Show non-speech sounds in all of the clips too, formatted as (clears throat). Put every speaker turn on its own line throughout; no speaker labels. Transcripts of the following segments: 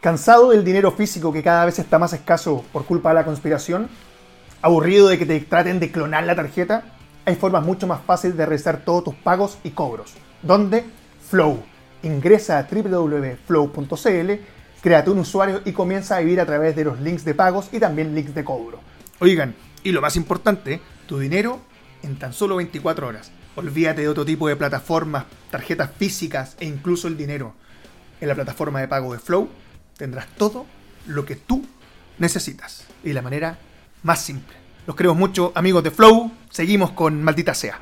Cansado del dinero físico que cada vez está más escaso por culpa de la conspiración, aburrido de que te traten de clonar la tarjeta, hay formas mucho más fáciles de realizar todos tus pagos y cobros. ¿Dónde? Flow. Ingresa a www.flow.cl, créate un usuario y comienza a vivir a través de los links de pagos y también links de cobro. Oigan, y lo más importante, tu dinero en tan solo 24 horas. Olvídate de otro tipo de plataformas, tarjetas físicas e incluso el dinero. En la plataforma de pago de Flow tendrás todo lo que tú necesitas y de la manera más simple. Los queremos mucho, amigos de Flow. Seguimos con Maldita Sea.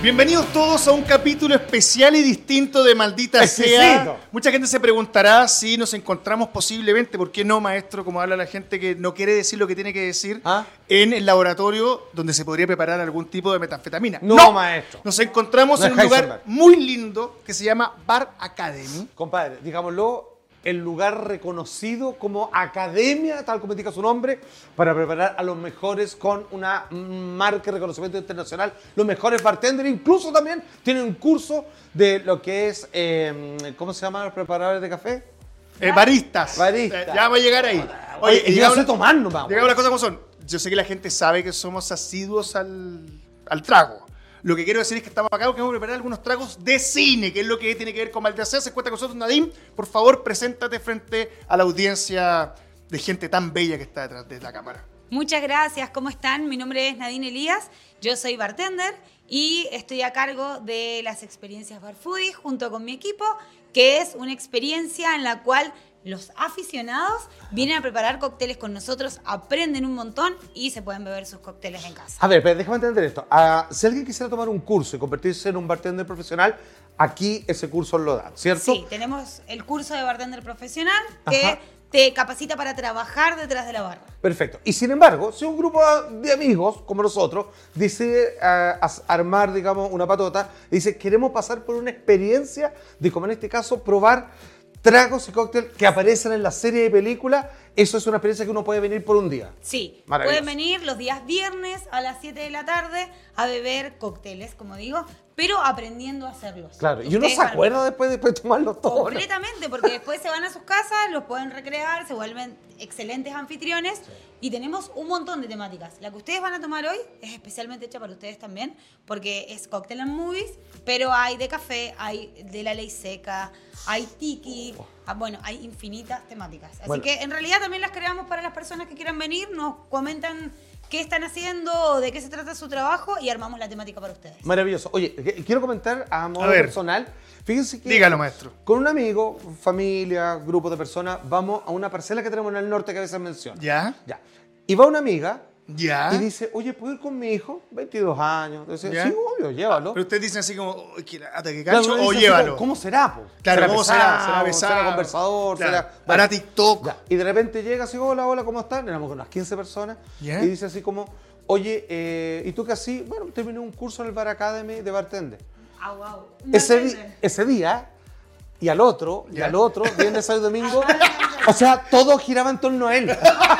Bienvenidos todos a un capítulo especial y distinto de Maldita Sea.
Exquisito.
Mucha gente se preguntará si nos encontramos posiblemente, ¿por qué no, maestro? Como habla la gente que no quiere decir lo que tiene que decir,
¿Ah?
en el laboratorio donde se podría preparar algún tipo de metanfetamina.
No, maestro.
Nos encontramos
No
en
es
un lugar
Heisenberg.
muy lindo que se llama Bar Academy.
Compadre, digámoslo, el lugar reconocido como academia, tal como indica su nombre, para preparar a los mejores con una marca de reconocimiento internacional, los mejores bartenders, incluso también tienen un curso de lo que es, eh, ¿cómo se llama los preparadores de café?
Eh, baristas.
Baristas.
Eh, ya vamos a llegar ahí.
Oye,
y
yo no sé tomar nomás.
Llegamos a las cosas como son. Yo sé que la gente sabe que somos asiduos al, al trago. Lo que quiero decir es que estamos acá porque vamos a preparar algunos tragos de cine, que es lo que tiene que ver con Maldita Sea. Se cuenta con nosotros, Nadim. Por favor, preséntate frente a la audiencia de gente tan bella que está detrás de la cámara.
Muchas gracias, ¿cómo están? Mi nombre es Nadine Elías, yo soy bartender y estoy a cargo de las experiencias Bar Foodie junto con mi equipo, que es una experiencia en la cual los aficionados vienen a preparar cócteles con nosotros, aprenden un montón y se pueden beber sus cócteles en casa.
A ver, pero déjame entender esto. Ah, si alguien quisiera tomar un curso y convertirse en un bartender profesional, aquí ese curso lo dan, ¿cierto?
Sí, tenemos el curso de bartender profesional que
Ajá.
te capacita para trabajar detrás de la barra.
Perfecto. Y sin embargo, si un grupo de amigos como nosotros decide ah, as- armar, digamos, una patota, y dice, queremos pasar por una experiencia de, como en este caso, probar tragos y cócteles que aparecen en la serie de películas, eso es una experiencia que uno puede venir por un día.
Sí,
Maravilloso.
pueden venir los días viernes a las 7 de la tarde a beber cócteles, como digo, pero aprendiendo a hacerlos.
Claro, y uno
Ustedes
se
van-
acuerda después, después de tomarlo todo.
Completamente, porque después se van a sus casas, los pueden recrear, se vuelven excelentes anfitriones y tenemos un montón de temáticas. La que ustedes van a tomar hoy es especialmente hecha para ustedes también, porque es Cocktail and Movies, pero hay de café, hay de la ley seca, hay tiki, ah, bueno, hay infinitas temáticas. Así
Oh. Bueno.
que en realidad también las creamos para las personas que quieran venir, nos comentan qué están haciendo, de qué se trata su trabajo y armamos la temática para ustedes.
Maravilloso. Oye, qu- quiero comentar a modo
A ver.
personal. Fíjense que.
Dígalo, maestro.
Con un amigo, familia, grupo de personas, vamos a una parcela que tenemos en el norte que a veces menciono.
¿Ya?
Ya. Y va una amiga
¿Ya?
y dice, oye, ¿puedo ir con mi hijo? 22 años. Dice,
Ah. Ya.
sí, obvio, llévalo.
Pero ustedes dicen así como, "Uy, que- ¿hasta que
Claro,
cacho
uno
o
dice así como,
llévalo?
¿Cómo será? po?
Claro, ¿cómo será? ¿Será besado?
¿Será besado? ¿Será conversador?
Claro.
¿Será-
¿Hará TikTok?
Ya. Y de repente llega así, hola, hola, ¿cómo están? Éramos unas 15 personas.
Ya.
Y dice así como, oye, eh, ¿y tú qué así? Bueno, terminé un curso en el Bar Academy de bartender.
Ah, wow.
Ese, di- ese día y al otro, y
Ya.
al otro, viernes, sábado y domingo,
Ah,
o sea, todo giraba en torno a él. (laughs)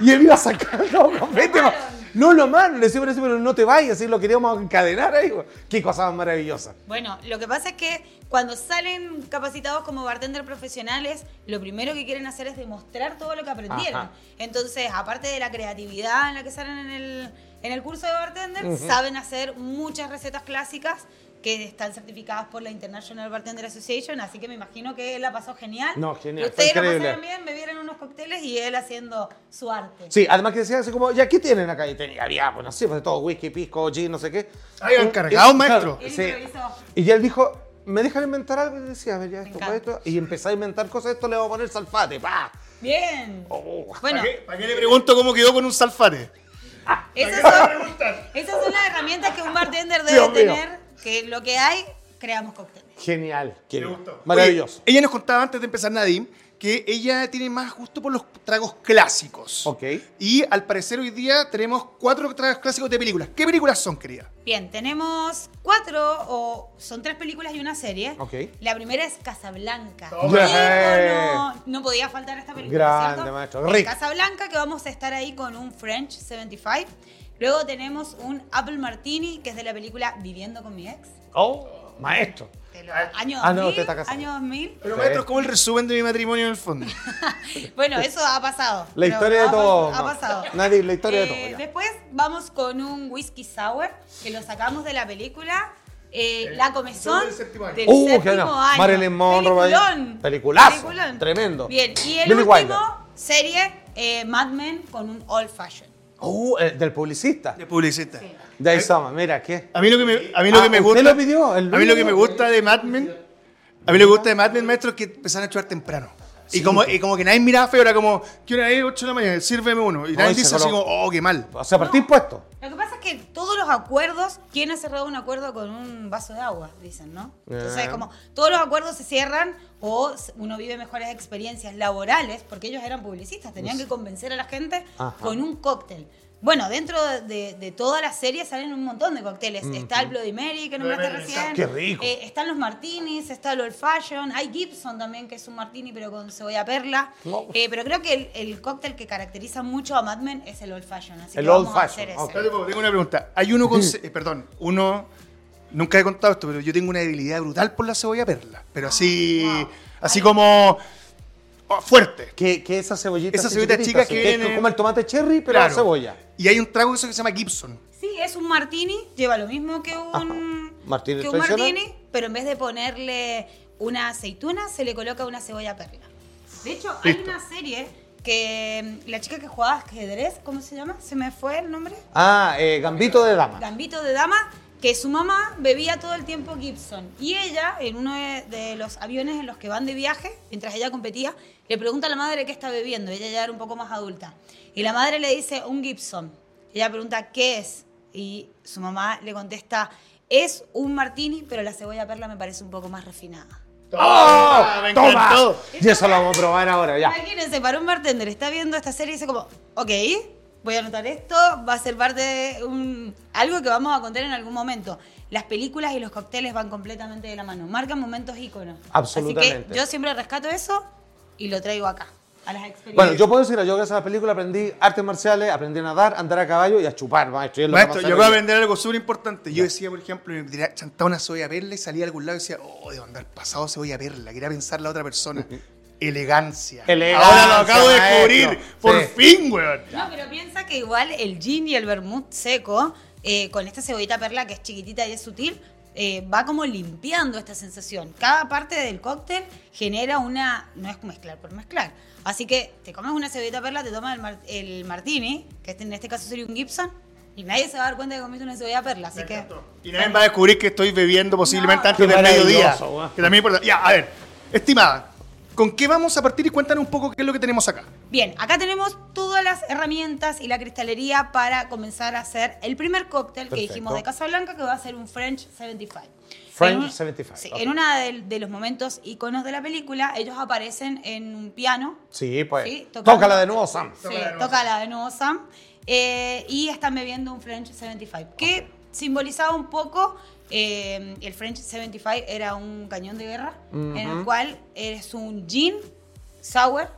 y él iba (laughs) sacando copete. va. No lo malo, le decimos, le decimos, pero no te vayas, así lo queríamos encadenar ahí. güey. Qué cosa más maravillosa.
Bueno, lo que pasa es que cuando salen capacitados como bartender profesionales, lo primero que quieren hacer es demostrar todo lo que aprendieron.
Ajá.
Entonces, aparte de la creatividad en la que salen en el, en el curso de bartender, saben hacer muchas recetas clásicas que están certificadas por la International Bartender Association, así que me imagino que él la pasó genial.
No, genial,
Y ustedes
fue
la
increíble.
pasaron bien, bebieron unos cócteles y él haciendo su arte.
Sí, además que decía así como, ¿ya qué tienen acá? Y tenía, había, bueno, así, pues de todo, whisky, pisco, gin, no sé qué.
Ay,
Eh,
encargado,
eh,
maestro.
Él
sí.
improvisó.
Y ya él dijo, ¿me dejan inventar algo? Y decía, a ver, ya
Me
esto,
encanta.
esto. Y empezó a inventar cosas, esto le vamos a poner salfate, pa.
Bien.
Oh.
Bueno,
¿Para qué, para qué le pregunto cómo quedó con un salfate?
Esas son, esas son las herramientas que un bartender debe
Dios mío.
tener, que lo que hay, creamos cócteles.
Genial. genial.
Me gustó.
Maravilloso.
Oye, ella nos contaba antes de empezar Nadim que ella tiene más gusto por los tragos clásicos.
Ok.
Y al parecer hoy día tenemos cuatro tragos clásicos de películas. ¿Qué películas son, querida?
Bien, tenemos cuatro o son tres películas y una serie.
Ok.
La primera es Casablanca.
Toma.
Yeah.
Ícono. No podía faltar esta película.
Grande,
¿cierto?
maestro.
En
Rick.
Casablanca, que vamos a estar ahí con un French 75. Luego tenemos un Apple Martini, que es de la película Viviendo con mi ex.
Oh, maestro.
de los años
Ah, no,
2000,
usted está casado.
año 2000.
Pero
Sí.
maestro, es como el resumen de mi matrimonio en el fondo.
Bueno, eso ha pasado.
La
Pero
historia
ha
de
pas-
todo.
Ha pasado.
Nadie, la historia
Eh,
de todo. ya.
Después vamos con un whisky sour que lo sacamos de la película. eh, la comezón
del séptimo año.
del
Uh, qué
séptimo
bueno.
año.
Marilyn Monroe,
Peliculón.
vaya. Peliculazo.
Peliculón.
Tremendo.
Bien, y el
Billy
último,
Wilder.
serie eh, Mad Men con un old fashion.
Oh, eh, del publicista.
De publicista.
De ahí Sama, mira, ¿qué?
A mí lo que me, a mí lo
Ah,
que me
¿usted
gusta.
lo pidió? El
a mí lo que
único.
me gusta de Mad Men. A mí lo que me gusta de Mad Men, maestro, es que empezaron a actuar temprano. Y, como, y como que nadie miraba feo, era como, ¿qué hora es? 8 de la mañana, sírveme uno. Y nadie
Ay, se
dice así como,
coló.
oh, qué mal.
O sea, partís
No.
puesto.
Lo que pasa es que todos los acuerdos, ¿quién ha cerrado un acuerdo con un vaso de agua? Dicen, ¿no? Entonces,
Ah.
como todos los acuerdos se cierran o s- uno vive mejores experiencias laborales, porque ellos eran publicistas, tenían que convencer a la gente
Pues Ajá.
con un cóctel. Bueno, dentro de, de toda la serie salen un montón de cócteles. Está el Bloody Mary, que nombraste
Mary,
recién.
qué rico.
Eh, están los martinis, está el Old Fashion. Hay Gibson también, que es un martini, pero con cebolla perla.
Wow.
Eh, pero creo que el, el cóctel que caracteriza mucho a Mad Men es el Old Fashion. Así
El
que
Old
vamos a hacer
Fashion,
ese.
Espérate un poco, Tengo una pregunta. Hay uno con. ce- eh, perdón, uno. Nunca he contado esto, pero yo tengo una debilidad brutal por la cebolla perla. Pero así.
wow.
Así
Ay.
como. oh, fuerte.
Que, que esas cebollitas.
Esas
así
cebollitas
chiquititas,
chicas que
así,
vienen-
Es como el tomate cherry, pero la cebolla.
Y hay un trago de eso que se llama Gibson.
Sí, es un martini, lleva lo mismo que un,
Ajá. Martini
que un
tradicional.
martini, pero en vez de ponerle una aceituna, se le coloca una cebolla perla. De hecho, hay
Listo.
una serie que mm, la chica que jugaba ajedrez, ¿cómo se llama? ¿Se me fue el nombre?
Ah, eh, gambito de dama.
Gambito de Dama, que su mamá bebía todo el tiempo Gibson. Y ella, en uno de, de los aviones en los que van de viaje, mientras ella competía, le pregunta a la madre qué está bebiendo. Ella ya era un poco más adulta. Y la madre le dice, un Gibson. Ella pregunta, ¿qué es? Y su mamá le contesta, es un martini, pero la cebolla perla me parece un poco más refinada.
¡Oh!
me
¡Toma!
encantó.
Y eso lo vamos a probar ahora, ya.
Imagínense, para un bartender está viendo esta serie y dice como, ok, voy a anotar esto, va a ser parte de un- algo que vamos a contar en algún momento. Las películas y los cócteles van completamente de la mano, marcan momentos íconos. Así
Absolutamente.
que yo siempre rescato eso y lo traigo acá, a las experiencias.
Bueno, yo puedo decir, yo gracias a la película aprendí artes marciales, aprendí a nadar, a andar a caballo y a chupar, maestro. Y es lo que
Maestro,
vamos a
yo
hacer
voy a
hoy.
vender algo súper importante. Yo decía, por ejemplo, me tiraba- chantaba una cebolla perla y salía a algún lado y decía, oh, debo andar pasado cebolla perla. Quería pensar la otra persona. Elegancia.
Elegancia,
Ahora lo acabo de
maestro.
descubrir.
Sí.
Por fin, weón.
No, pero piensa que igual el gin y el vermut seco, eh, con esta cebollita perla que es chiquitita y es sutil, eh, va como limpiando esta sensación. Cada parte del cóctel genera una. No es mezclar por mezclar. Así que te comes una cebollita perla, te tomas el, mar- el martini, que este- en este caso sería un Gibson, y nadie se va a dar cuenta que comiste una cebolla perla. Así que.
Y nadie va a descubrir que estoy bebiendo posiblemente
No.
antes
Qué
del mediodía.
maravilloso, weón.
Que también es importante. Ya, a ver. Estimada, ¿con qué vamos a partir y cuéntanos un poco qué es lo que tenemos acá?
Bien, acá tenemos todas las herramientas y la cristalería para comenzar a hacer el primer cóctel que
Perfecto.
dijimos de Casablanca, que va a ser un French 75.
French
En un-
75,
Sí,
ok.
en uno de, de los momentos iconos de la película, ellos aparecen en un piano.
Sí, pues.
Sí, tocando.
Tócala de nuevo, Sam.
Sí, toca la de nuevo Sam. eh, y están bebiendo un French 75, que simbolizaba un poco. eh, el French 75 era un cañón de guerra, en el cual es un gin sour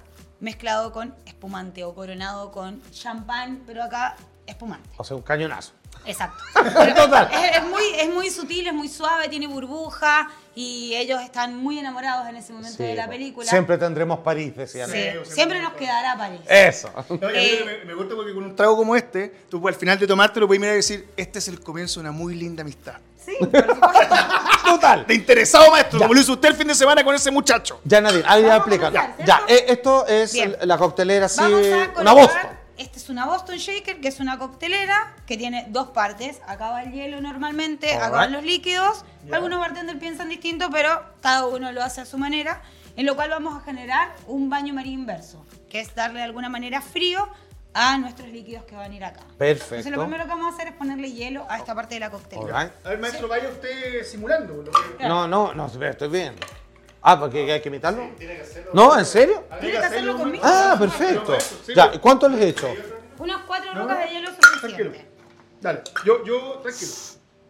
mezclado con espumante o coronado con champán, pero acá espumante.
O sea, un cañonazo.
Exacto.
(laughs) Total.
Es, es muy, es muy sutil, es muy suave, tiene burbuja y ellos están muy enamorados en ese momento
Sí,
de la
pues.
película.
Siempre tendremos París, decían.
Sí,
ellos.
siempre nos quedará París.
Eso. (laughs)
No, y a mí
Eh,
me, me gusta porque con un trago como este, tú al final de tomártelo puedes mirar y decir, este es el comienzo de una muy linda amistad.
Sí,
(laughs)
por supuesto.
Total.
De interesado, maestro,
Ya.
como lo hizo usted el fin de semana con ese muchacho.
Ya, Nadine, ahí
Vamos a
aplica.
comenzar,
Ya,
¿cierto?
eh, esto es
Bien.
la coctelera así.
Vamos a
Una
colocar,
bosta.
esta es una Boston Shaker, que es una coctelera que tiene dos partes. Acá va el hielo normalmente,
All
acá van
right.
los líquidos. Algunos bartenders piensan distinto, pero cada uno lo hace a su manera. En lo cual vamos a generar un baño maría inverso, que es darle de alguna manera frío a nuestros líquidos que van a ir acá.
Perfecto.
Entonces lo primero que vamos a hacer es ponerle hielo a esta parte de la coctelera.
Alright.
A ver, maestro, vaya usted simulando.
No,
Claro.
no, no, estoy bien. Ah, porque hay que imitarlo. No, ¿en serio?
Tiene que hacerlo conmigo.
Ah, perfecto. Ya, ¿cuánto les he hecho?
Unas cuatro
No,
rocas
no,
de hielo es
Tranquilo.
suficiente.
Dale, yo, yo, tranquilo.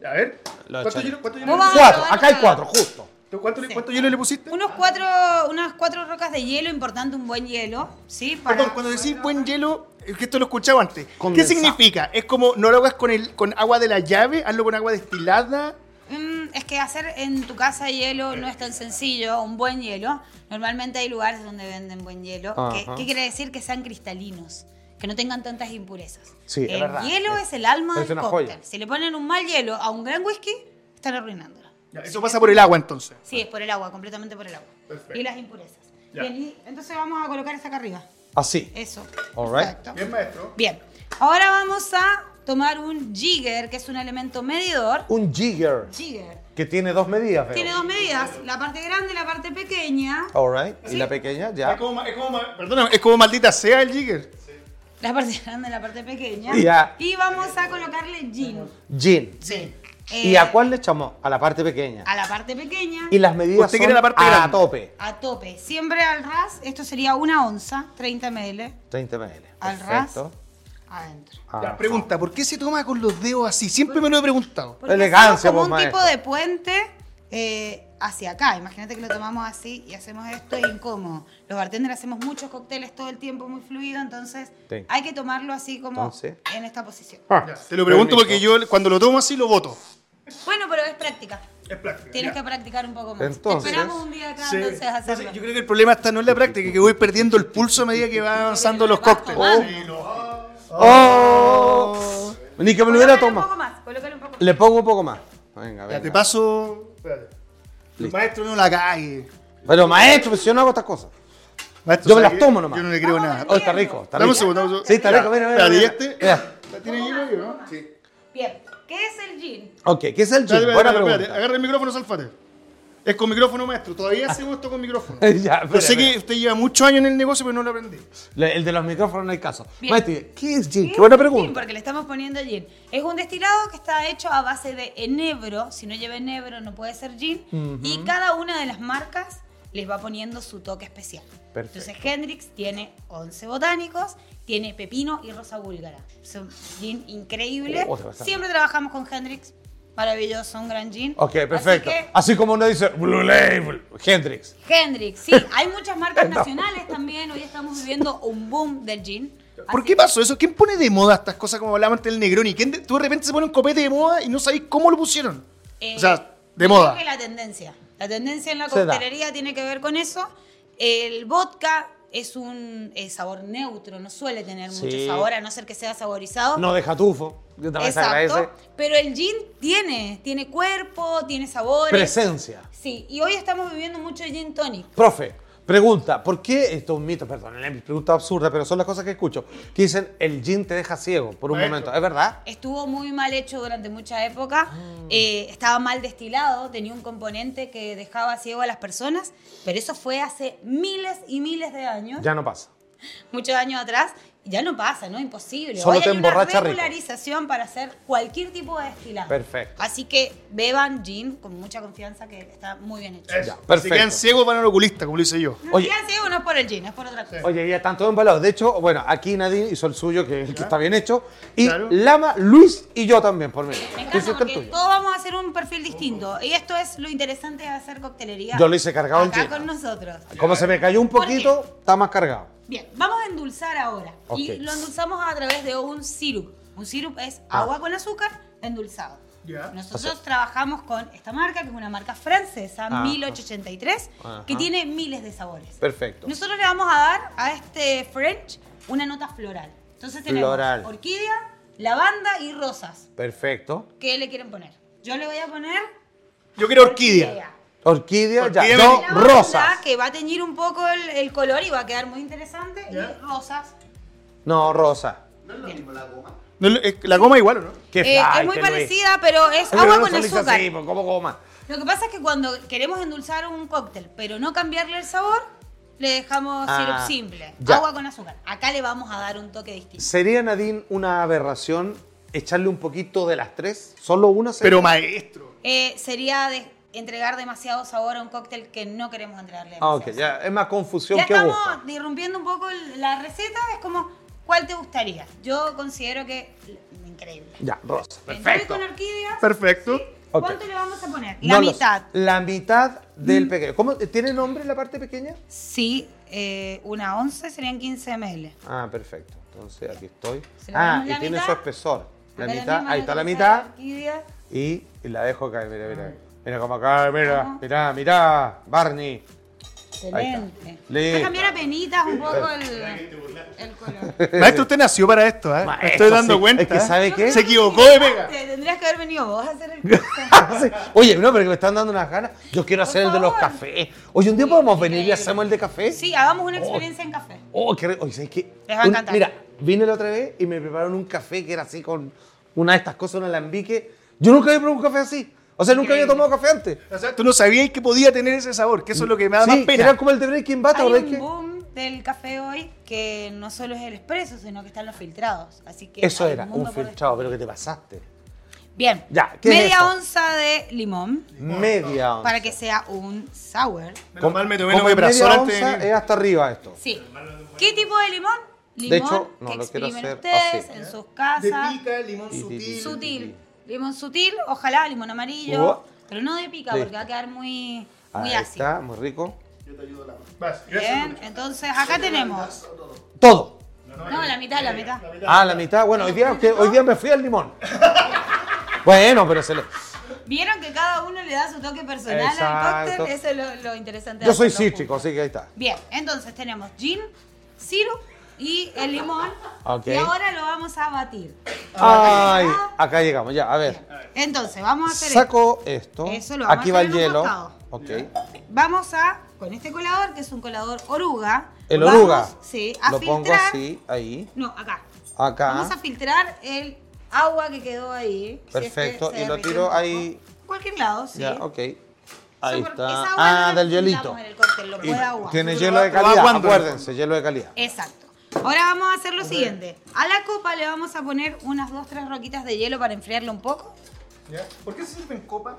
A ver.
La
¿Cuánto
chaya.
hielo, cuánto hielo
No
le
va.
pusiste?
Cuatro, acá hay cuatro, justo.
¿Cuánto le-
Sí.
cuánto hielo le pusiste?
Unos cuatro, unas cuatro rocas de hielo, importante un buen hielo, ¿sí? Para-
Perdón, cuando decís buen hielo, es que esto lo escuchaba antes.
Condensado.
¿Qué significa? ¿Es como no lo hagas con, el, con agua de la llave? ¿Hazlo con agua destilada?
Mm, es que hacer en tu casa hielo no es tan sencillo, un buen hielo. Normalmente hay lugares donde venden buen hielo. que-
Ajá.
¿Qué quiere decir? Que sean cristalinos, que no tengan tantas impurezas.
Sí, es
el
verdad.
hielo es el alma
Es
del
una
cóctel.
joya.
Si le ponen un mal hielo a un gran whisky, están arruinándolo.
Ya, Eso pasa por el agua entonces.
Sí, es por el agua, completamente por el agua.
Perfecto.
Y las impurezas.
Ya.
Bien, y entonces vamos a colocar esta acá arriba.
Así.
Eso.
All right.
Perfecto.
Bien, maestro.
Bien, ahora vamos a tomar un jigger, que es un elemento medidor.
Un jigger
Jigger.
que tiene dos medidas, veo.
Tiene dos medidas, la parte grande y la parte pequeña.
All right. Y
Sí.
la pequeña,
Es
ya.
como, ma- es como ma- perdona, es como maldita sea el jigger.
La parte (laughs) grande y la parte pequeña.
Ya.
Y vamos a colocarle gin.
Gin.
Sí.
¿Y a cuál le echamos? A la parte pequeña.
A la parte pequeña.
Y las medidas
Usted
son
quiere la parte
a
grande.
tope.
A tope. Siempre al ras, esto sería una onza, 30 ml.
30 ml.
Al
Perfecto.
ras, adentro.
Ya,
Ah,
pregunta, ¿por qué se toma con los dedos así? Siempre me lo he preguntado.
Porque
Elegancia,
hacemos como
vos,
un
maestro.
tipo de puente eh, hacia acá. Imagínate que lo tomamos así y hacemos esto es incómodo. Los bartenders hacemos muchos cócteles todo el tiempo, muy fluido, entonces
Sí.
hay que tomarlo así como
Entonces.
en esta posición.
ah,
Te lo pregunto
permiso.
porque yo cuando lo tomo así lo voto.
Bueno, pero es práctica.
Es práctica.
Tienes
ya.
que practicar un poco más.
Entonces-
Te esperamos un día acá,
Sí.
entonces, a hacerlo.
Entonces, yo creo que el problema está no en la práctica, que voy perdiendo el pulso a medida que van avanzando los cócteles.
Oh.
Sí, no.
¡Oh! Ni que me lo hubiera
Colócale un poco
tomado.
más, colócale un poco más.
Le pongo un poco más. Venga,
Ya te
venga.
paso. Espérate. El
Listo.
maestro no la cague.
Pero maestro, pues yo no hago estas cosas.
Maestro,
Yo me
¿sabe
las
qué?
tomo nomás.
Yo no le creo
Vamos,
nada.
Oh, está rico, está
Dame
rico.
un segundo, dame un segundo.
Sí, está rico, mira, mira.
Espérate, ¿y
mira.
este?
Mira.
¿La tiene hielo ahí, no? Sí.
Bien, ¿qué es el gin?
Ok, ¿qué es el
Espérate,
gin?
espérate,
Buena
espérate.
pregunta.
Agarra el micrófono, Salfate. Es con micrófono, maestro. Todavía hacemos esto con micrófono.
(laughs) Ya,
Yo sé
espérame.
que usted lleva muchos años en el negocio, pero no lo aprendí.
Le- El de los micrófonos no hay caso.
Bien.
Maestro, ¿qué es gin?
¿Qué
Qué buena
es el gin?
pregunta.
¿Eh? Porque le estamos poniendo gin. Es un destilado que está hecho a base de enebro. Si no lleva enebro, no puede ser gin. Y cada una de las marcas les va poniendo su toque especial.
Perfecto.
Entonces Hendrix tiene 11 botánicos, tiene pepino y rosa búlgara. Es un gin increíble.
Oh, te vas a-
Siempre trabajamos con Hendrix. Maravilloso, un gran gin.
Ok,
Así
perfecto. Ah.
que-
Así como uno dice Blue Label, Hendrix.
Hendrix, sí, hay muchas
(laughs)
marcas nacionales también. Hoy estamos viviendo un boom del gin.
¿Por
Así
qué pasó eso? ¿Quién pone de moda estas cosas como hablábamos antes del Negroni? ¿Quién de- tú de repente se pone un copete de moda y no sabéis cómo lo pusieron?
Eh,
o sea, de
yo
moda.
Creo que la tendencia. La tendencia en la
Se da.
coctelería tiene que ver con eso. El vodka es un eh, sabor neutro, no suele tener
Sí.
mucho sabor, a no ser que sea saborizado.
No deja tufo. que también se agradece.
Exacto. Pero el gin tiene, tiene cuerpo, tiene sabores.
Presencia.
Sí, y hoy estamos viviendo mucho gin tonic.
Profe, pregunta, ¿por qué, esto es un mito, perdón, es una pregunta absurda, pero son las cosas que escucho, que dicen el gin te deja ciego por un
Maestro.
momento, ¿es verdad?
Estuvo muy mal hecho durante mucha época,
Mm.
eh, estaba mal destilado, tenía un componente que dejaba ciego a las personas, pero eso fue hace miles y miles de años.
Ya no pasa.
muchos años atrás, ya no pasa, ¿no? Imposible.
Solo te
Hoy hay una
emborracha rico.
regularización para hacer cualquier tipo de destilado.
Perfecto.
Así que beban gin con mucha confianza que está muy bien hecho.
Ya,
Se quedan
perfecto.
ciegos para el oculista, como lo hice yo.
No
Eh, Oye.
quedan ciegos, no es por el gin, es por otra cosa.
Oye, ya están todos embalados. De hecho, bueno, aquí nadie hizo el suyo, que, que está bien hecho. Y
Claro.
Lama, Luis y yo también, por mí.
Me
Tú hiciste
encanta
el
porque
tuyo.
todos vamos a hacer un perfil distinto. Y esto es lo interesante de hacer coctelería.
Yo lo hice cargado el
Acá
gin.
con nosotros.
Como se me cayó un
¿Por qué?
poquito, está más cargado.
Bien, vamos a endulzar ahora.
Ok.
Y lo endulzamos a través de un sirup. Un sirup es
Ah.
agua con azúcar endulzado.
Ya.
Nosotros trabajamos con esta marca, que es una marca francesa,
Ajá.
1883,
Ah. Ajá.
que tiene miles de sabores.
Perfecto.
Nosotros le vamos a dar a este French una nota floral. Entonces tenemos
Floral.
orquídea, lavanda y rosas.
Perfecto.
¿Qué le quieren poner? Yo le voy a poner
Yo quiero orquídea.
orquídea.
Orquídea, ya.
Orquídea
Yo,
La lavanda,
rosas.
Que va a teñir un poco el, el color y va a quedar muy interesante. Y rosas.
No, rosa.
Bien.
No es lo- es- la goma igual, ¿o no?
Qué
Eh,
flight,
es muy
Luis.
parecida, pero es
Pero
agua
no
con
se le hizo
azúcar.
así, pues, ¿cómo goma?
Lo que pasa es que cuando queremos endulzar un cóctel, pero no cambiarle el sabor, le dejamos
Ah,
sirup simple,
ya.
agua con azúcar. Acá le vamos a dar un toque distinto.
¿Sería, Nadine, una aberración echarle un poquito de las tres? ¿Solo una? sería?
Pero maestro.
Eh, sería de entregar demasiado sabor a un cóctel que no queremos entregarle.
Ah,
demasiado
ok,
sabor.
ya. Es más confusión
Ya
que
estamos
gusto.
irrumpiendo un poco el- la receta, es como, ¿cuál te gustaría? Yo considero que increíble.
Ya, Rosa.
Entonces,
Perfecto.
con orquídeas,
Perfecto.
Ok.
¿cuánto le vamos a poner?
No
La
lo sé.
mitad. Mm.
La mitad del pequeño. ¿Cómo? ¿Tiene nombre la parte pequeña?
Sí, eh, una 11 serían 15 ml.
Ah, perfecto. Entonces aquí estoy.
Se le
Ah,
ponemos
y
la
tiene
mitad.
su espesor. La
Acá
mitad,
misma
ahí está la
localiza de
mitad.
orquídea.
Y, y la dejo caer, mira, mira. Mira como acá, mira,
Ah. Ajá.
mira, mira, Barney.
Excelente.
Listo.
Voy a cambiar a penitas un poco el, el
(laughs)
color.
Maestro, usted nació para esto, ¿eh? Me estoy
Maestro,
dando
sí.
cuenta.
Es que ¿sabe
Yo
qué?
creo
Se
que
equivocó de
sí,
pega.
te- Tendrías que haber venido vos a
(laughs)
hacer el curso.
Sí. Oye, no, pero que me están dando unas ganas. Yo quiero
Por
hacer el de los
favor.
cafés. Oye, un día podemos venir y
increíble.
hacemos el de café.
Sí, hagamos una experiencia en café.
Oh, qué re- Oye, ¿sabes qué?
Les va a
Un-
encantar.
Mira, vine la otra vez y me prepararon un café que era así con una de estas cosas, un alambique. Yo nunca había probado un café así. O sea, nunca había tomado café antes.
O sea, tú no sabías que podía tener ese sabor, que eso es lo que me da más
Sí, que era
pena.
como el de Breaking Bad,
Hay
¿verdad?
un boom del café hoy que no solo es el expreso, sino que están los filtrados. Así que
Eso
hay
era, un
mundo por
filtrado, pero que te pasaste.
descubrir. Bien.
Ya, ¿qué es
Media
esto?
onza de limón
Media onza.
para que sea un sour.
Menos mal me tomé
Como
una
en media
omeprazol antes de
onza
venir.
es hasta arriba esto.
Sí. ¿Qué tipo de limón? Limón
hecho, no,
que
lo quiero
exprimen
hacer
ustedes
así.
en sus casas.
limón
Y- sutil.
Sutil. Limón sutil, ojalá limón amarillo.
Ujú.
Pero no de pica
Listo.
porque va a quedar muy, muy
Ahí
ácido.
está, muy rico.
Bien, entonces acá tenemos.
Todo.
No, la mitad, la mitad.
Ah, la mitad. Bueno, hoy día, que- hoy día me fui al limón. Bueno, pero se le...
Vieron que cada uno le da su toque personal al
Exacto.
cóctel. Eso es lo, lo interesante. de
Yo soy
hacerlo
cítrico,
juntos.
así que ahí está.
Bien, entonces tenemos gin, sirup y el limón.
Ok.
Y ahora lo vamos a batir.
Ay, acá llegamos, ya, a ver.
Entonces, vamos Ah, a hacer
Saco esto.
Eso lo vamos
Aquí
a
va
hacer
el
en un
hielo.
costado.
Ok.
esto. Vamos a, con este colador, que es un colador oruga.
El
vamos,
oruga.
Sí, a
Lo
filtrar.
pongo así, ahí,
No, acá. Vamos a
acá.
filtrar el agua que quedó ahí. si es que
Perfecto,
se
y lo
derritió
tiro
un poco.
ahí.
Cualquier lado, sí.
Ya, ok. Ahí
Eso porque
está.
esa agua no
Ah,
la
del hielito.
necesitamos en el cóctel, lo
Y
puede aguar.
Tiene
Lo
hielo
va-
de
lo va
calidad,
aguando.
acuérdense, hielo de calidad.
Exacto. Ahora vamos a hacer lo siguiente. A la copa le vamos a poner unas dos, tres roquitas de hielo para enfriarlo un poco.
¿Por qué se sirve en copa?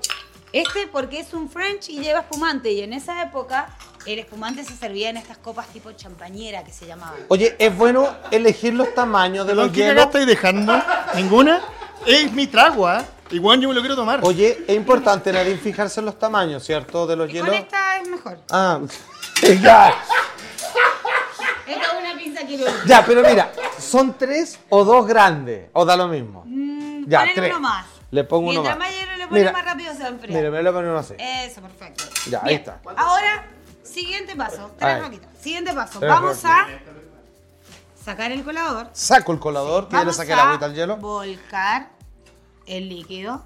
Este porque es un French y lleva espumante. Y en esa época el espumante se servía en estas copas tipo champañera que se llamaban.
Oye, es bueno elegir los tamaños de
¿Perdón,
los
¿qué acá
hielos.
estáis dejando? ¿Ninguna? Es mi trago, ¿ah? Igual yo me lo quiero tomar.
Oye, es importante, Nadine, fijarse en los tamaños, ¿cierto? De los
Y con
hielos.
esta es mejor.
Ah, (laughs) ya.
Esta es una pinza quirúrgica.
Ya, pero mira, ¿son tres o dos grandes? ¿O da lo mismo?
Mm,
Ya,
ponen
tres.
uno más.
Le pongo uno
Mientras
más.
más hielo le
Mira,
pones, más rápido se va a enfriar.
Mira, me lo ponen así.
Eso, perfecto.
Ya, ahí
Bien,
está.
Ahora, siguiente paso. Tres
Ahí.
roquitas. Siguiente paso.
Tres
Vamos
roquitas.
a sacar el colador.
Saco el colador, que ya le
Vamos
saqué la agüita al hielo.
volcar el líquido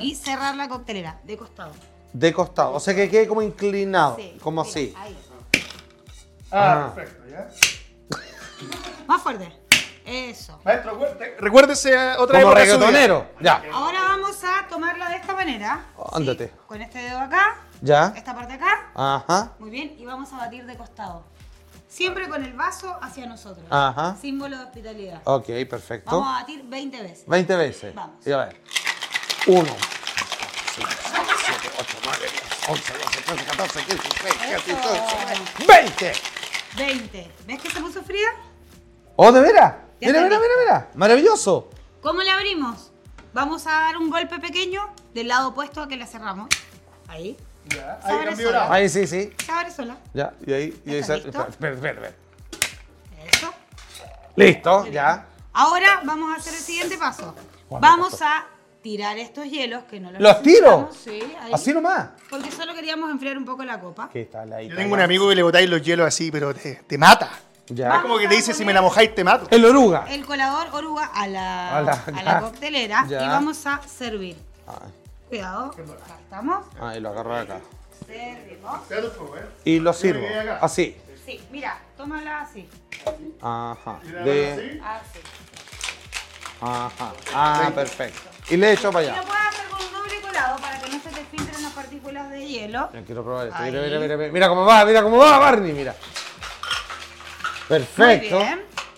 y cerrar la coctelera de costado.
De costado. O sea que quede como inclinado.
Sí,
como
mira,
así.
ahí.
Ah.
perfecto, ya.
Más fuerte. Eso.
Maestro, recuerde- recuérdese a otra
Como
época de su vida.
reggaetonero. Ya.
Ahora vamos a tomarla de esta manera. ¿sí?
Oh, Ándate.
Con este dedo acá,
Ya.
esta parte acá.
Ajá.
Muy bien, y vamos a batir de costado. Siempre con el vaso hacia nosotros.
Ajá.
Símbolo de hospitalidad.
Ok, perfecto.
Vamos a batir 20 veces.
20 veces.
Vamos.
Y a ver. Uno. 20.
20. ¿Ves que se puso fría?
Oh, de veras.
Ya
Mira,
está
mira,
listo.
mira, mira. Maravilloso.
¿Cómo la abrimos? Vamos a dar un golpe pequeño del lado opuesto a que la cerramos. Ahí.
Ya,
Se abre
cambió
sola.
la-
Ahí sí, sí.
Se abre sola.
Ya. Y ahí. Y ahí
¿Está
sal-
listo?
espera, espera, espera, espera.
Eso.
Listo, ya.
Ahora vamos a hacer el siguiente paso. Vamos a tirar estos hielos que no los
¿Los tiro?
necesitamos. Sí, ahí.
Así nomás.
Porque solo queríamos enfriar un poco la copa.
¿Qué tal ahí?
Yo tengo un amigo que le botáis los hielos así, pero te, te mata.
Ya.
Ah.
Es como que te dice, si me la mojáis, te mato.
El oruga.
El colador oruga a la,
A
a
la-
la,
ya.
coctelera
Ya.
y vamos a servir.
Ay,
Cuidado. Acá estamos.
Ah, Ahí lo agarro de acá.
Servimos.
Y lo sirvo. Así.
Sí, mira, tómala así.
Ajá. De.
Así.
Ajá. Ah, perfecto. Y le echo para
Y lo
allá.
puedes hacer con un doble colado para que no se te filtren las partículas de hielo.
Ya quiero probar esto. Mira,
Ahí.
mira, mira, mira. Mira cómo va, mira cómo va Barney, mira. Perfecto.
Muy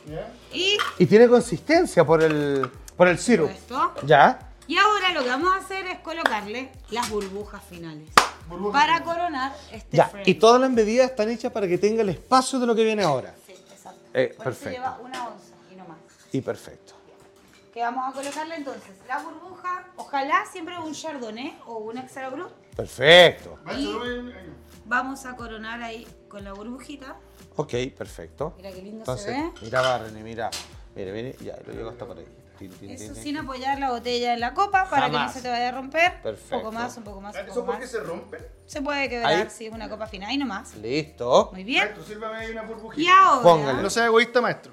bien. Y
Y tiene consistencia por el por el sirup.
esto.
¿Ya?
Y ahora lo que vamos a hacer es colocarle las burbujas finales. para coronar este
Ya,
frame.
y todas las medidas están hechas para que tenga el espacio de lo que viene ahora.
Sí, exacto.
Eh,
Por eso
perfecto.
lleva una onza y no más.
Y perfecto.
Que vamos a colocarle entonces la burbuja, ojalá siempre un chardonnay ¿eh? o un extra brut.
Perfecto.
Y vamos a coronar ahí con la burbujita.
Ok, perfecto.
Mira qué lindo
Entonces,
se ve.
mira, Barney, mira. Mire, mire, ya, lo llevo hasta por ahí. Tin, tin,
Eso
tin, tin.
sin apoyar la botella en la copa para que no
Jamás.
se te vaya a romper.
Perfecto.
Un poco más, un poco más, un
¿Eso
poco
por qué
más.
se rompen?
Se puede quebrar
Ahí.
si es una copa fina y nomás.
Listo.
Muy bien.
Tú sírvame ahí una
Y
burbujita.
ahora,
Póngale.
No sea egoísta, maestro.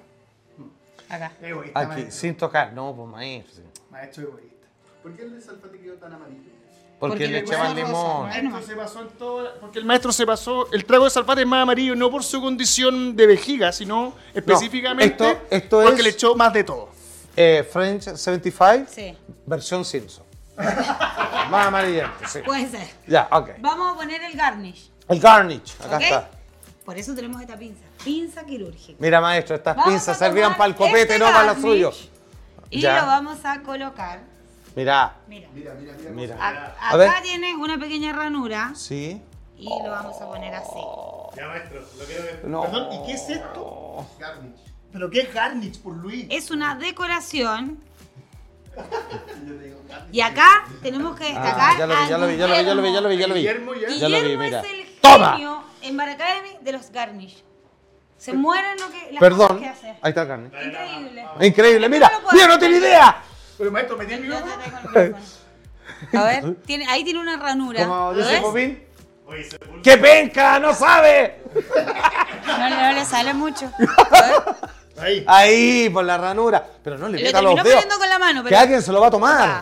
acá.
Egoísta,
Aquí,
maestro.
sin tocar. No, pues maestro.
Maestro egoísta.
¿Por qué el de Salfate quedó tan amarillo?
Porque,
Porque
le
le
echaban
gusta
limón.
rosa, Ahí nomás.
se pasó en todo la- Porque el maestro se pasó. El trago de Salfate es más amarillo no por su condición de vejiga, sino específicamente
esto- esto
porque
es-
le echó más de todo.
Eh, French 75,
Sí,
versión Simpson. Más amarillento, sí.
puede ser.
Ya, ok.
Vamos a poner el garnish.
El garnish, acá
¿Ok?
está.
Por eso tenemos esta pinza. Pinza quirúrgica.
Mira, maestro, estas
Vamos
pinzas
a
servían
tomar
para el copete,
este
no para lo
garnish
suyo.
Y
Ya.
lo vamos a colocar.
Mira,
Mira.
mira.
a-
A ver.
acá tiene una pequeña ranura
Sí.
y lo vamos a poner así.
Ya, maestro, lo quiero ver.
No.
Perdón, ¿y qué es esto? Garnich. ¿Pero qué es Garnich por Luis?
Es una decoración. Y acá tenemos que destacar
Ah, ya lo vi, ya lo vi, ya lo vi, ya lo vi, ya lo vi, ya lo vi.
Guillermo ya-
Ya lo vi,
Guillermo
mira.
es el
¡Toma!
genio en Bar Academy de los garnish. Se mueren lo que, las cosas
Perdón.
que hace.
Ahí está el garnish.
Increíble.
Increíble, mira.
No lo puedo
Mira, no tiene idea.
Pero maestro, ¿me tiene el
Yo te
micrófono?
tengo el micrófono. A ver,
(laughs)
tiene, ahí tiene una ranura.
Como
¿Lo
dice
ves?
Popín.
Oye, Sepúlveda,
¡Qué penca! ¡No sabe!
No, le- no le
(laughs)
sale mucho. A ver,
Ahí.
Ahí, por la ranura. Pero no le
Lo
meta
terminó
los dedos.
poniendo con la mano, pero-
Que alguien se lo va a tomar.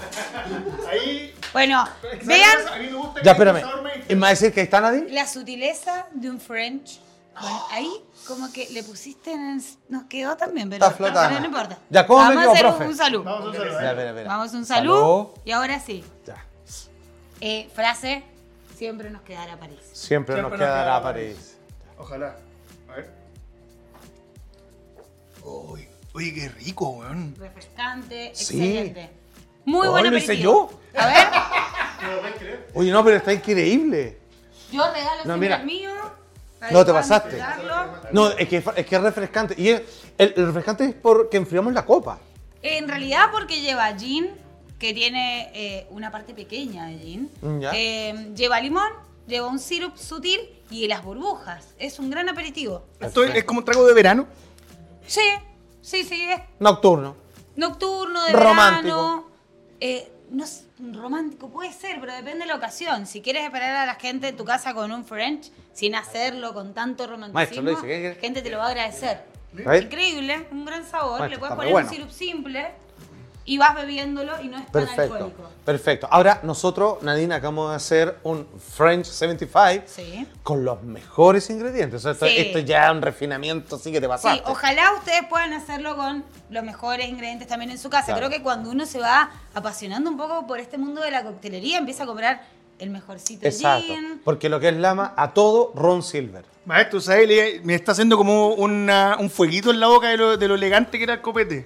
Ahí.
Bueno,
¿Sabes qué
vean
pasa? A mí me gusta que
Ya,
el
espérame. Em-
profesor me
¿Y me va a decir que está Nadine?
la sutileza de un French. Bueno, ahí como que le pusiste en el- Nos quedó también, pero,
Está flotando.
pero no importa.
Ya, ¿cómo me
Vamos
quedó,
a hacer un-
profe?
un salud.
Vamos a hacerlo.
Ya, espera, espera.
Vamos a un salud. Y ahora sí.
Ya.
Eh, frase, siempre nos quedará París.
Siempre, nos
nos
quedará
quedará
París.
Ojalá. A ver. Uy, oye, qué rico, weón.
Refrescante,
Sí.
excelente. Muy
Ay,
buen
lo hice
aperitivo. A ver,
¿no lo puedes creer?
Oye, no, pero está increíble.
yo regalo
No,
siempre
mira.
el mío. para
No,
que
te
puedan
pasaste.
disfrutarlo.
No, es que es, que es refrescante. Y es- el, el refrescante es porque enfriamos la copa.
En realidad porque lleva gin, que tiene eh, una parte pequeña de gin.
Ya.
Eh, lleva limón, lleva un sirup sutil y las burbujas. Es un gran aperitivo.
Esto es, es como un trago de verano.
Sí, sí, sí, es
Nocturno.
nocturno, de
Romántico.
verano. Eh, no es romántico, puede ser, pero depende de la ocasión. Si quieres esperar a la gente en tu casa con un French, sin hacerlo con tanto
Maestro, lo
romanticismo,
dice, ¿qué-
la
qué?
gente te lo va a agradecer.
A ver.
Increíble, un gran sabor.
Maestro,
Le puedes
está muy
poner
bueno.
un sirup simple y vas bebiéndolo y no es tan
Perfecto.
alcohólico.
Perfecto. Ahora nosotros, Nadine, acabamos de hacer un French 75
Sí.
con los mejores ingredientes. O sea, esto,
Sí.
esto ya es un refinamiento así que te pasaste.
Sí, ojalá ustedes puedan hacerlo con los mejores ingredientes también en su casa.
Claro.
Creo que cuando uno se va apasionando un poco por este mundo de la coctelería, empieza a comprar el mejorcito
Exacto.
gin.
Porque lo que es lama, a todo Ron Silver.
Maestro, ¿sabes? Le- me está haciendo como una- un fueguito en la boca de lo, de lo elegante que era el copete.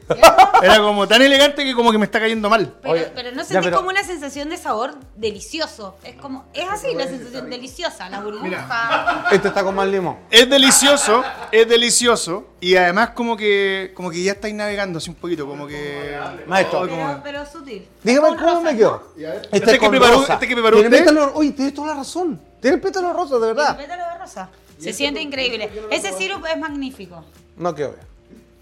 Era como tan elegante que como que me está cayendo mal.
Pero,
Oye,
pero no
ya,
sentís
pero-
como una sensación de sabor delicioso. Es como, es así la sensación deliciosa, la burbuja.
Este está con más limón.
Es delicioso, es delicioso. Y además como que como que ya estáis navegando así un poquito, como que...
Maestro,
Ay, como-
Pero, pero sutil.
Dígame
Con
cómo
rosas,
me quedó.
¿Este que
con
preparó-
rosa.
este que preparó
Tiene
usted?
pétalo- oye, tienes toda la razón. Tiene pétalo rosa, de
¿no? El
verdad.
pétalo de rosa.
este
Se siente increíble. Ese sirup es magnífico.
No quedó bien.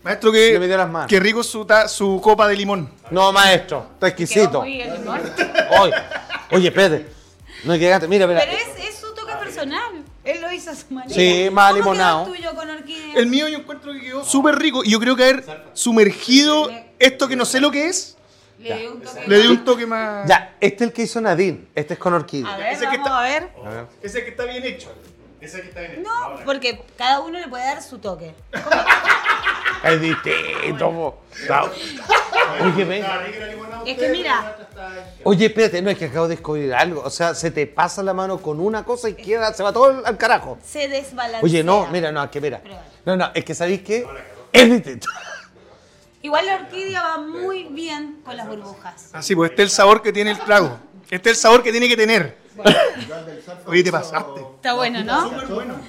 Maestro,
Le metió las
que,
manos.
que rico su, ta- su copa de limón.
No, maestro, está
Quedó
exquisito.
muy bien,
(laughs)
¿no?
Oye, oye, espérate. No llegaste, mira, mira.
Pero es, es su toque personal. Él lo hizo a su manera.
Sí, más
¿Cómo quedó
limonado.
el tuyo con orquídea?
El mío yo encuentro que quedó súper rico. Y yo creo que haber sumergido esto que no sé lo que es,
Le dio un toque.
le dio un toque más...
Ya, este es el que hizo Nadine. Este es con orquídea.
A ver,
Ese que
vamos
está- Oh,
a ver.
Ese que está bien hecho.
Ese que está bien.
No, porque cada uno le puede dar su toque.
Es distinto, po. Está- Oye, ven.
Es que mira,
Oye, espérate, no es que acabo de descubrir algo. O sea, se te pasa la mano con una cosa y queda, se va todo al- al carajo.
se desbalancea.
Oye, no, mira, no, es que mira.
Pruébalo.
No, no, es que sabéis que es distinto.
Igual la orquídea va muy bien con las burbujas.
Ah, (laughs) Así, pues este es el sabor que tiene el trago. Este es el sabor que tiene que tener. Oye, te pasaste.
Está bueno, ¿no?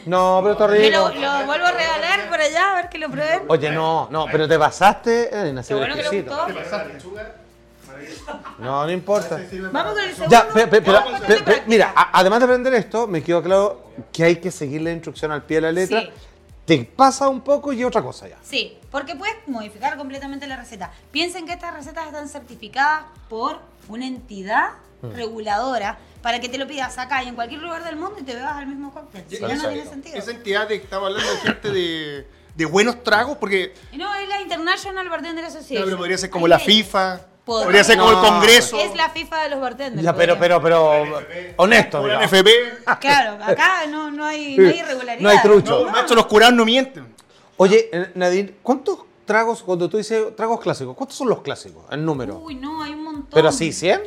No, pero está
Me
rico.
lo, lo vuelvo a regalar por allá, a ver que lo prueben.
Oye, no, no, pero te pasaste, eh, Elena,
Qué
se ve
bueno que le
exquisito.
gustó.
No, no importa.
Vamos con el segundo.
Ya, pe- pe- pero-
Vamos con este
pe-
el
pe-
de
mira, ah.
práctica.
a- además de aprender esto, me quedó claro que hay que seguir la instrucción al pie de la letra.
Sí.
Te pasa un poco y otra cosa ya.
Sí, porque puedes modificar completamente la receta. Piensen que estas recetas están certificadas por una entidad
Mm.
reguladora para que te lo pidas acá y en cualquier lugar del mundo y te bebas el mismo cóctel. Si
Y-
no,
y
no
esa-
tiene sentido.
Esa entidad de que estaba hablando de gente de, de buenos tragos, porque
Y no, es la International Bartender Association.
claro, pero podría ser como
Ahí
la
hay-
FIFA,
Podría.
podría ser como
No.
el Congreso,
Es la FIFA de los bartenders.
Ya, pero,
podría.
pero, pero, honesto,
o la
digamos.
NFP.
Claro, acá no, no hay, no hay irregularidad.
No hay trucho.
No, macho, los curados no mienten.
Oye, eh, Nadine, ¿cuántos tragos, cuando tú dices tragos clásicos, cuántos son los clásicos en número?
Uy, no, hay un montón.
pero sí, ¿100?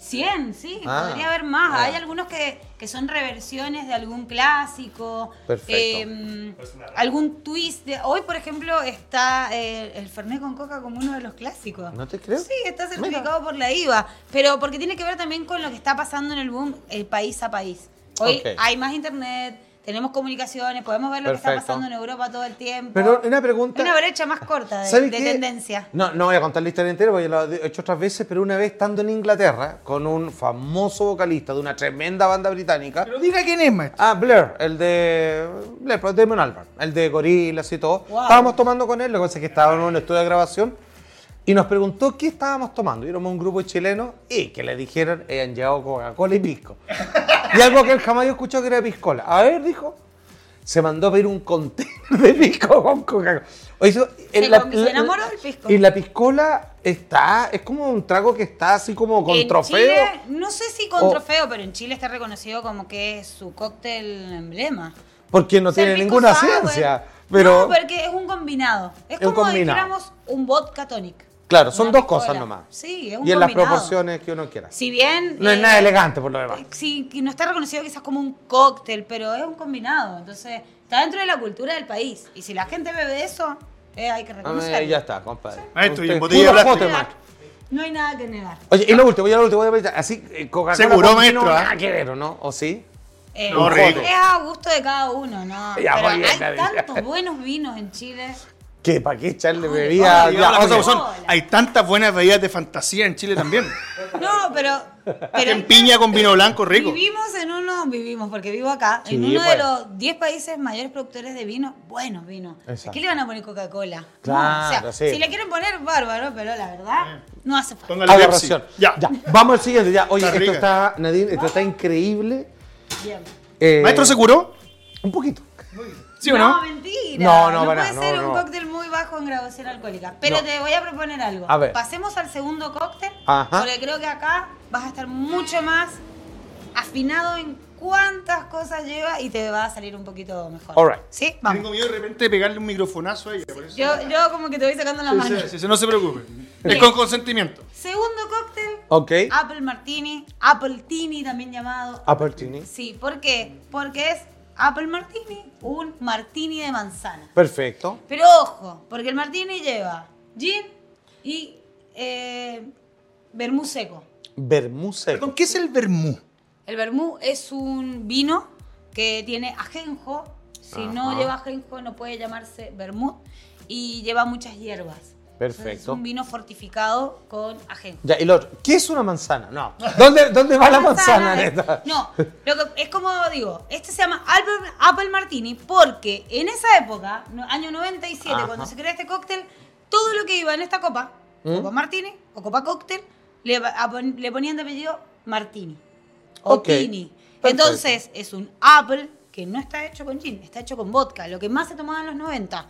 100, sí,
Ah,
podría haber más.
ah.
Hay algunos que, que son reversiones de algún clásico.
Perfecto.
eh, algún twist. de- hoy, por ejemplo, está eh, el Fernet con Coca como uno de los clásicos.
¿No te creo?
Sí, está certificado por la IVA. Pero porque tiene que ver también con lo que está pasando en el boom, el país a país. Hoy
Ok.
hay más internet, tenemos comunicaciones, podemos ver lo que
Perfecto.
está pasando en Europa todo el tiempo.
Pero una pregunta.
Una brecha más corta de,
¿Sabes
de
qué?
tendencia.
No, no voy a contar la historia entera porque lo he hecho otras veces, pero una vez estando en Inglaterra con un famoso vocalista de una tremenda banda británica.
Pero diga quién es, maestro.
Ah, Blair, el de. Blair, pero Damon Albarn, el de Gorilas y todo.
Wow.
Estábamos tomando con él, lo que pasa es que estábamos en un estudio de grabación y nos preguntó qué estábamos tomando. Y éramos un grupo chileno y que le dijeron, eh, han llegado Coca-Cola y pisco. y algo que él jamás había escuchado que era piscola. A ver, dijo. Se mandó a pedir un container de pisco con Coca-Cola. Oye, eso-
Se
en la-
con- se
la-
enamoró del pisco.
Y la piscola está, es como un trago que está así como con
En
trofeo.
Chile, no sé si con
O-
trofeo, pero en Chile está reconocido como que es su cóctel emblema.
Porque no
O sea, el
tiene
pisco
ninguna
sour.
ciencia.
No, porque es un combinado. Es
Es un
como si
combinado.
dijéramos un vodka tonic.
Claro, son
Una
dos
piscola.
cosas nomás.
Sí, es un
Y en las
combinado.
proporciones que uno quiera.
Si bien...
no es
eh,
nada elegante por lo demás.
eh, Sí, que no está reconocido quizás como un cóctel, pero es un combinado. Entonces, está dentro de la cultura del país. Y si la gente bebe eso, eh, hay que
Ah,
reconocerlo.
ya está, compadre.
Maestro, y en
Usted-
botella de
puro
plástico.
Potemar.
No hay nada que negar.
Oye, y lo último, ya lo último, voy a pedir- así, eh, Coca-Cola.
Seguro,
con
maestro,
vino,
¿ah?
Nada que ver, ¿o no? ¿O sí?
Eh,
No, rico.
Es a gusto de cada uno, ¿no?
Ya,
Pero
muy bien,
hay
David.
tantos buenos vinos en Chile.
Que para qué echarle
Ah,
bebida.
digamos las
Ya,
cosas
oye,
como
Hola.
son. Hay tantas buenas bebidas de fantasía en Chile
(laughs)
también.
No,
(laughs)
pero. pero
en piña con vino blanco rico.
Vivimos en uno, vivimos, porque vivo acá,
Sí,
en uno
pues.
de los 10 países mayores productores de vino, buenos vinos.
Exacto.
¿A ¿Qué le van a poner Coca-Cola? No,
Claro,
o sea,
sí.
Si le quieren poner, bárbaro, pero la verdad, no hace falta.
Póngale Pepsi.
aberración.
Ya.
Ya, Vamos al siguiente, ya. Oye,
Está
esto
rica.
está, Nadine, esto está increíble.
Bien.
Eh,
¿Maestro se curó?
Un poquito.
¿Sí o no?
mentira.
No, no, para,
puede
no,
ser
no.
un cóctel muy bajo en graduación alcohólica. Pero
No.
te voy a proponer algo.
A ver.
Pasemos al segundo cóctel,
Ajá.
porque creo que acá vas a estar mucho más afinado en cuántas cosas lleva y te va a salir un poquito mejor.
All right.
¿Sí?
Tengo
Vamos.
miedo de repente de pegarle un microfonazo a ella. Por eso.
Yo, yo como que te voy sacando las
Sí,
manos.
sí, sí, no se preocupe. Es con consentimiento.
Segundo cóctel,
Ok.
Apple Martini, Apple Tini también llamado.
Ah. Apertini.
Sí, ¿por qué? Porque es Apple Martini, un martini de manzana.
Perfecto.
Pero ojo, porque el martini lleva gin y eh, vermú seco.
Vermú seco.
¿Con qué es el vermú?
El vermú es un vino que tiene ajenjo. Si no
Ajá.
lleva ajenjo no puede llamarse vermut y lleva muchas hierbas. Entonces, es
Perfecto.
un vino fortificado con ajenjo.
Ya, y lo otro. ¿Qué es una manzana?
(laughs)
No. ¿Dónde, dónde va la manzana,
es-
neta?
No, lo que, es como digo, este se llama Apple, Apple Martini porque en esa época, no- año 97,
Ajá.
cuando se creó este cóctel, todo lo que iba en esta copa,
¿Mm?
copa Martini o copa cóctel, le, va- a pon- le ponían de apellido Martini o
Ok,
Tini.
perfecto.
Entonces es un Apple que no está hecho con gin, está hecho con vodka, lo que más se tomaba en los 90.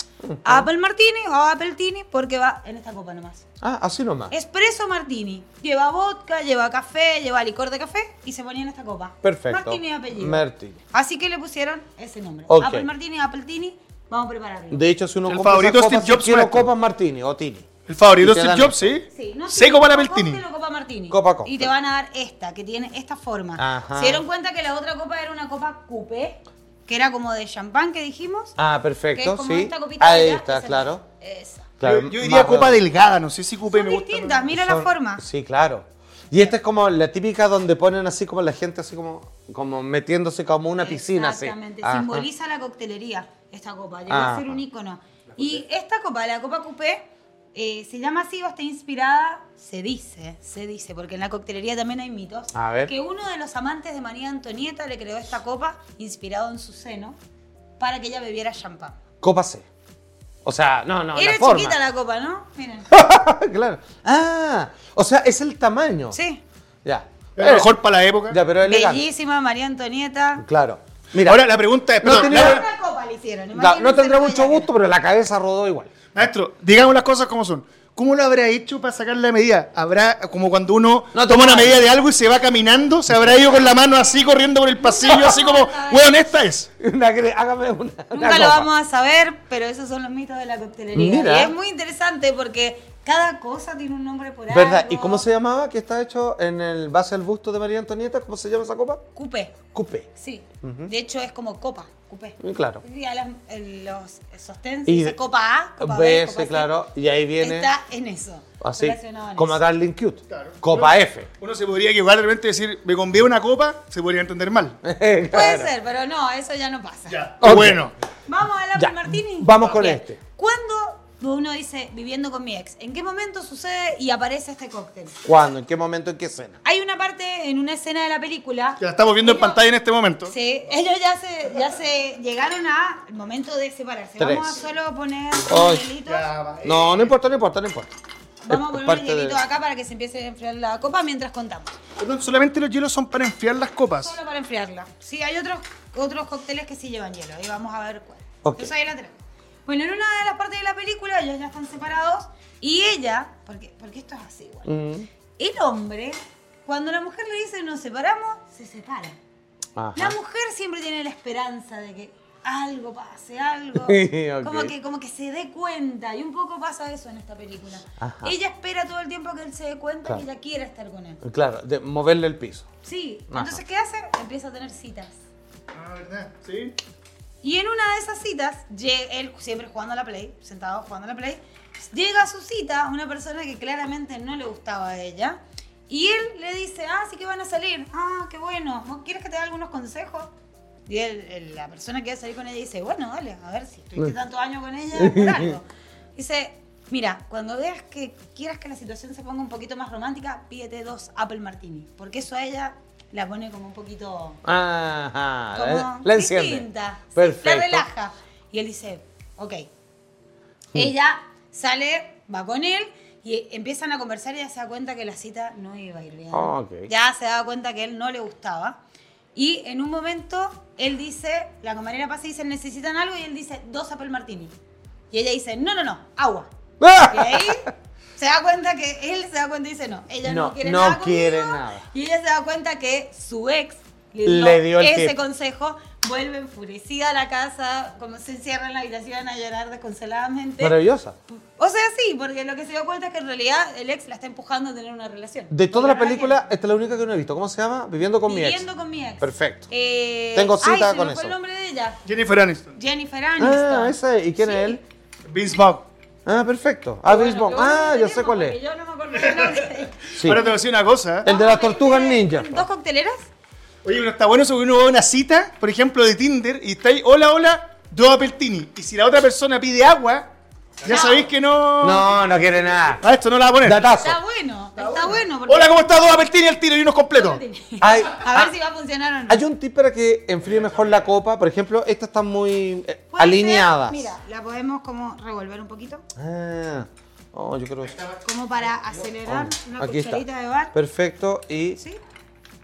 Apple Martini o Apple Tini porque va en esta copa nomás.
Ah, así nomás.
Espresso martini. Lleva vodka, lleva café, lleva licor de café y se ponía en esta copa.
Perfecto.
Martini de apellido.
Martini.
Así que le pusieron ese nombre.
Ok.
Apple martini, Apple tini. Vamos a prepararlo.
De hecho, si uno
El
compra
favorito
esas
Steve
copas, si
Jobs,
quiero
maestro.
copas Martini o Tini.
El favorito
Y te
de Steve
dan
Jobs, sí.
Sí, no sé
Seco
si
para
copa
Beltini.
cóctel o copa martini.
Copa cóctel.
Y te van a dar esta, que tiene esta forma.
Ajá.
Se dieron cuenta que la otra copa era una copa coupé, que era como de champán que dijimos.
Ah,
que es
perfecto,
como
sí.
esta copita de
Ahí
allá,
está,
esa.
claro.
Esa.
Claro,
yo, yo
más
diría copa
redonda.
delgada, no sé si cupé
Son
me gusta.
distintas, mira la
Son-
forma.
Sí, claro. Y esta es como la típica donde ponen así como la gente así como, como metiéndose como una piscina. así.
Exactamente,
Ajá.
simboliza la coctelería esta copa, llegó a ser
Ajá.
un ícono. Y esta copa, la copa coupé, eh, se llama así o está inspirada, se dice, se dice, porque en la coctelería también hay mitos,
A ver.
que uno de los amantes de María Antonieta le creó esta copa inspirado en su seno para que ella bebiera champán.
Copa C. O sea, no, no,
Era
la forma.
chiquita la copa, ¿no? Miren.
(laughs) claro. Ah, o sea, es el tamaño.
Sí.
Ya.
Era mejor para la época.
Ya, pero elegante.
Bellísima María Antonieta.
Claro. Mira,
Ahora la pregunta es,
No
perdón,
tenía-
la-
Otra copa le hicieron.
da- no
imagínense
tendrá
lo que
mucho
ella
gusto, pero la cabeza rodó igual. (laughs)
maestro, digamos las cosas como son. ¿Cómo lo habrá hecho para sacar la medida? Habrá, como cuando uno
No,
toma una
toma.
medida de algo y se va caminando, se habrá ido con la mano así corriendo por el pasillo, así como, weón, esta es.
Una cre- hágame una. una
Nunca lo
copa.
vamos a saber, pero esos son los mitos de la coctelería.
Mira.
Y es muy interesante porque cada cosa tiene un nombre por algo.
¿Verdad? ¿Y cómo se llamaba? Que está hecho en el base del busto de María Antonieta. ¿Cómo se llama esa copa?
Coupé,
Coupé.
sí. De hecho, es como copa, coupé.
Muy claro.
Y a las- el- los sostén,
Y-
dice copa A, copa B,
B,
copa
sí,
C.
claro. Y ahí viene
Está en eso.
así,
relacionado en
como
eso.
a Darling Cute. Copa F. (laughs)
Uno se podría equivocar de repente y decir, me convié una copa, se podría entender mal.
Claro.
Puede ser, pero no, eso ya no pasa.
Ok.
Bueno,
Vamos a
Ya,
hablar Martini.
vamos con
Bien.
este.
¿Cuándo uno dice viviendo con mi ex? ¿En qué momento sucede y aparece este cóctel?
¿Cuándo? ¿En qué momento? ¿En qué escena?
Hay una parte en una escena de la película.
que la estamos viendo en
Ellos-
pantalla en este momento.
Sí, ellos ya se, ya se llegaron al momento de separarse. Vamos a
Tres.
solo poner
Ay.
unos hielitos.
No, no importa, no importa, no importa. Es
Vamos a poner unos
parte de-
hielitos acá para que se empiece a enfriar la copa mientras contamos.
Perdón, solamente los hielos son para enfriar las copas.
Solo para enfriarla. Sí, hay otros, otros cócteles que sí llevan hielo. Y vamos a ver cuál.
Ok.
Entonces ahí la tenemos. Bueno, en una de las partes de la película ellos ya están separados. Y ella, porque, porque esto es así igual.
Mm.
El hombre, cuando la mujer le dice nos separamos, se separa.
Ajá.
La mujer siempre tiene la esperanza de que algo pase, algo.
(laughs) Ok.
como, que, como que se dé cuenta. Y un poco pasa eso en esta película.
Ajá.
Ella espera todo el tiempo que él se dé cuenta
Claro.
que ella quiera estar con él.
Claro, de moverle el piso.
Sí.
Ajá.
Entonces, ¿qué hace? Empieza a tener citas.
Ah, ¿verdad? Sí.
Y en una de esas citas, lle- él siempre jugando a la Play, sentado jugando a la Play, llega a su cita una persona que claramente no le gustaba a ella. Y él le dice, ah, sí que van a salir. Ah, qué bueno. ¿No ¿Quieres que te dé algunos consejos? Y él, el- la persona que va a salir con ella dice, bueno, dale, a ver si estuviste tantos años con ella, por algo. Dice, mira, cuando veas que quieras que la situación se ponga un poquito más romántica, pídete dos Apple Martini. Porque eso a ella la pone como un poquito
Ajá. La,
como
la enciende.
distinta. Sí,
Perfecto.
La relaja. Y él dice, ok.
Mm.
Ella sale, va con él y empiezan a conversar y ya se da cuenta que la cita no iba a ir bien.
Ah, ok.
Ya se da cuenta que él no le gustaba. Y en un momento él dice, la camarera pasa y dice, necesitan algo y él dice, dos apple martini. Y ella dice, no, no, no, agua. Y
¡Ah!
ahí se da cuenta que él se da cuenta y dice, no, ella no,
No,
quiere
no
nada. conmigo".
quiere nada.
Y ella se da cuenta que su ex le dio,
Le dio el
ese
tip.
consejo, vuelve enfurecida a la casa, como se encierra en la habitación a llorar desconsoladamente.
Maravillosa.
o sea, sí, porque lo que se dio cuenta es que en realidad el ex la está empujando a tener una relación.
De toda
Porque
la
verdad
película,
que-
esta es la única que no he visto. ¿Cómo se llama? Viviendo con mi ex.
Viviendo con mi ex.
Perfecto.
Eh,
Tengo
ay,
cita
se
con
me
eso.
fue el nombre de ella?
Jennifer Aniston.
Jennifer Aniston.
Ah, esa es. ¿Y quién es
Sí.
él?
Vince Vaughn.
Ah, perfecto. Ah, Vince Vaughn.
Bueno, qué bueno
Ah,
que
ya
tenemos,
sé cuál
porque
es.
Yo no me acuerdo el nombre de ella.
Sí.
Ahora te voy a decir una cosa. ¿eh?
El de las tortugas ninja.
¿Dos cocteleras?
Oye, pero está bueno eso que uno va a una cita, por ejemplo, de Tinder, y está ahí, hola, hola, dos Apeltini. Y si la otra persona pide agua, ya sabéis que no...
No, no quiere nada.
Ah, esto no la va a poner.
Datazo.
Está bueno, está, bueno. porque-
Hola, ¿cómo estás? Dos Apeltini al tiro y unos completos.
Hay,
(laughs) A ver si va a funcionar o no.
hay un tip para que enfríe mejor la copa. Por ejemplo, estas están muy eh,
Puede ser-
alineadas.
Mira, la podemos como revolver un poquito,
Ah, oh, yo creo que
como para acelerar una
Aquí está.
cucharita de bar.
Perfecto. Y
¿sí?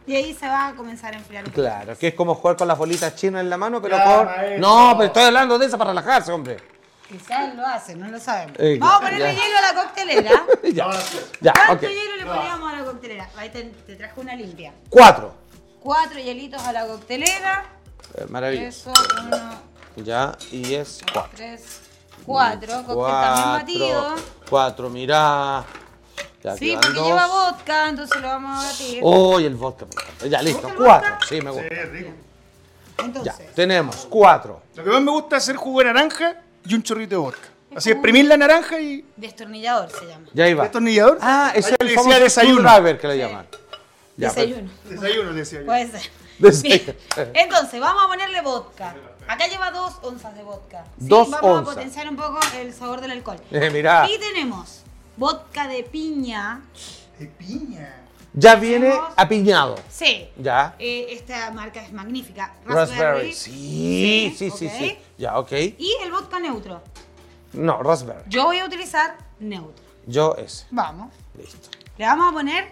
Y ahí se va a comenzar a enfriar. un poquito.
claro, que es como jugar con las bolitas chinas en la mano, pero
Ya,
con.
maestro.
No, pero estoy hablando de esa para relajarse, hombre.
Quizás lo hace, no lo sabemos.
Eh,
Vamos a
ya.
ponerle hielo a la coctelera.
ya. (laughs) Ya,
¿Cuánto
ok.
hielo le poníamos a la coctelera? Ahí te, te trajo una limpia.
Cuatro.
Cuatro hielitos a la coctelera.
Eh, maravilloso.
Eso, uno,
Ya, y es
dos,
cuatro.
tres, cuatro. Cóctel también batido.
Cuatro, mirá. Ya
Sí,
quedan
porque
dos.
lleva vodka, entonces lo vamos a batir.
Oh, y el vodka. por favor. Ya, listo.
el
Cuatro.
vodka?
Sí, me gusta. Ya,
Entonces,
tenemos cuatro.
Lo que más me gusta es hacer jugo de naranja y un chorrito de vodka. Así, exprimir la naranja y...
destornillador se llama.
Ya iba.
¿Destornillador?
Ah, ese es
le
el
decía
famoso
desayuno.
screwdriver que le llaman. Ya, pues.
Desayuno.
Desayuno, decía yo.
Puede ser.
Desayuno. (laughs)
Bien. Entonces, vamos a ponerle vodka. Acá lleva dos onzas de vodka. ¿sí?
Dos
vamos
onzas.
a potenciar un poco el sabor del alcohol.
Eh, mirá.
Y tenemos vodka de piña.
De piña.
Ya viene
Tenemos-
apiñado.
Sí.
Ya.
Eh, esta marca es magnífica.
Raspberry.
Raspberry.
Sí, sí, sí,
ok.
sí. Ya, ok.
Y el vodka neutro.
No, raspberry.
Yo voy a utilizar neutro.
Yo ese.
Vamos.
Listo.
Le vamos a poner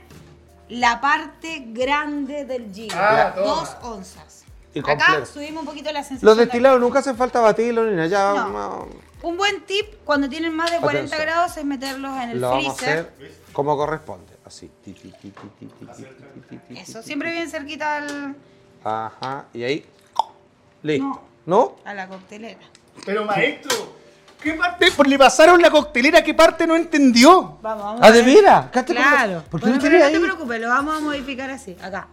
la parte grande del gin.
Ah, toma.
dos onzas.
Y completo.
Acá subimos un poquito la sensación.
Los
de
destilados nunca hacen falta batirlos ni nada. Ya,
No.
no,
Un buen tip cuando tienen más de 40
Atención.
grados es meterlos en el
lo vamos a
freezer.
hacer como corresponde. Así. Ti, ti, ti, ti, ti, ti, ti, ti, ti, ti,
Eso,
ti,
siempre bien cerquita al,
ti. Ajá. Y ahí. Listo.
No.
¿No?
a la coctelera.
Pero maestro, ¿qué parte? Pues le pasaron la coctelera, ¿qué parte no entendió?
Vamos, vamos.
Ah,
a
de
ver.
veras. ¿Qué te pasa?
Claro.
¿Por qué
Bueno,
no
pero
tenía
no
ahí?
te preocupes, lo vamos a modificar así, acá.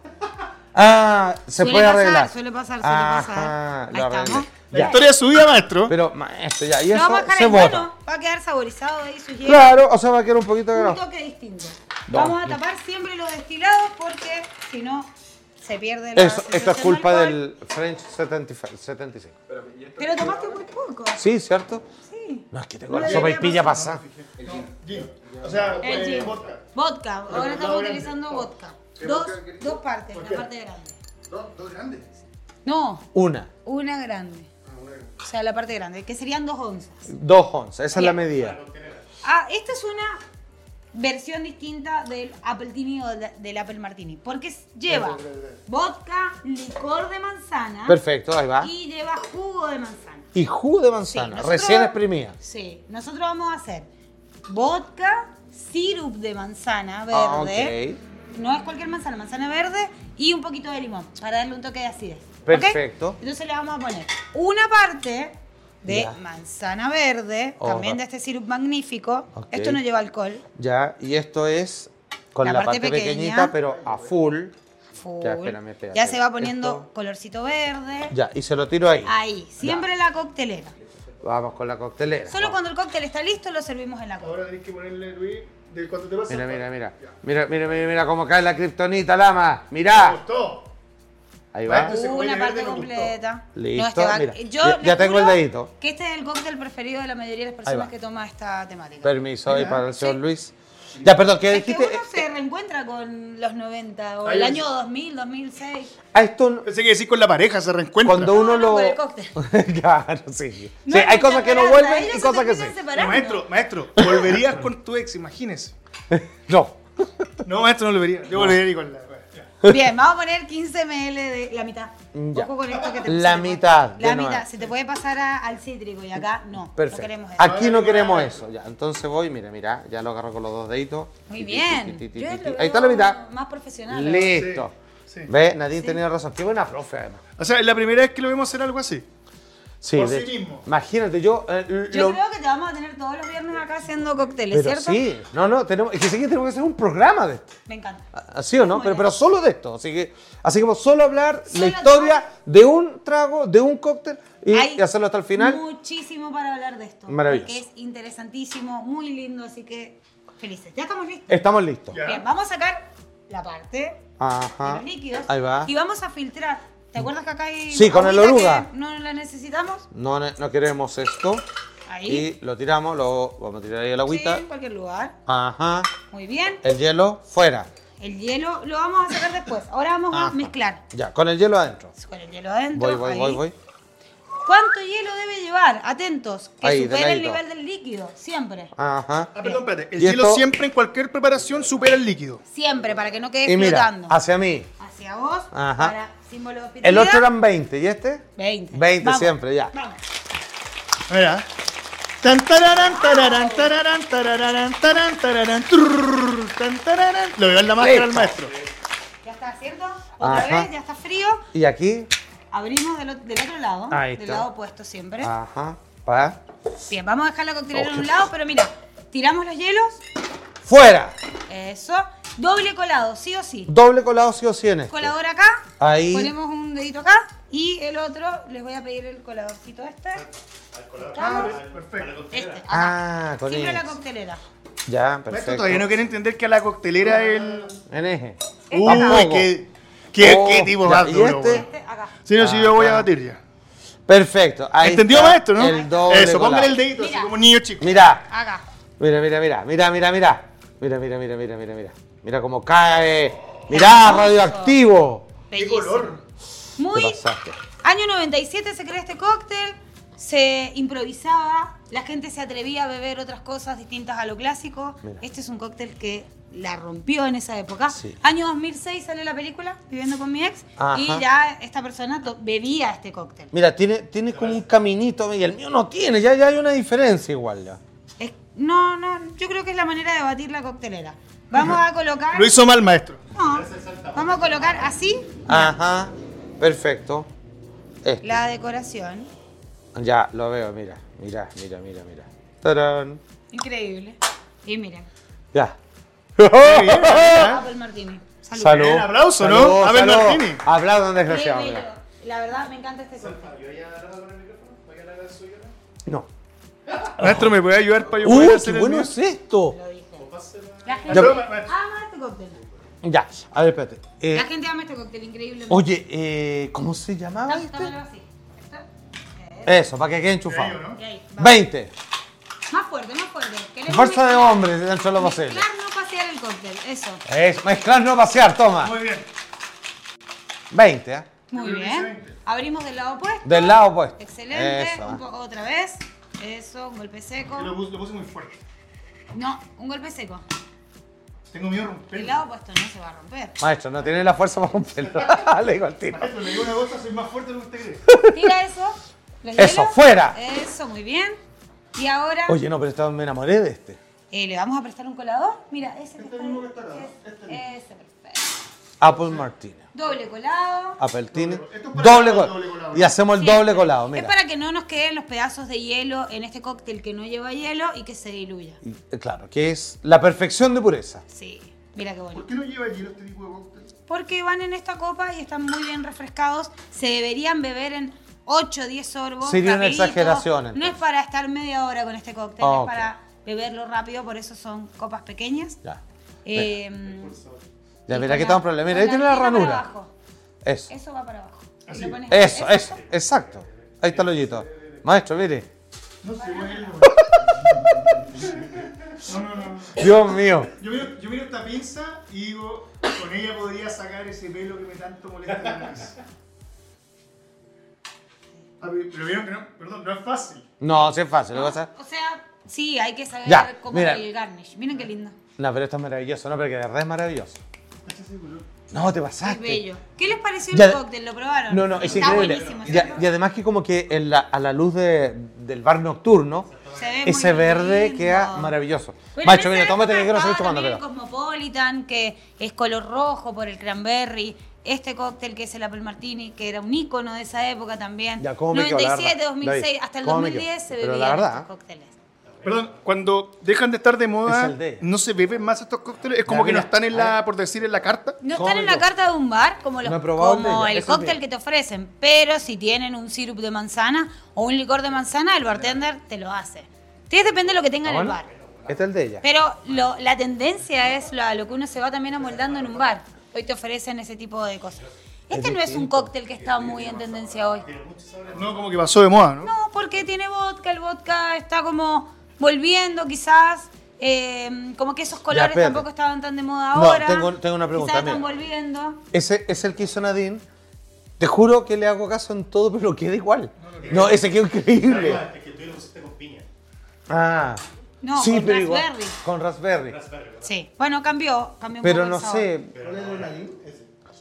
Ah, se
Suele
puede
pasar,
arreglar.
suele pasar, suele
Ajá,
pasar.
Lo
Ahí
arreglé.
estamos.
La
Ya.
historia de su vida, maestro.
Pero, maestro, ya. Y
Lo
eso
vamos a dejar
se
en
bota.
bueno, va a quedar saborizado ahí su hielo.
Claro, o sea, va a quedar un poquito de
Un
grado.
toque distinto.
No.
Vamos a tapar siempre los destilados porque si no se pierde la
Eso, esto es
sensación
culpa
alcohol.
del French 75, 75.
Pero tomaste muy poco.
Sí, ¿cierto?
Sí.
No, es que tengo
No
la
debería
sopa y pilla
pasar.
pasada.
O sea, eh,
El gin. Vodka. Ahora estamos utilizando vodka. Dos, dos partes, la parte grande.
¿Dos, dos grandes?
No,
Una,
Ah, una grande. O sea, la parte grande, que serían dos onzas.
dos onzas, esa es la
Bien.
medida.
Ah, esta es una versión distinta del Apple Tini o de- del Apple Martini. Porque lleva vodka, licor de manzana
Perfecto, ahí va.
Ah. y lleva jugo de manzana.
Y jugo de
Sí,
manzana,
nosotros-
recién exprimida.
Sí, nosotros vamos a hacer vodka, sirup de manzana verde.
Ah,
No es cualquier manzana, manzana verde y un poquito de limón para darle un toque de acidez. ¿ok?
Perfecto.
Entonces le vamos a poner una parte de
Ya.
manzana verde,
Oh,
también de
va-
este sirup magnífico.
Ok.
Esto no lleva alcohol.
Ya, y esto es con la,
La
parte,
parte
pequeñita,
pequeña.
pero a full.
Full.
Ya, espérame, espérate.
Ya se va poniendo
Esto-
colorcito verde.
Ya, y se lo tiro ahí.
Ahí, siempre la coctelera.
Vamos con la coctelera.
Solo
vamos.
cuando el cóctel está listo lo servimos en la coctelera.
Ahora tenés que ponerle, Luis, de cuando te pasa.
Mira, mira, mira. Mira, mira, mira, mira cómo cae la kriptonita, lama.
Ah.
Mirá.
Todo.
Ahí va.
Entonces,
Una
cebolla
parte
verde me gustó.
completa.
Listo,
este va-
mira,
Yo
ya-
les
ya tengo el
juro
dedito.
Que este es el cóctel preferido de la mayoría de las
Ahí
personas
va.
que toma esta temática.
Permiso ahí para el señor
Sí.
Luis. Ya, perdón, ¿qué
es que
dijiste? eh,
uno se reencuentra con los 90 o
Ahí
el
es.
año 2000, 2006.
A esto no- (laughs)
Pensé que decir con la pareja se reencuentra.
cuando
No,
uno
no,
lo.
con el cóctel.
claro, sí.
No
sí, hay
mucha
cosas que no
esperanza,
vuelven
ellos
y
se
cosas que sí.
terminan
No,
separando.
maestro, maestro, volverías con tu ex, imagínese.
No.
No, maestro, no volvería. Yo volvería con la.
Bien, vamos a poner 15 ml de la mitad.
Mm, Ya.
Ojo con esto que te-
La
se te puede-
mitad, de
La
nuevo.
mitad. Se te puede pasar a- al cítrico y acá no. No
Perfecto.
queremos eso.
Aquí no queremos eso. Ya, entonces voy, mira, mira, ya lo agarro con los dos deditos.
Muy
Ti, ti,
bien.
ti, ti, ti,
Yo
ti,
lo
ti.
veo
Ahí está la mitad.
Más profesional.
Listo.
Sí, sí.
Ve, Nadine tenía razón. Qué buena profe, además.
O sea, es la primera vez que lo vemos hacer algo así.
Sí,
Por
de
sí
hecho.
mismo.
Imagínate, yo. eh,
Yo
lo-
creo que te vamos a tener todos los viernes acá haciendo cócteles,
pero
¿cierto?
sí, no, no, tenemos, es que sí que tenemos que hacer un programa de esto.
Me encanta.
Así o no,
Muy
pero,
bien.
pero solo de esto. Así que, así que vamos solo hablar
Solo
la historia de un trago, de un cóctel y,
Hay
y hacerlo hasta el final.
Muchísimo para hablar de esto.
Maravilloso.
Porque es interesantísimo, muy lindo, así que felices. Ya estamos listos.
Estamos listos.
Ya.
Bien, vamos a sacar la parte de
Ajá.
los líquidos
Ah, Ahí va.
y vamos a filtrar. ¿Te acuerdas que acá hay
Sí, con el
agüita
oruga.
que No la necesitamos.
No, ne- no queremos esto.
Ahí.
Y lo tiramos, lo vamos a tirar ahí el agüita.
Sí, en cualquier lugar.
Ajá.
Muy bien.
El hielo fuera.
El hielo lo vamos a sacar después. Ahora vamos
Ajá.
a mezclar
Ya, con el hielo adentro.
con el hielo adentro.
Ah. Voy, voy,
ahí.
voy, voy.
¿Cuánto hielo debe llevar? Atentos, que
Ahí,
supere el
delgadito.
nivel del líquido, siempre.
Ajá.
Ah, perdón, espérate. El
Y
hielo
esto-
siempre en cualquier preparación supera el líquido.
Siempre, para que no quede
Y mira,
flotando.
hacia mí.
Hacia vos,
Ajá.
para símbolo de hospitalidad.
El otro eran 20, ¿y este?
20.
20
Vamos.
siempre, ya.
Vamos.
Mira. Tan tararán, tararán, tararán, tararán, tararán, tararán, trrrr, tan tararán. Lo veo en la máscara al maestro.
Ya está, ¿cierto? Otra
Ajá.
vez, ya está frío.
Y aquí.
Abrimos del, ot- del otro lado,
Ahí
del
está. Ah.
lado opuesto siempre.
Ajá. Pa.
Bien, vamos a dejar la coctelera
Oh,
en
qué
un lado, pero mira, tiramos los hielos.
Fuera.
Eso. Doble colado, sí o sí.
Doble colado sí o sí en este.
Colador acá.
Ahí.
Ponemos un dedito acá. Y el otro, les voy a pedir el coladorcito este. Vamos.
Ah,
Perfecto.
Este, acá.
Ah, con
Siempre la
eso.
coctelera.
Ya,
Maestro
perfecto.
todavía no quiere entender que a la coctelera el.
En eje.
Esta acá.
Uy, qué, qué,
Oh,
qué tipo
ya,
más
¿y
duro,
este?
weón.
Este acá.
Si no, si yo voy a
Ah.
batir ya.
Perfecto. ahí
¿Entendió,
está
maestro, no?
El doble
Eso, póngale
colado.
el dedito, así
Mira.
como niño chico.
Mira,
Acá.
mira, mira, mira, mira, mira, mira. Mira, mira, mira, mira, mira, mira. Mira cómo cae. Mirá, radioactivo.
Bellísimo.
Te
Muy.
pasaste.
Año 97 se creó este cóctel. Se improvisaba. La gente se atrevía a beber otras cosas distintas a lo clásico.
Mira.
Este es un cóctel que la rompió en esa época.
Sí.
Año 2006 sale la película Viviendo con mi ex.
Ajá.
Y ya esta persona to- bebía este cóctel.
Mira, tiene, tiene como un caminito y el mío no tiene, ya, ya hay una diferencia igual. ya.
Es- no, no, yo creo que es la manera de batir la coctelera. Vamos a colocar.
Lo hizo mal, maestro.
No, vamos a colocar así
Ajá, perfecto. Este.
la decoración.
Ya, lo veo, mira, mira, mira, mira, mira. ¡Tarán!
Increíble. Y miren,
Ya. Oh.
Ah.
Apple Martini. Salud.
Bien, aplauso, ¿no? Abel Martini.
Aplaudan
Qué
desgraciado.
bello.
mira.
La verdad me encanta este cóctel.
¿Yo ya hablaba con el micrófono? ¿Para que la haga suya?
No.
Maestro, ¿me puede ayudar para yo poder
¡Uh,
hacer
qué
el
bueno
mío?
es esto!
Lo dije.
Pásela.
La gente
Ya.
ama este cóctel.
Ya, a ver, espérate. Eh,
La gente ama este cóctel, increíble.
oye, eh, ¿cómo se llamaba
Tam- tómalo
este?
así. Esto.
Eso, para que quede enchufado.
Y ahí, vamos.
20.
Más fuerte, más fuerte. Queremos
Fuerza de
mezclar-
hombre dentro de lo posible.
Mezclar, no pasear el cóctel. Eso.
Es mezclar, no pasear, toma.
Muy bien.
20, ¿eh?
Muy bien. Abrimos del lado opuesto.
Del lado opuesto.
Excelente.
Eso,
Un
¿eh?
poco otra vez. Eso, un golpe seco.
Yo Lo puse, lo puse muy fuerte.
No, un golpe seco.
Tengo miedo a
El
romperlo.
lado opuesto no se va a romper.
Maestro, no tiene la fuerza para romperlo. (laughs) Le digo al tiro.
Maestro, le digo una cosa, soy más fuerte de lo que usted cree.
Tira eso. los
Eso,
hielos.
fuera.
Eso, muy bien. Y ahora
Oye, no, pero esta- me enamoré de este.
eh, le vamos a prestar un colador. Mira, ese que está
Este mismo
ahí.
que está acá,
Ese,
este mismo.
ese, perfecto.
Apple Martini.
Doble colado.
Apeltini.
Esto es para
Doble,
el
col-
doble colado,
Y
¿no?
hacemos Ah, el
Siempre.
doble colado,
Es
mira.
para que no nos queden los pedazos de hielo en este cóctel que no lleva hielo y que se diluya.
Y, eh, Claro, que es la perfección de pureza.
Sí, mira qué bueno.
¿Por qué no lleva hielo este tipo de cóctel?
Porque van en esta copa y están muy bien refrescados. Se deberían beber en 8 o 10 sorbos.
Sería una
rapidito.
exageración,
No
entonces.
es para estar media hora con este cóctel,
Ah, ok.
es para beberlo rápido, por eso son copas pequeñas.
Ya.
Eh,
Ya,
y
mira,
con
aquí
la-
está un problema. Mira,
con
ahí tiene la
tira para
ranura.
abajo.
Eso.
Eso va para abajo. Y
Así.
lo pones-
Eso, eso. Exacto. Ahí está el hoyito. Maestro, mire.
No sé, bueno. No, no, no.
Dios mío.
Yo miro, yo miro esta pinza y digo, con ella podría sacar ese pelo que me tanto molesta en la nariz. Ah, Pero pero vieron que no, perdón, no es fácil.
No, sí es fácil. Lo que pasa-
O sea, sí, hay que saber
Ya,
cómo
mira.
el garnish. Miren qué lindo.
No, pero esto es maravilloso, ¿no? Porque de verdad es maravilloso. No, te pasaste.
Es bello. ¿Qué les pareció
Ya-
el cóctel? ¿Lo probaron?
No, no, es
Está
increíble.
buenísimo,
Ya-
¿cierto?
y además que como que en la- a la luz de- del bar nocturno,
Se ve muy
ese verde
lindo.
queda maravilloso.
Bueno,
Macho,
en esa
mira, tómate que
época
quiero seguir
estaba
tomando.
también
pero-
el Cosmopolitan, que es color rojo por el cranberry. Este cóctel que es el Apple Martini, que era un ícono de esa época también.
Ya, ¿cómo me quedó, la
97,
verdad?
2006,
David,
hasta el
¿cómo me quedó?
2010 se
Pero la
bebían
verdad,
estos
¿eh?
cócteles.
Perdón, cuando dejan de estar de moda,
Es el de-
no se beben más estos cócteles, es como
Ya,
que no
mira,
están en
a
la, por decir, en la carta.
No
¿Cómo
están
me
en la
quedó?
carta de un bar como, los,
No he probado el de
como
ella,
el,
eso es
cóctel
mío.
que te ofrecen, pero si tienen un sirup de manzana o un licor de manzana, el bartender te lo hace. Entonces depende de lo que tenga en el
Bueno,
bar.
Este es el de ella.
Pero lo- la tendencia es lo, a lo que uno se va también amoldando en un bar. Hoy te ofrecen ese tipo de cosas. Este no es un cóctel que está muy en tendencia hoy.
No, como que pasó de moda, ¿no?
No, porque tiene vodka, el vodka está como volviendo quizás. eh, como que esos colores
espérate.
tampoco estaban tan de moda
No,
ahora.
tengo- tengo una pregunta,
Quizás están
mira.
volviendo.
Ese es el que hizo Nadine. Te juro que le hago caso en todo, pero queda igual. No, ese quedó increíble.
Ah, Es que tú lo pusiste con piña.
Ah.
No, con raspberry.
Con raspberry.
Sí. Bueno, cambió, cambió un
Pero
poco el
no
sabor.
sé.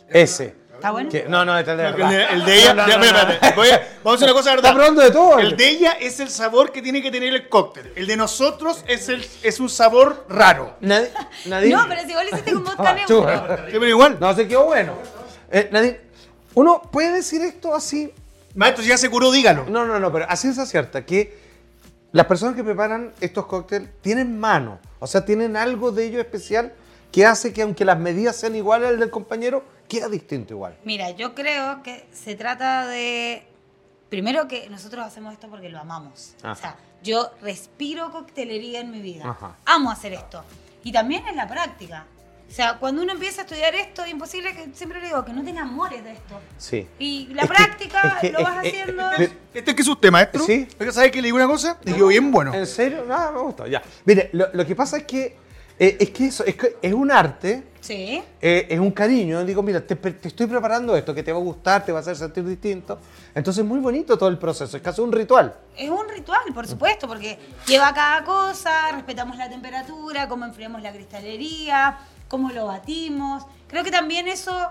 Ese.
¿Está bueno?
Que- No, no, este es el de
El de,
verdad.
el de ella,
No, no,
ya,
no,
espera,
no.
espera, voy a- vamos a hacer una cosa de verdad.
Está probando de todo.
El de ella es el sabor que tiene que tener el cóctel. El de nosotros es, el, es un sabor raro.
Nadie. Nadine.
No, pero si vos le
(laughs)
hiciste con vodka
Ah,
neutro.
chupa.
Sí, pero igual.
No, se quedó bueno. Eh, Nadine, uno puede decir esto así.
Maestro, si ya se curó, dígalo.
No, no, no, pero a ciencia cierta que las personas que preparan estos cócteles tienen mano. O sea, tienen algo de ello especial que hace que aunque las medidas sean iguales al del compañero, queda distinto igual.
Mira, yo creo que se trata de. Primero que nosotros hacemos esto porque lo amamos.
Ajá.
O sea, yo respiro coctelería en mi vida.
Ah. Ajá.
Amo hacer esto. Y también es la práctica. O sea, cuando uno empieza a estudiar esto, es imposible que, siempre le digo, que no te enamores de esto.
Sí.
Y la
Es que-
práctica
es que-
lo
es-
vas
es-
haciendo.
es-
Este es que es usted, maestro.
Sí.
Oiga, ¿sabes que le digo una cosa? Le quedó bien bueno.
¿En serio? Nada, me gustó. Ya. Mire, lo, lo que pasa es que eh, es que eso, es que es un arte,
Sí.
eh, es un cariño. Digo, mira, te, pre- te estoy preparando esto que te va a gustar, te va a hacer sentir distinto. Entonces es muy bonito todo el proceso, es casi un ritual.
Es un ritual, por supuesto, porque lleva cada cosa, respetamos la temperatura, cómo enfriamos la cristalería, cómo lo batimos. Creo que también eso,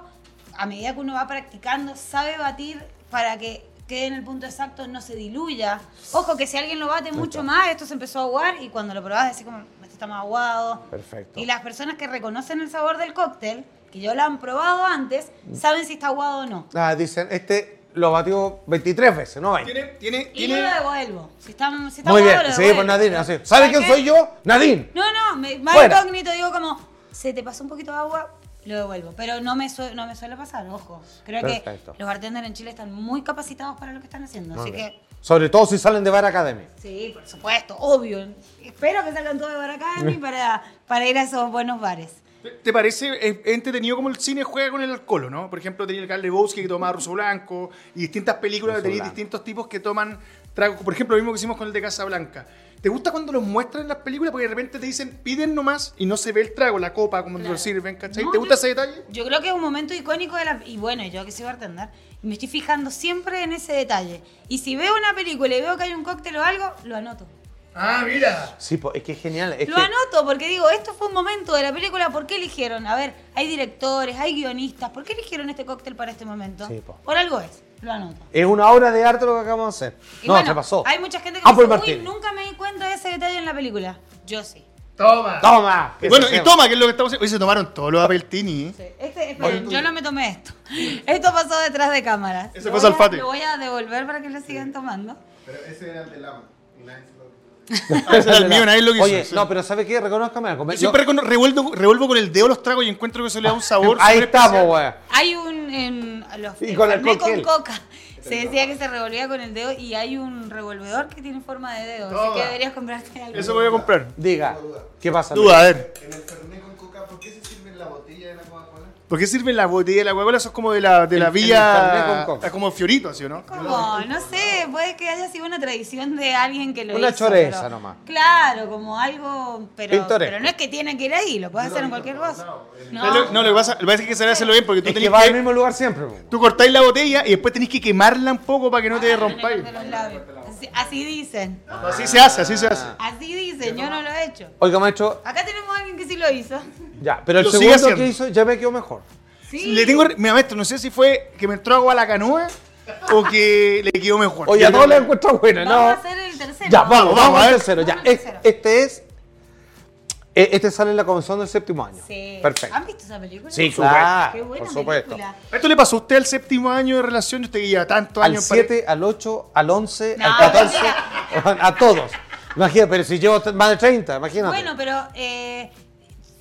a medida que uno va practicando, sabe batir para que quede en el punto exacto, no se diluya. Ojo, que si alguien lo bate mucho más, esto se empezó a aguar y cuando lo probás decís como, esto está más aguado.
Perfecto.
Y las personas que reconocen el sabor del cóctel, que ya lo han probado antes,
Mm.
saben si está aguado o no.
Ah, dicen, este lo batió 23 veces, ¿no? veinte.
Tiene, tiene,
Y yo
tiene.
lo devuelvo. Si está, si está
Muy bien,
aguado, lo
sí, pues
devuelvo.
Nadine, así. ¿Sabe quién
qué?
soy yo? Nadine.
No, no, me, más
Fuera.
incógnito digo como, se te pasó un poquito de agua, lo devuelvo. Pero no me, sue- no me suele pasar, ojo. Creo
Perfecto.
que los bartenders en Chile están muy capacitados para lo que están haciendo.
Muy
así
bien.
que,
Sobre todo si salen de Bar Academy.
sí, por supuesto, obvio. Espero que salgan todos de
(laughs)
Baracani para, para ir a esos buenos bares.
¿Te- ¿Te parece eh, entretenido como el cine juega con el alcohol, ¿o no? Por ejemplo, tenía el Carl Lebowski que tomaba ruso blanco y distintas películas
Ruso
donde tenéis
blanco.
distintos tipos que toman tragos. Por ejemplo, lo mismo que hicimos con el de Casa Blanca. ¿Te gusta cuando los muestran en las películas? Porque de repente te dicen, piden nomás y no se ve el trago, la copa, como te lo
Claro.
sirven, ¿cachai?
No,
¿Te gusta
yo-
ese detalle?
Yo creo que es un momento icónico de la... Y bueno, yo que soy bartender, me estoy fijando siempre en ese detalle. Y si veo una película y veo que hay un cóctel o algo, lo anoto.
Ah, mira.
Sí, pues es que es genial. es
Lo
que-
anoto porque digo, esto fue un momento de la película, ¿por qué eligieron? A ver, hay directores, hay guionistas, ¿por qué eligieron este cóctel para este momento?
Sí, po.
Por algo es, lo anoto.
Es una obra de arte lo que acabamos de hacer.
Y
no,
bueno,
se pasó.
Hay mucha gente que
Apple
me dice, uy,
Martínez.
nunca me di cuenta de ese detalle en la película. Yo sí.
Toma.
Toma. que
Bueno,
se
y
sepa.
toma, que es lo que estamos haciendo. Hoy se tomaron todos los ¿eh? Appeltini.
Sí. Este, esperen, yo no me tomé esto. (laughs) Esto pasó detrás de cámaras.
Eso
Lo
pasa
voy
al
a-
Fati.
Lo voy a devolver para que lo sigan tomando.
Pero ese era el del amo. Y nadie se lo...
Ese era el mío, nadie lo quiso.
Oye,
Sí.
no, pero ¿sabe qué? Reconozcame algo. Me-
Yo siempre recono- revuelvo, revuelvo con el dedo los tragos y encuentro que eso le da un
yo-
sabor.
Ahí
súper
estamos,
especial.
weón.
Hay un. En, los,
Y con el
Fernet
cóctel.
con coca. Se decía que se revolvía con el dedo y hay un revolvedor que tiene forma de dedo.
Toma.
Así que deberías comprarte algo.
Eso voy a comprar.
Diga, ¿qué pasa?
Tú, a ver.
En el Fernet con Coca, ¿por qué se sirve la botella de la Coca-Cola?
¿Por qué sirve la botella de la Coca-Cola? Eso es como de la, de la
El- el
vía.
Fernet con Coca.
es como Fiorito, ¿sí o no?
Como, no sé, puede que haya sido una tradición de alguien que lo
Una
hizo.
choreza
pero-
nomás.
Claro, como algo, pero,
Pintoresco.
pero no es que tiene que ir ahí, lo puedes hacer en cualquier voz.
No, lo- no, lo que pasa, lo que pasa es que se debe hacerlo bien porque tú
Es que
tenés
va al
que.
mismo lugar siempre. po.
Tú cortáis la botella y después tenés que quemarla un poco para que Ah, no te rompáis.
De los labios. Así, así dicen,
Así se hace, así se
Ah.
hace.
así dicen, yo no lo he hecho.
Oiga, maestro,
Acá tenemos a alguien que sí lo hizo.
ya, pero el
Lo sigue
segundo que
haciendo.
hizo ya me quedó mejor.
Sí.
Le tengo. re- Mira, maestro, no sé si fue que me entró agua a la canoa o que le quedó mejor.
Oye, a todos les encuentro bueno,
Vamos a
¿no?
hacer el tercero.
Ya, vamos, vamos
Vamos
al
al
tercero. Ya,
Vamos al
Es-
tercero.
este es. e- Este sale en la convención del séptimo año.
Sí. Ah,
Perfecto.
¿Han visto esa película?
Sí, claro.
Qué buena
por supuesto.
película.
¿Esto le pasó a usted al séptimo año de relación? Usted que lleva tantos
Al
años. en pareja.
7, al 8, al 11,
No,
al 14,
mentira.
(laughs) a todos. Imagínate, pero si llevo t- más de 30, imagínate.
Bueno, pero eh,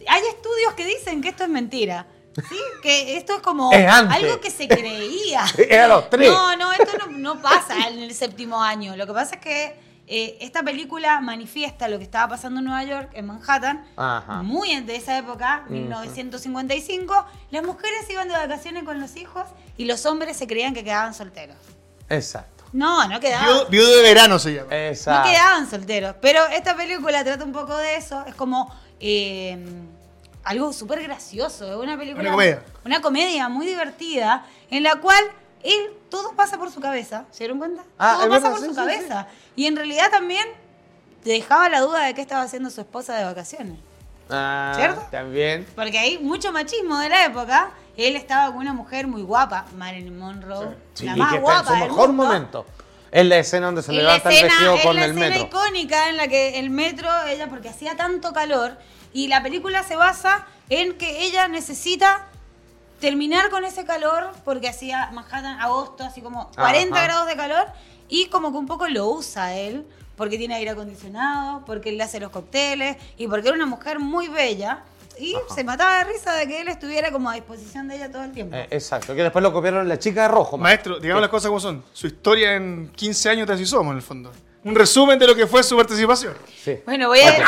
hay estudios que dicen que esto es mentira. ¿Sí? Que esto es como
Es antes.
algo que se creía.
(laughs) Era a los tres.
No, no, esto no, no pasa en el séptimo año. Lo que pasa es que eh, esta película manifiesta lo que estaba pasando en Nueva York, en Manhattan,
Ajá.
muy de esa época, 1955. Las mujeres iban de vacaciones con los hijos y los hombres se creían que quedaban solteros.
Exacto.
No, no quedaban.
Viudo- Viudo de verano se llama.
Exacto.
No quedaban solteros. Pero esta película trata un poco de eso. Es como eh, algo súper gracioso. Es una película.
Una comedia.
Una comedia muy divertida en la cual él todo pasa por su cabeza. ¿Se dieron cuenta?
Ah, es
todo pasa
verdad,
por
sí,
su
sí,
cabeza. Y en realidad también te dejaba la duda de qué estaba haciendo su esposa de vacaciones.
Ah,
¿Cierto?
También.
Porque hay mucho machismo de la época. Él estaba con una mujer muy guapa, Marilyn Monroe.
Sí,
la
y
más
que está
guapa
en su
del
mejor
mundo.
momento. Es la escena donde se
Es la
levanta el
escena-
vestido
es
con
la
el
escena
metro.
icónica en la que el metro, ella, porque hacía tanto calor, y la película se basa en que ella necesita terminar con ese calor, porque hacía Manhattan, agosto, así como 40
Ajá.
grados de calor, y como que un poco lo usa él, porque tiene aire acondicionado, porque él le hace los cócteles, y porque era una mujer muy bella, y se mataba de risa de que él estuviera como a disposición de ella todo el tiempo.
Eh, exacto, que después lo copiaron la chica de rojo. maestro.
Maestro, digamos las cosas como son. Su historia en 15 años de así somos, en el fondo. Un resumen de lo que fue su participación.
Sí.
Bueno, voy a, decir,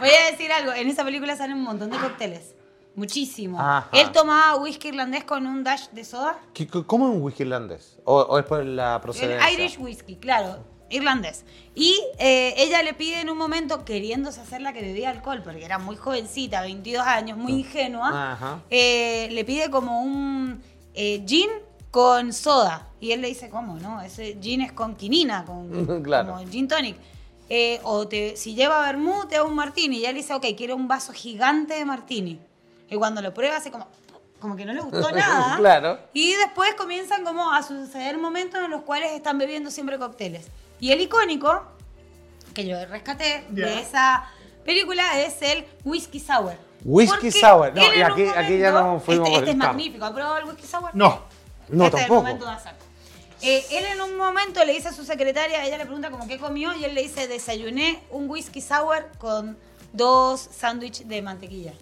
voy a decir algo. En esa película salen un montón de cócteles. Muchísimo.
Ajá.
Él tomaba whisky irlandés con un dash de soda.
¿Qué- qué- ¿Cómo es un whisky irlandés? ¿O, o es por la
El
procedencia?
Irish whisky, claro, irlandés. Y eh, ella le pide en un momento, queriéndose hacerla que bebía alcohol, porque era muy jovencita, 22 años, muy
Ah. Ajá.
ingenua, eh, le pide como un eh, gin con soda. Y él le dice, ¿cómo no? Ese gin es con
(laughs)
quinina, con
Claro.
como gin tonic. Eh, o te- si lleva vermú, te da un martini. Y él dice, ok, quiero un vaso gigante de martini. Y cuando lo prueba, hace como, como que no
(laughs)
le gustó nada.
Claro.
Y después comienzan como a suceder momentos en los cuales están bebiendo siempre cócteles. Y el icónico, que yo rescaté
Ya.
de esa película, es el whisky sour.
Whisky
Porque
sour. No,
él
y
en un
aquí- aquí ya nos fuimos
Este,
por
este
el
es
campo.
magnífico. ¿Han probado el whisky sour?
No.
No,
Este es el
tampoco.
momento de hacerlo. Eh, él en un momento le dice a su secretaria, ella le pregunta como qué comió y él le dice, desayuné un whisky sour con dos sándwiches de mantequilla.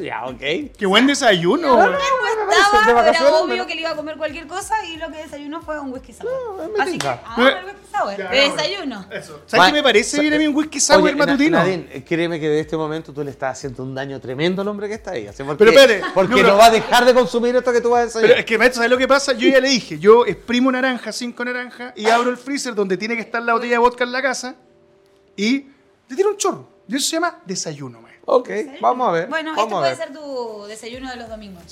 Ya, ok.
Qué buen desayuno.
No,
güey.
no
parece,
estaba,
de
pero
vacaciones,
era obvio
pero-
que le iba a comer cualquier cosa y lo que desayunó fue un whisky sour.
me
Así que,
tinca.
ah, el whisky sour,
Ya,
de desayuno.
Eh,
Eso.
¿Sabes qué
Ma-
me parece
sa-
bien a mí un whisky sour
Oye, Na-
matutino?
Nadine, eh, créeme que de este momento tú le estás haciendo un daño tremendo al hombre que está ahí. Así porque,
Pero espérate,
Porque
no,
no,
pero-
va a dejar de consumir esto que tú vas a
Pero
desayunar.
es que, maestro, ¿sabes lo que pasa? Yo ya le dije, yo exprimo naranja, cinco naranjas, y abro el freezer donde tiene que estar la botella de vodka en la casa, y le tiro un chorro. Y eso se llama desayuno, maestro.
Ok, vamos a ver.
Bueno,
vamos
esto
a
puede
ver.
ser tu desayuno de los domingos.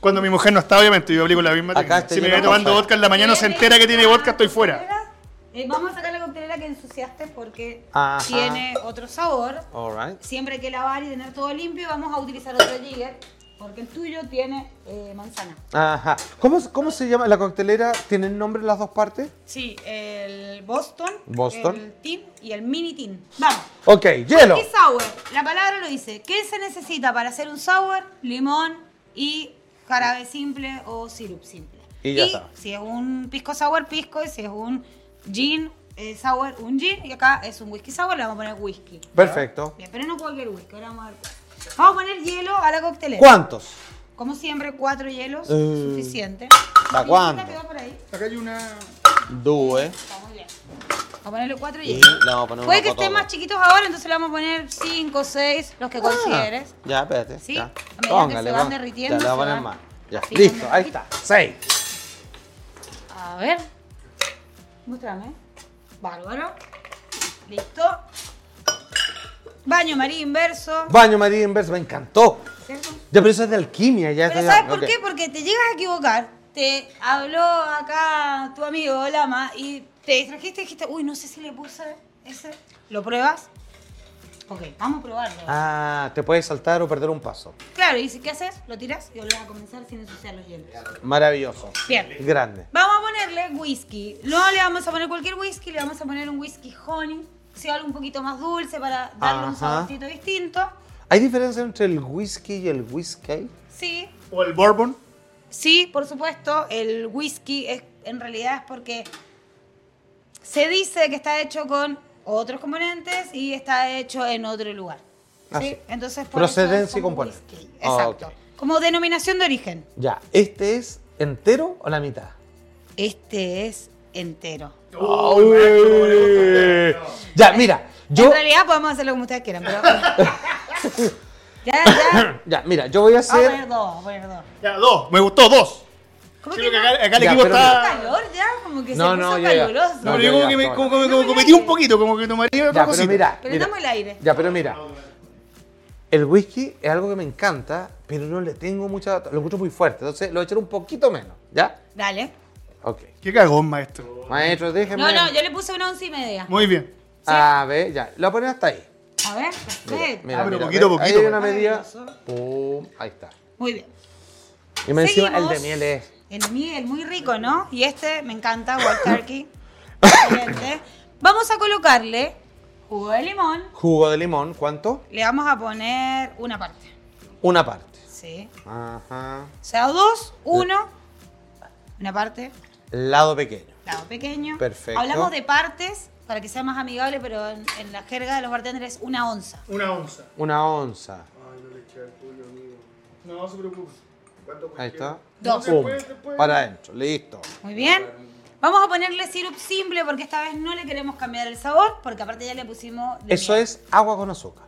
Cuando mi mujer no está, obviamente, yo aplico la misma
Acá
técnica.
estoy
Si me
lleno
voy tomando
de
vodka en la mañana, se
¿Tienes
entera que tiene
una
vodka, estoy fuera.
coctelera? Eh, vamos a sacar la coctelera que ensuciaste porque
Ajá.
tiene otro sabor.
All right.
Siempre hay que lavar y tener todo limpio. Vamos a utilizar otro jigger porque el tuyo tiene eh, manzana.
Ajá. ¿Cómo, ¿Cómo se llama la coctelera? ¿Tienen nombre las dos partes?
Sí, el Boston,
Boston.
el tin y el mini tin. Vamos.
Ok, hielo.
¿Qué sour? La palabra lo dice. ¿Qué se necesita para hacer un sour? Limón y jarabe simple o sirup simple.
Y ya está.
Si es un pisco sour, pisco. Y si es un gin eh, sour, un gin. Y acá es un whisky sour, le vamos a poner whisky.
Perfecto.
Bien, pero no cualquier whisky, ahora vamos a ver. cuál. Vamos a poner hielo a la coctelera.
¿Cuántos?
Como siempre, cuatro hielos,
Eh,
suficiente.
¿pa'
Mira,
cuánto?
quedó por ahí.
Acá hay una...
Due.
Está muy bien. Vamos a ponerle cuatro
Y
hielos.
le vamos a poner
Puede
uno
que
por
estén
todo.
más chiquitos ahora, entonces le vamos a poner cinco, seis, los que
Ah.
consideres.
Ya, espérate.
Sí,
ya.
a medida que se
Póngale,
van
pon-
derritiendo,
Ya, le voy a poner
se van
más. Ya,
haciendo
listo, ahí
poquito.
está. Seis.
A ver. Muéstrame. Bárbaro. Listo. Baño María inverso.
Baño María Inverso, me encantó.
¿cierto?
Ya, pero eso es de alquimia. Ya,
Pero
está-
¿sabes por
ok.
qué? Porque te llegas a equivocar. Te habló acá tu amigo Lama y te distrajiste y dijiste, uy, no sé si le puse ese. ¿Lo pruebas? Ok, vamos a probarlo.
Ah, te puedes saltar o perder un paso.
Claro, y si qué haces, lo tiras y volvés a comenzar sin ensuciar los hielos.
Maravilloso.
Bien.
Grande.
Vamos a ponerle whisky. No le vamos a poner cualquier whisky, le vamos a poner un whisky honey. Si algo un poquito más dulce para darle un
Ajá.
saborcito distinto.
¿Hay diferencia entre el whisky y el whisky?
Sí,
O el bourbon.
sí, por supuesto, el whisky es, en realidad es porque se dice que está hecho con otros componentes y está hecho en otro lugar. ¿sí?
Ah, sí.
Entonces,
Procedencia
eso es
y
como
componente.
whisky.
Ah,
Exacto.
ok.
Como denominación de origen.
Ya, ¿este es entero o la mitad?
Este es entero.
ya, mira, yo.
En realidad podemos hacerlo como ustedes quieran,
(laughs)
pero. ya, ya.
Ya, mira, yo voy a
Vamos a
hacer.
poner dos, vamos a poner dos.
Ya, dos. Me gustó, dos.
¿Cómo
Creo
que
que
no?
acá, acá el
Ya,
equipo
pero
está...
calor ya? Como que
No,
se
no,
puso
ya, ya.
caluroso.
No,
No,
ya,
yo como
ya,
que me,
toma.
como, como- como
muy
que metí un
aire.
poquito, como que tomaría otra
Ya, pero
cosita.
mira,
Pero
mira.
dame el aire.
Ya, pero mira. El whisky es algo que me encanta, pero no le tengo mucha. Lo encuentro muy fuerte, entonces lo voy a echar un poquito menos, ¿ya?
Dale.
Ok.
Qué cagón, maestro.
Maestro, déjeme.
No, no, yo le puse una once y media.
Muy bien.
A ver, ya, lo voy a poner hasta ahí.
A ver,
Mira,
perfecto.
mira,
Ah, pero
mira,
poquito a
¿ves? Ahí
poquito,
hay una
pues.
medida.
Maravilloso.
Pum, ahí está.
Muy bien.
Y me encima el
Seguimos.
de miel es.
El miel, muy rico, ¿no? Y este me
(coughs)
encanta, Wild Turkey. Excelente. Vamos a colocarle jugo de limón.
Jugo de limón, ¿cuánto?
Le vamos a poner una parte.
Una parte.
Sí.
Ajá.
O sea, dos, uno, una parte.
Lado pequeño.
lado pequeño.
Perfecto.
Hablamos de partes para que sea más amigable, pero en, en la jerga de los bartenders es una onza.
Una onza.
Una onza.
No, se preocupe.
Ahí está.
Dos.
Pum. Para adentro. Listo.
Muy bien. Vamos a ponerle sirup simple porque esta vez no le queremos cambiar el sabor, porque aparte ya le pusimos de
Eso
miel.
es agua con azúcar.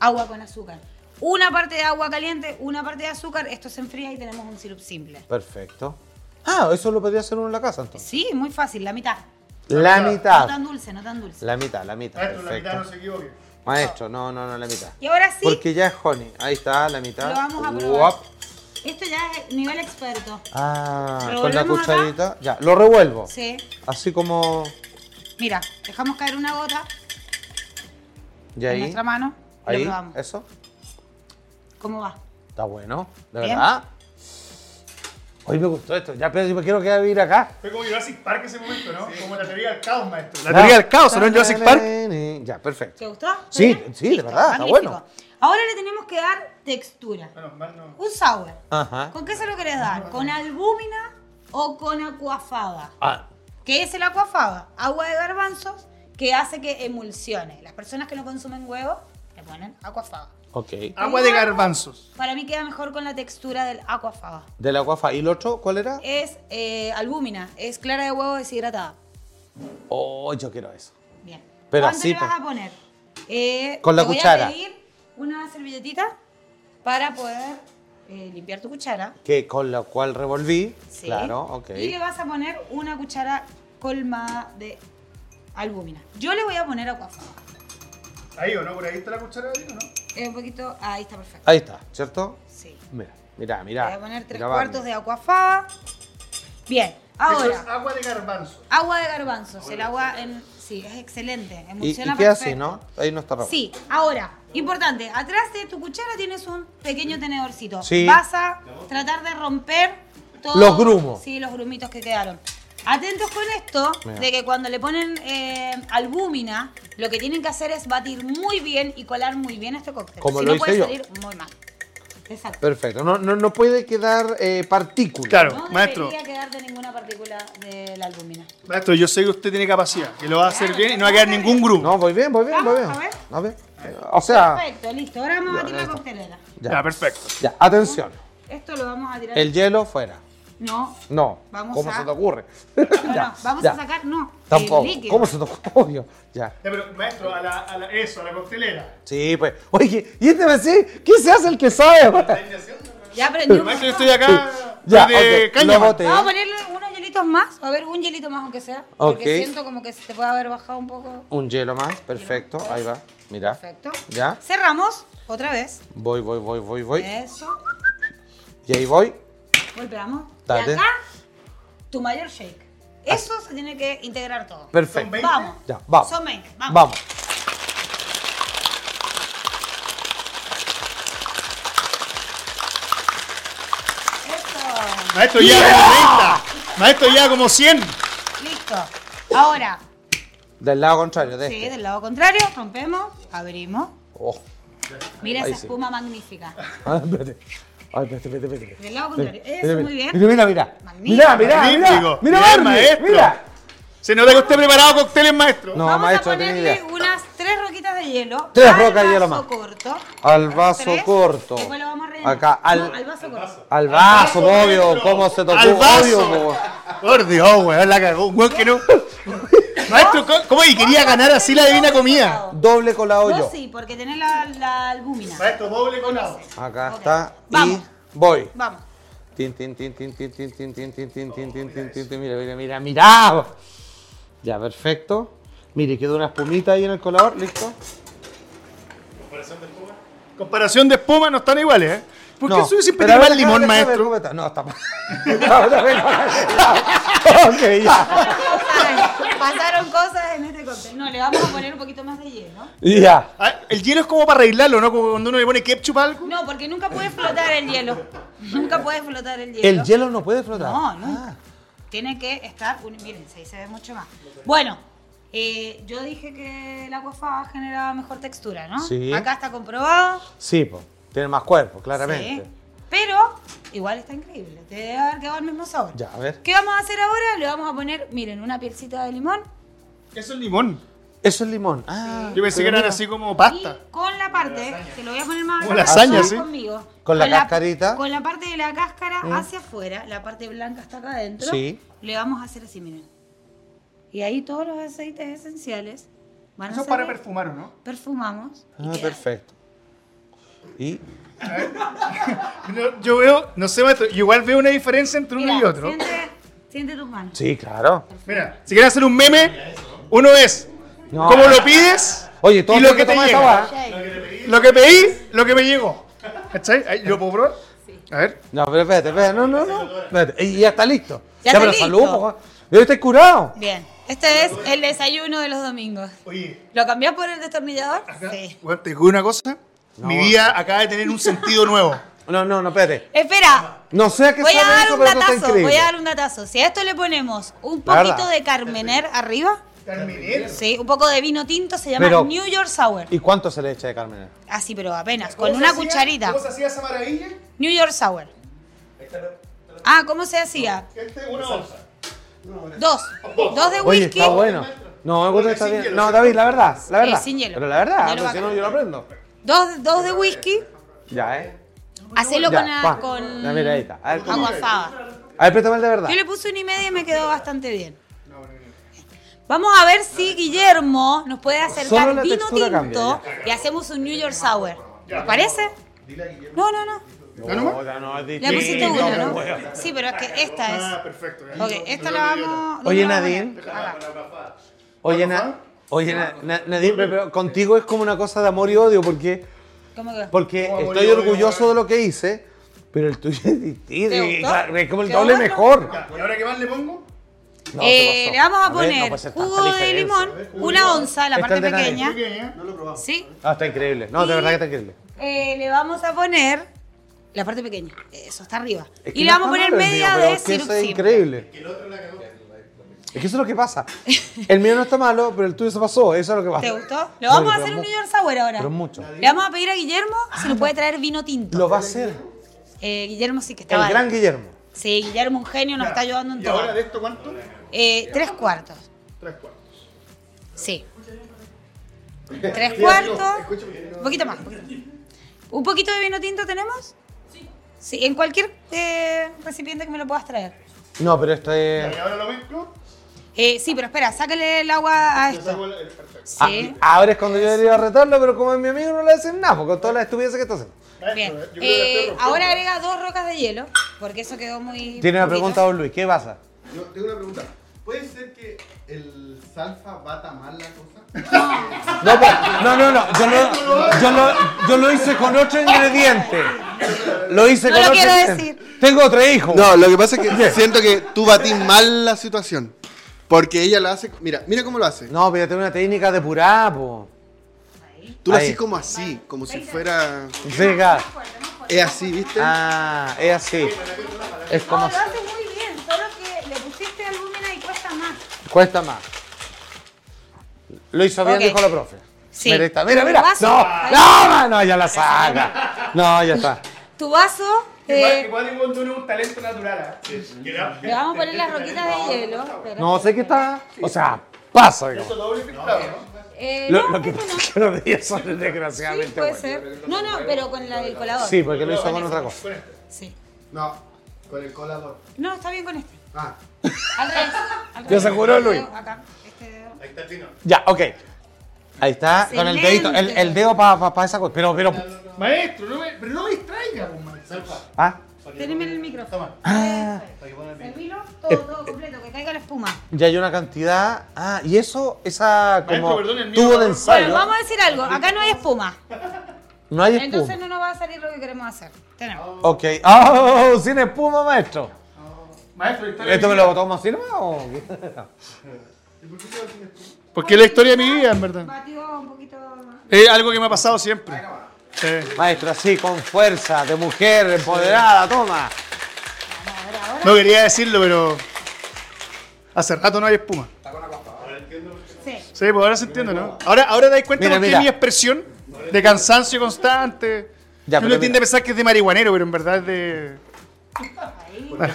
agua con azúcar. una parte de agua caliente, una parte de azúcar, esto se enfría y tenemos un sirup simple.
Perfecto. Ah, eso lo podría hacer uno en la casa entonces.
Sí, muy fácil, la mitad.
La
No
mitad.
tan dulce, no tan dulce.
La mitad, la mitad.
Maestro, la mitad no
Perfecto.
se equivoque.
Maestro, no, no, no, la mitad.
Y ahora sí,
Porque ya es honey. Ahí está, la mitad.
Lo vamos a probar.
Guap.
esto ya es nivel experto.
Ah, con la
¿Revolvemos acá?
cucharita. Ya, lo revuelvo.
Sí.
Así como.
Mira, dejamos caer una gota
Y
en
ahí.
nuestra mano y lo
Ahí.
probamos.
Eso.
¿Cómo va?
Está bueno. De
Bien.
verdad. Hoy me gustó esto. Ya, pero yo me quiero quedar a vivir acá.
Fue como Jurassic Park ese momento, ¿no? Como la teoría del caos, maestro.
Ya.
La teoría del caos, ¿no? En Jurassic Park.
Ya, perfecto.
¿Te gustó? ¿Está
Sí,
bien?
sí, de verdad, está
magnífico.
bueno.
Ahora le tenemos que dar textura.
Menos mal no.
Un sour.
Ajá.
¿Con qué se lo querés dar? ¿Con albúmina o con acuafaba?
Ah,
¿Qué es el acuafaba? Agua de garbanzos que hace que emulsione. Las personas que no consumen huevo le ponen acuafaba.
ok.
Agua de garbanzos.
Para mí queda mejor con la textura del acuafaba.
De la guafa. ¿Y el otro cuál era?
Es eh, albúmina, es clara de huevo deshidratada.
Oh, yo quiero eso.
Bien.
Pero
¿Cuánto
así,
le vas
pues.
a poner? Eh,
Con la
te voy
cuchara.
a pedir una servilletita para poder eh, limpiar tu cuchara.
Que con la cual revolví.
Sí.
Claro, ok.
Y le vas a poner una cuchara colmada de albúmina. Yo le voy a poner acuafaba.
Ahí o no, por ahí está la cuchara, ahí, ¿o ¿no?
Eh, un poquito, ahí está perfecto.
Ahí está, ¿cierto?
Sí.
Mira, mira,
Le
mira.
voy a poner tres
Mira,
cuartos
vamos.
de acuafaba. Bien,
Eso es
ahora,
agua de garbanzo.
agua de garbanzos. El agua en. Sí, es excelente.
Y, y
Emulsiona
queda así,
perfecto.
¿no? Ahí no está rojo.
Sí, ahora, importante, atrás de tu cuchara tienes un pequeño tenedorcito.
Sí.
Vas a tratar de romper todos
Los grumos.
Sí, los grumitos que quedaron. Atentos con esto,
Mira.
de que cuando le ponen eh, albúmina, lo que tienen que hacer es batir muy bien y colar muy bien este cóctel.
Como
si
lo
no
hice
puede
yo.
salir muy mal. Exacto.
Perfecto. No, no, no puede quedar eh, partícula.
Claro,
no
maestro.
debería quedarte ninguna partícula de la albúmina.
Maestro, yo sé que usted tiene capacidad, que lo va a hacer bien y no va a quedar ningún grupo.
No, voy bien, voy bien, voy bien.
Vamos,
A ver. O sea,
Perfecto, listo. Ahora vamos a
Ya,
batir
ya
la
está.
coctelera.
Ya,
ya,
perfecto.
ya. Atención.
Esto lo vamos a tirar.
El hielo fuera.
No,
No.
Vamos
¿Cómo
a-
se te ocurre?
no,
(laughs) Ya,
no, vamos
ya.
a sacar, no. el
Tampoco.
líquido.
¿Cómo se te ocurre? Obvio. Ya.
Ya, pero maestro, a la, a la- eso, a la coctelera.
Sí, pues. Oye, ¿y este sí? ¿Qué se hace el que sabe?
(laughs)
Ya aprendimos.
Maestro, yo estoy acá
Ya,
de
ok,
caña.
lo boté.
Vamos a ponerle unos hielitos más, a ver, un hielito más aunque sea, porque
Ok.
siento como que se te puede haber bajado un poco.
Un hielo más. Perfecto. Ahí va. Mira.
Perfecto.
Ya.
Cerramos, otra vez.
Voy, voy, voy, voy, voy.
Eso.
Y ahí voy.
Golpeamos.
Dale.
Y acá, tu mayor shake. Eso se tiene que integrar todo.
¿Son
Perfecto.
20?
Vamos.
Ya, vamos.
Son 20, vamos.
Vamos.
Eso.
Maestro, ya como 30. Maestro, ya como 100.
Listo. Ahora,
Del lado contrario, de
sí,
este.
del lado contrario, rompemos, abrimos.
Oh. (laughs)
Mira
Ahí
esa
sí.
espuma magnífica.
Ah, espérate. Ay, espérate, espérate, espérate.
Del lado contrario. Eso,
Mira,
muy bien.
Mira, mira, mira.
Magnífico.
Mira, mira, mira.
Magnífico.
Mira,
Bien,
Barbie,
maestro.
Mira.
Se nota que usted ha preparado cócteles, maestro.
No,
Vamos
maestro,
a
no tenía
ponerle
idea.
unas tres roquitas de hielo.
Tres
al
rocas de
vaso
hielo más.
corto.
Al vaso
Tres.
corto.
Después lo vamos a rellenar.
Acá, al-
No, al vaso corto.
Al vaso,
vaso,
Ah, obvio.
maestro.
¿Cómo se tocó?
Al vaso.
Obvio, po.
Por Dios, weón, la cagó. Un weón que no. Maestro, ¿cómo- ¿cómo? Y quería ganar así la divina comida.
Doble colado
Vos
yo.
sí, porque tenés la, la albúmina.
Maestro, doble colado.
Acá
Ok.
está.
Vamos.
Y voy.
Vamos. (laughs)
Tin, tin, tin, tin, tin, tin, tin, tin, tin, tin, tin, tin, tin, tin, tin. Mira, mira, mira, mira. Ya, perfecto. Mire, quedó una espumita ahí en el colador. Listo.
Comparación de espuma no están iguales, ¿eh? ¿Por qué
No,
usted siempre
pero
lleva
ahora
el limón,
déjame ver
maestro?
cómo está. No, está mal. (laughs) Ahora vengo con la- Ok, ya.
Pasaron, pasaron cosas en este cóctel. No, le vamos a poner un poquito más de hielo.
(laughs) Ya.
Ah, el hielo es como para arreglarlo, ¿no? Como cuando uno le pone ketchup a algo.
No, porque nunca puede flotar el hielo. Nunca puede flotar el hielo.
El hielo no puede flotar. Ah.
No, nunca. Tiene que estar. un- miren, ahí se ve mucho más. Bueno, eh, yo dije que el acuafaba generaba mejor textura, ¿no?
Sí.
Acá está comprobado.
Ah, sí, po. tiene más cuerpo,
Sí.
claramente.
Pero igual está increíble. Te debe haber quedado el mismo sabor.
Ya, a ver.
¿Qué vamos a hacer ahora? Le vamos a poner, miren, una pielcita de limón
Eso es limón.
Eso es limón. Ah,
Yo pensé que
pero
eran
mira.
así como pasta.
y con la parte, que lo voy a poner más
Como
acá,
lasaña,
acá
sí.
conmigo.
Con la cascarita. Mm.
Con la parte de la cáscara hacia afuera, la parte blanca está acá adentro.
Sí.
Le vamos a hacer así, miren. Y ahí todos los aceites esenciales van a
Eso es
salir,
para perfumar, ¿o no?
perfumamos. y
Ah,
queda.
perfecto. Y
No, yo veo, no sé, maestro, yo igual veo una diferencia entre uno
Mira,
y otro.
Siente, siente tus manos.
sí, claro.
Mira, si quieres hacer un meme, uno es
No.
cómo lo pides
Oye, todo
y
tiene
lo que te
tomar
llega.
esa guada.
Lo que pedí, lo que me llegó. ¿Cachai? Ahí, ¿Lo puedo probar? A ver.
No, pero espérate, espérate, no, no, no. Espérate. Y ya está listo.
Ya está
pero
listo.
salud, po, Juan. Yo estoy curado.
Bien, este es el desayuno de los domingos.
Oye,
¿Lo cambiás por el destornillador? Sí.
te digo una cosa. Mi vida acaba de tener un sentido (laughs) nuevo.
No, no, no, espérate.
Espera,
No sé a qué
voy a
sabe
dar
eso,
un
pero esto está
datazo,
increíble.
voy a dar un datazo. Si a esto le ponemos un
La
poquito
verdad.
de Carmener arriba, sí, un poco de vino tinto, se llama
Pero-
New York Sour.
¿Y cuánto se le echa de Carmen?
Así, pero apenas, con una cucharita.
¿Cómo se hacía esa maravilla?
New York Sour. Ah, ¿cómo se hacía?
este Una bolsa. (laughs)
Dos. Dos de
Oye,
whisky.
está bueno. No, me gusta que está
sin
bien.
hielo,
No,
sin
David, la verdad, la
Sí,
verdad.
sin hielo.
Pero la verdad,
No lo
o sea,
va
si
a
no, yo lo aprendo.
Dos, dos de whisky.
Ya, ¿eh?
Hacelo
Ya,
con, a-
va.
con
Ya, mira, ahí está. A ver, ¿cómo?
aguafaba.
A ver, préstame el de verdad.
Yo le puse una y media y me quedó bastante bien. Vamos a ver si Guillermo nos puede
Solo
acercar
la
vino
textura
tinto
cambia,
y hacemos un New York Sour. ¿Te parece? No, no, no.
¿Ya nomás?
Le pusiste uno, ¿no? Sí, pero es que esta es.
Ah, perfecto.
Ok, esta la vamos.
Oye,
¿dónde la vamos a
Nadine.
poner? Acá.
Oye, Na- Oye, Na- Na- Nadine, pero- pero contigo es como una cosa de amor y odio, porque,
¿Cómo que?
porque
Como amor
estoy
y odio, ¿eh?
orgulloso de lo que hice, pero el tuyo es distinto.
¿Te
y
gustó?
claro, Es como el
¿Qué
doble
bueno?
mejor.
¿Y ahora qué más le pongo?
No,
Eh,
se pasó.
le vamos a
ver, no
poner
puede ser tanta
jugo de
diferencia.
limón, una onza, la
Esta
parte
es ¿eh? de Nadine.
pequeña.
Pequeña.
¿Sí?
Ah, está increíble. No, de
Y-
verdad que está increíble.
Eh, le vamos a poner la parte pequeña. Eso está arriba.
Es que
y le
no
vamos a
está
poner
malo el
media
mío, pero
de
es que
sirup
Eso es
Sim.
increíble. Es que eso es lo que pasa. El mío no está malo, pero el tuyo se pasó. Eso es lo que pasa.
¿Te gustó?
Oye,
Lo vamos a
pero
hacer un
mu-
New York Sour ahora.
Pero mucho.
Le vamos a pedir a Guillermo si nos puede traer vino tinto.
Lo va a hacer
Eh, Guillermo sí que estaba.
el gran Guillermo.
Sí, Guillermo, un genio, nos está ayudando en
¿Y ahora
todo.
de esto cuánto?
Eh, tres cuartos.
Tres cuartos. (laughs)
Sí. Tres cuartos. Un poquito más. un poquito más. ¿Un poquito de vino tinto tenemos? Sí. en cualquier eh, recipiente que me lo puedas traer.
No, pero esto
Y
es.
ahora lo mezclo.
Eh, sí, pero espera, sácale el agua a
Yo saco
esto.
el, el perfecto.
Sí.
Ah, ahora es cuando yo debería retarlo, pero como es mi amigo, no le hacen nada, porque con todas las estupideces que está haciendo.
Bien.
Ah. Maestro, yo creo que
Eh,
estoy rompiendo.
ahora agrega dos rocas de hielo, porque eso quedó muy.
Tiene una
poquito.
pregunta, don Luis, ¿qué pasa?
Yo tengo una pregunta. ¿Puede ser que el salsa bata mal la cosa?
No, pues, no, no, no, Yo lo, yo lo- yo lo hice con otro ingrediente. Lo hice
No
con
lo
otro
quiero
ingrediente.
decir.
Tengo otro hijo.
(laughs) No, lo que pasa es que siento que tú batís mal la situación. Porque ella la hace. Mira, mira cómo lo hace.
No, pero yo tengo una técnica depurada, po.
Tú lo
Ahí.
haces como así, como si fuera.
Sí, claro.
Es así, ¿viste?
Ah, es así. Es
No,
como
lo
así.
haces muy bien, solo que le pusiste albúmina y cuesta más.
Cuesta más. Lo hizo bien,
Ok.
dijo la profe.
Sí.
Mira, mira, mira.
Vaso.
No, no, no, ya la saca. No, ya está.
Tu vaso, eh,
Igual igual tiene un talento natural. ¿eh? Que la-
le vamos a poner las roquitas de hielo. espera.
No sé qué está. O sea, pasa, digamos.
Doble filtrado, ¿no?
Eh,
Lo,
no,
lo que
esto
pasa
no.
es que los días son
Sí, pues.
desgraciadamente
puede
buenos.
ser. No, no, pero con la del colador.
Sí, porque lo hizo con otra cosa.
Con este.
Sí.
No, con el colador.
No, está bien con este.
Ah.
Al revés. al
Ya
revés.
se juró,
Este
Luis.
dedo, Acá, este dedo.
Ahí está el vino.
Ya, ok. Ahí está, con el dedito, el,
Excelente.
el dedo para esa cosa. Pero, pero.
Maestro, no me, pero no me distraiga, pues, maestro.
Ah,
Teneme el micrófono. Este,
Ah.
Servilo todo, todo completo, que caiga la espuma.
ya hay una cantidad. Ah, y eso, esa como
Maestro, perdón, el mío
tubo
no-
de
Bueno,
ensayo.
vamos a decir algo. Acá no hay espuma.
No hay
Entonces
espuma.
no nos va a salir lo que queremos hacer. Tenemos.
Ok. (laughs) ¡Oh! Sin espuma, maestro.
Maestro, la historia
¿Esto me
de mi
lo
vida.
botamos así nomás o qué?
Porque es la historia de mi vida, en verdad.
Batió un poquito más.
Es algo que me ha pasado siempre. Sí.
(laughs) Maestro, así, con fuerza, de mujer, empoderada, toma.
A ver, ahora.
No quería decirlo, pero. Hace rato no hay espuma.
Sí.
Sí, pues ahora se entiende, ¿no? Ahora, ahora dais cuenta
Mira,
porque
mira.
mi expresión de cansancio constante.
Ya,
Uno
pero
tiende
mira.
a pensar que es de marihuanero, pero en verdad es de.
Ahí. Ahí.